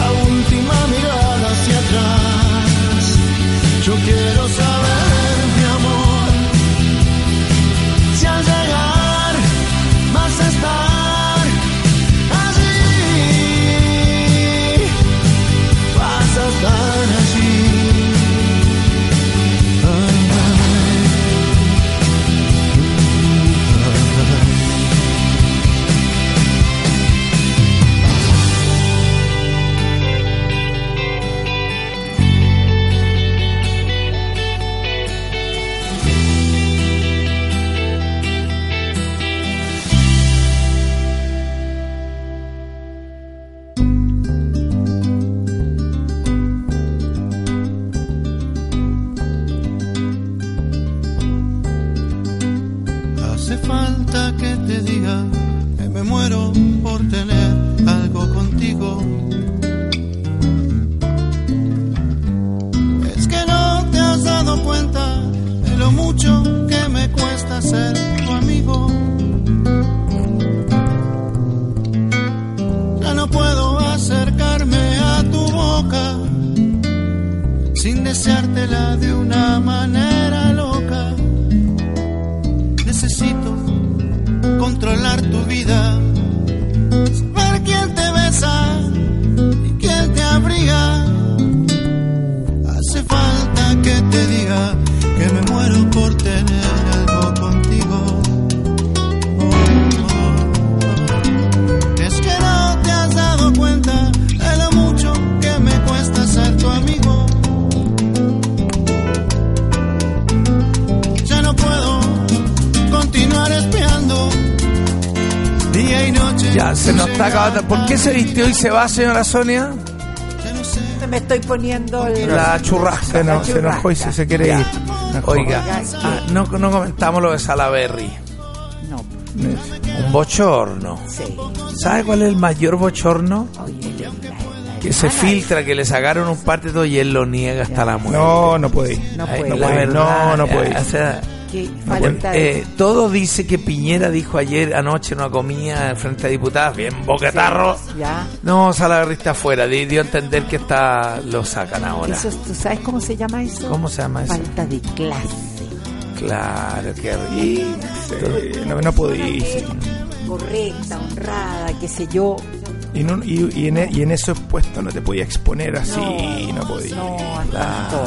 la última mirada hacia atrás. Yo quiero saber, mi amor, si al llegar vas a estar allí. Vas a estar allí. Hace falta que te diga que eh, me muero por tener algo contigo. Es que no te has dado cuenta de lo mucho que me cuesta ser tu amigo. Ya no puedo acercarme a tu boca sin deseártela de una manera loca. Necesito controlar tu vida, saber quién te besa y quién te abriga. Hace falta que te diga que me muero por tener algo contigo. Oh, oh. Es que no te has dado cuenta de lo mucho que me cuesta ser tu amigo. Ya no puedo continuar espiando día y noche. Ya, se nos está acabando. ¿Por qué se vistió y se va, señora Sonia? Me estoy poniendo el- La churrasca, La no, se enojó y se, se quiere Ya. ir. Oiga, ah, no, no comentamos lo de Salaberry. No. Un bochorno. ¿Sabe cuál es el mayor bochorno? Que se filtra, que le sacaron un partido y él lo niega hasta la muerte. No, no puede. ir. No Ay, puede. la No puede. verdad, No, no ya, puede. o sea, Qué no falta puede. de- Eh, todo dice que Piñera dijo ayer anoche en una comida frente a diputadas, bien bocatarro. Ya. No, Salaberry está afuera, di- dio a entender que está lo sacan ahora. Eso es- ¿Tú sabes cómo se llama eso? ¿Cómo se llama eso? Falta de clase. Claro, qué rico. Eh, No, no puede ir. Correcta, honrada, qué sé yo. Y, no- y- y en, e, y en eso expuesto no te podía exponer así, no, podía. Ah, No, Claro.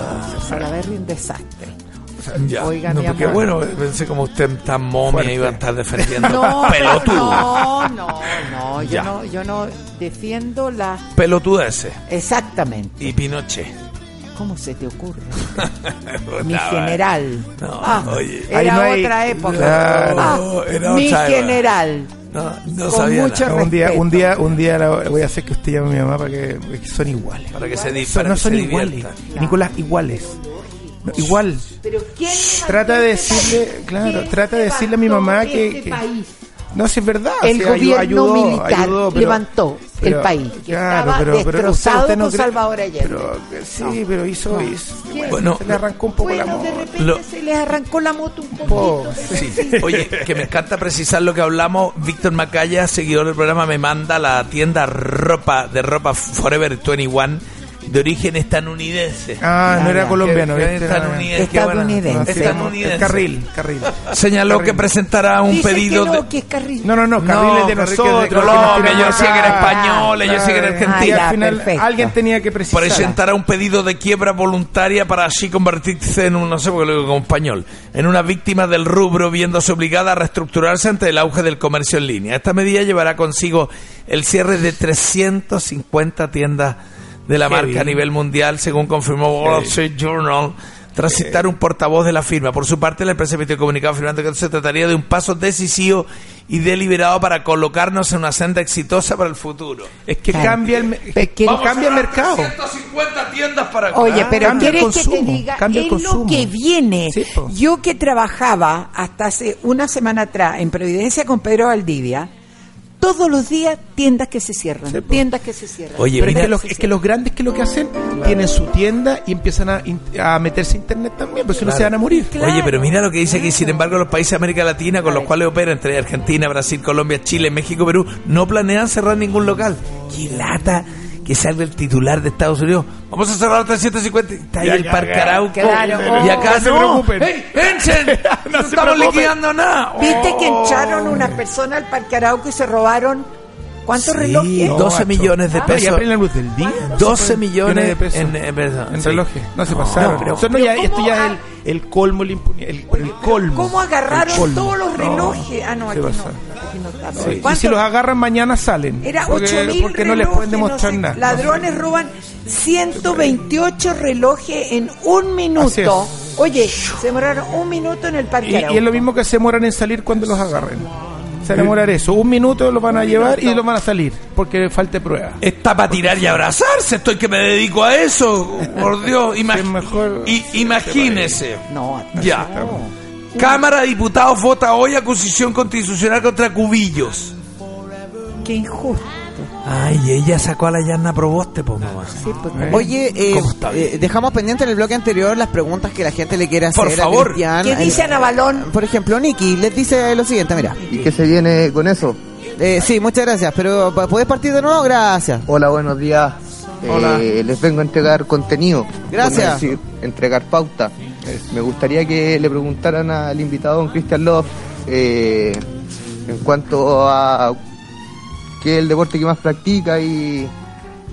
Salaberry un desastre. Ya. Oiga, no, mi porque amor. bueno, pensé como usted tan momia Fuerte. iba a estar defendiendo No, pero pelotudo. no, no, no, yo Ya. no, yo no defiendo la Pelotudo ese. Exactamente. Y Pinochet. ¿Cómo se te ocurre? Mi Estaba- eh. general. No, Ah, oye. Era Ahí no hay- otra época. Claro. Ah, Era mi otra época. general. No, no Con sabía mucho nada. No, un día, un día, un día la- voy a hacer que usted llame a mi mamá para que, porque son iguales. Para que se di- Son- para no que son se iguales. diviertan. Nicolás, iguales. No, igual. Pero ¿quién este Trata de decirle, claro, trata de decirle a mi mamá que, que- no, si es verdad. El si ayu- gobierno ayudó, militar ayudó, pero- levantó pero- el país. que Claro, estaba pero, pero usted- destrozado usted no con cree- Salvador Allende. Pero, eh, sí, pero hizo, hizo- ¿Quién? bueno, Bueno, se le arrancó un poco la Bueno, mano. de repente Lo- se les arrancó la moto un poquito. Sí. Oye, que me encanta precisar lo que hablamos. Víctor Macaya, seguidor del programa, me manda la tienda ropa de ropa Forever 21 de origen estadounidense. Ah, no era colombiano, Que- que ¿viste? Estadounidense. qué buena- Estadounidense. Estadounidense. Carril, carril. Señaló que presentará un Dice pedido que de... no, que es carril. No, no, no, Carril es de nosotros. de Colombia, yo decía que era española, yo Ah, decía que era Ah, Y argentina. al final alguien tenía que precisar. presentará un pedido de quiebra voluntaria para así convertirse en un, no sé por qué lo digo como español, en una víctima del rubro viéndose obligada a reestructurarse ante el auge del comercio en línea. Esta medida llevará consigo el cierre de 350 tiendas de la Qué marca a bien. nivel mundial, según confirmó Sí. Wall Eh. Street Journal. Tras citar un portavoz de la firma. Por su parte, la empresa emitió un comunicado afirmando que se trataría de un paso decisivo y deliberado para colocarnos en una senda exitosa para el futuro. Es que cambia Pues el, me- Es que- Vamos cambia el a cerrar mercado. 350 tiendas para Oye, pero Cambia el ¿quieres que te consumo, diga cambia el es lo consumo. que viene? Sí, po. Yo que trabajaba hasta hace una semana atrás en Providencia con Pedro Valdivia, todos los días tiendas que se cierran, tiendas que se cierran. Oye, Pero es mira- que, los, es que los grandes que lo que hacen tienen su tienda y empiezan a, in- a meterse a internet también, pues si no Claro. se van a morir. Oye, pero mira lo que dice aquí. Sin embargo, los países de América Latina con los cuales opera, entre Argentina, Brasil, Colombia, Chile, México, Perú, no planean cerrar ningún local. ¡Qué lata! Que salga el titular de Estados Unidos. Vamos a cerrar 350. Está ahí Ya el Parque cagaron. Arauco. Claro. Y acá No se preocupen. ¡Ey, Ensen! se ¡No, estamos preocupen. liquidando nada! ¿Viste que Oh. entraron unas personas al Parque Arauco y se robaron cuántos Sí, relojes? 12 millones de Ah, pesos. Y aprenden la luz del día. 12 millones de pesos. en- en pesos. En Sí. relojes. No se No, pasaron. pero- Eso no, pero ya- ¿cómo esto ya a- es el, el colmo, el, impuni- el, el colmo. ¿Cómo agarraron El colmo. todos los No, relojes? ah, no, se aquí no. pasaron. aquí no está. Sí, Y si ¿Cuántos los agarran mañana salen. Era porque, 8000 porque no les relojes, pueden no demostrar sé, nada. Ladrones roban 128 relojes en un Así minuto. es. Oye, se demoraron un minuto en el Y, parque. y es lo mismo que se demoran en salir cuando los agarren. Se demorar eso. Un minuto los van a llevar y los van a salir. Porque falte prueba. Está para tirar y abrazarse, estoy que me dedico a eso, por Dios. Ima- i- imagínese. No, ya. Cámara de Diputados vota hoy acusación constitucional contra Cubillos. Qué injusto. Ay, ella sacó a la llana proboste, pues mamá. Oye, eh, eh, dejamos pendiente en el bloque anterior las preguntas que la gente le quiere hacer. Por favor. ¿Qué dice Ana Balón? Por ejemplo, Nikki les dice lo siguiente, mira. ¿Y qué se viene con eso? sí, muchas gracias, pero ¿pa- ¿puedes partir de nuevo? Gracias. Hola, buenos días. Hola. Eh, les vengo a entregar contenido. Gracias. Es decir, entregar pauta. Me gustaría que le preguntaran al invitado, don Christian Love, eh, en cuanto a qué es el deporte que más practica y,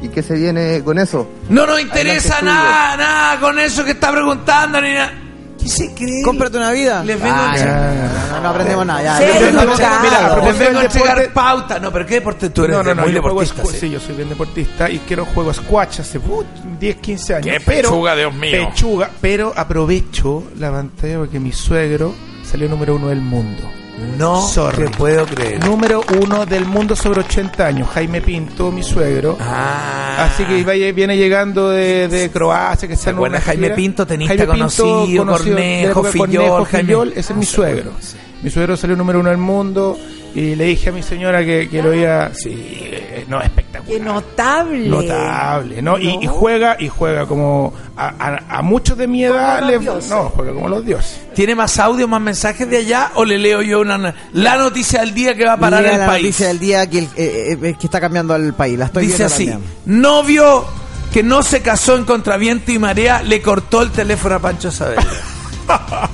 y qué se viene con eso. No nos interesa nada, nada con eso que está preguntando, ni nada. ¿Qué se cree? Cómprate una vida. Les vengo a Ah, entregar- ya. No, no aprendemos nada. ya. Les vengo a Nos entregar- vemos Mira, tarde. les vengo a entregar pauta. No, pero ¿qué deporte tú eres? No, no, no, muy yo juego deportista, squash, sí. sí. yo soy bien deportista y quiero juego squash hace uh, 10, 15 años. Qué pero- pechuga, Dios mío. Pechuga, pero aprovecho la pantalla porque mi suegro salió número uno del mundo. No Sorry. te puedo creer. Número uno del mundo sobre 80 años, Jaime Pinto, mi suegro. Ah. Así que vaya- viene llegando de, de Croacia, que sea acuerdas, Ah. Jaime Pinto, tenista conocido, de la Cornejo, época de Fillol, Jaime- Fillol, ese es mi suegro. Mi suegro salió número uno del mundo y le dije a mi señora que, que lo iba... Sí, eh, no, espectacular. Qué notable. Notable, ¿no? Y, y juega, y juega como a, a- a muchos de mi edad. los le- dioses. no, juega como los dioses. ¿Tiene más audio, más mensajes de allá o le leo yo una, la noticia del día que va a parar Llega el la país? noticia del día que, el- eh, eh, que está cambiando el país. La estoy Dice viendo así, también. novio que no se casó en contraviento y marea le cortó el teléfono a Pancho Saavedra. ¿Usted Ah.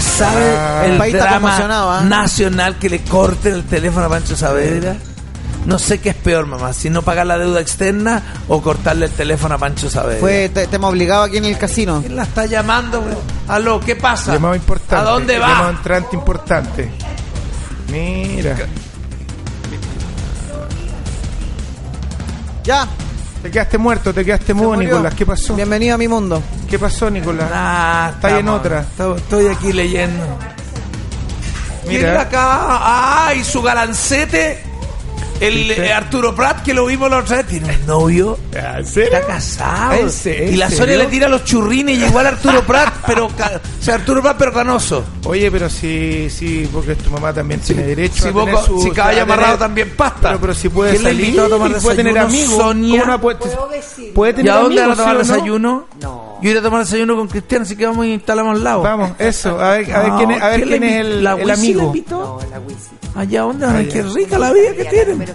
¿Sabe el, El país está conmocionado, drama ¿ah? nacional que le corten el teléfono a Pancho Saavedra? No sé qué es peor, mamá, si no pagar la deuda externa o cortarle el teléfono a Pancho Saavedra. Fue te- tema obligado aquí en el casino. la está llamando, bro? Aló, ¿qué pasa? Llamado importante. Ah. ¿A dónde Llamado va? entrante importante. Mira. Ya. Te quedaste muerto, te quedaste mudo, murió. Nicolás. ¿Qué pasó? Bienvenido a mi mundo. ¿Qué pasó, Nicolás? Ah, Está ahí en estamos- otra. estamos- Estoy aquí leyendo. Mira. Mira acá, ay, su galancete, el eh, Arturo Prat, que lo vimos la otra vez, tiene un novio. Está casado. ¿Ese- y la ese, Sonia no? le tira los churrines y igual Arturo Prat, pero ca- o sea, Arturo Prat pero canoso. Oye, pero si, si, porque tu mamá también tiene derecho Si a tener vos- su, si caballo a tener- amarrado también pasta. Pero, pero si puede ¿Quién la salir, invitó a tomar y puede tener desayuno, amigos. Sonia? ¿Cómo no puede, puede ¿Y tener a dónde van a amigos, tomar sí o no? desayuno? Yo iré a tomar desayuno con Cristian, así que vamos y instalamos al lado. Vamos, eso, a ver, a ver No, quién es, a ver ¿quién quién le es invi- el, la el Wisi le amigo. invitó? Allá onda, ay, qué rica la vida que tienen.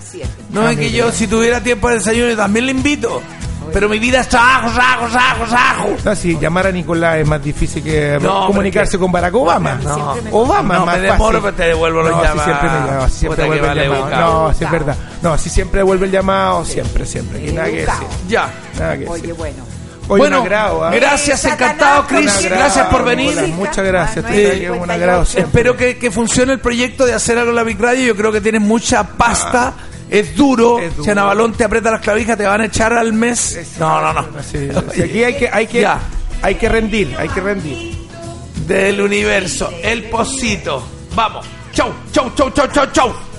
No es que yo si tuviera tiempo de desayuno yo también le invito. Pero mi vida está ajo, ajo, ajo, ajo. No, si llamar a Nicolás es más difícil que No, comunicarse pero con Barack Obama. No. Obama, No, más me demoro, fácil. pero te devuelvo los no, sí, llamados. siempre me llama, siempre Puta que devuelve el vale, llamado. educado. No, sí, es verdad. No, sí, siempre devuelve el llamado, siempre, siempre. Que nada que Educado. decir. Ya. Nada que Oye, bueno. Oye, Bueno, un agrado, ¿ah? gracias, Satanás, encantado, Chris. Un agrado, Gracias por venir. Nicolás, Muchas gracias. Eh, Te traigo un agrado siempre. espero que, que funcione el proyecto de hacer algo en la Big Radio. Yo creo que tienes mucha pasta. Ah. Es duro. Si Anabalón te aprieta las clavijas, te van a echar al mes. No, no, no. Sí, Aquí hay que, hay que, Ya. hay que rendir, hay que rendir. Del universo, el posito. Vamos. Chau, chau, chau, chau, chau, chau.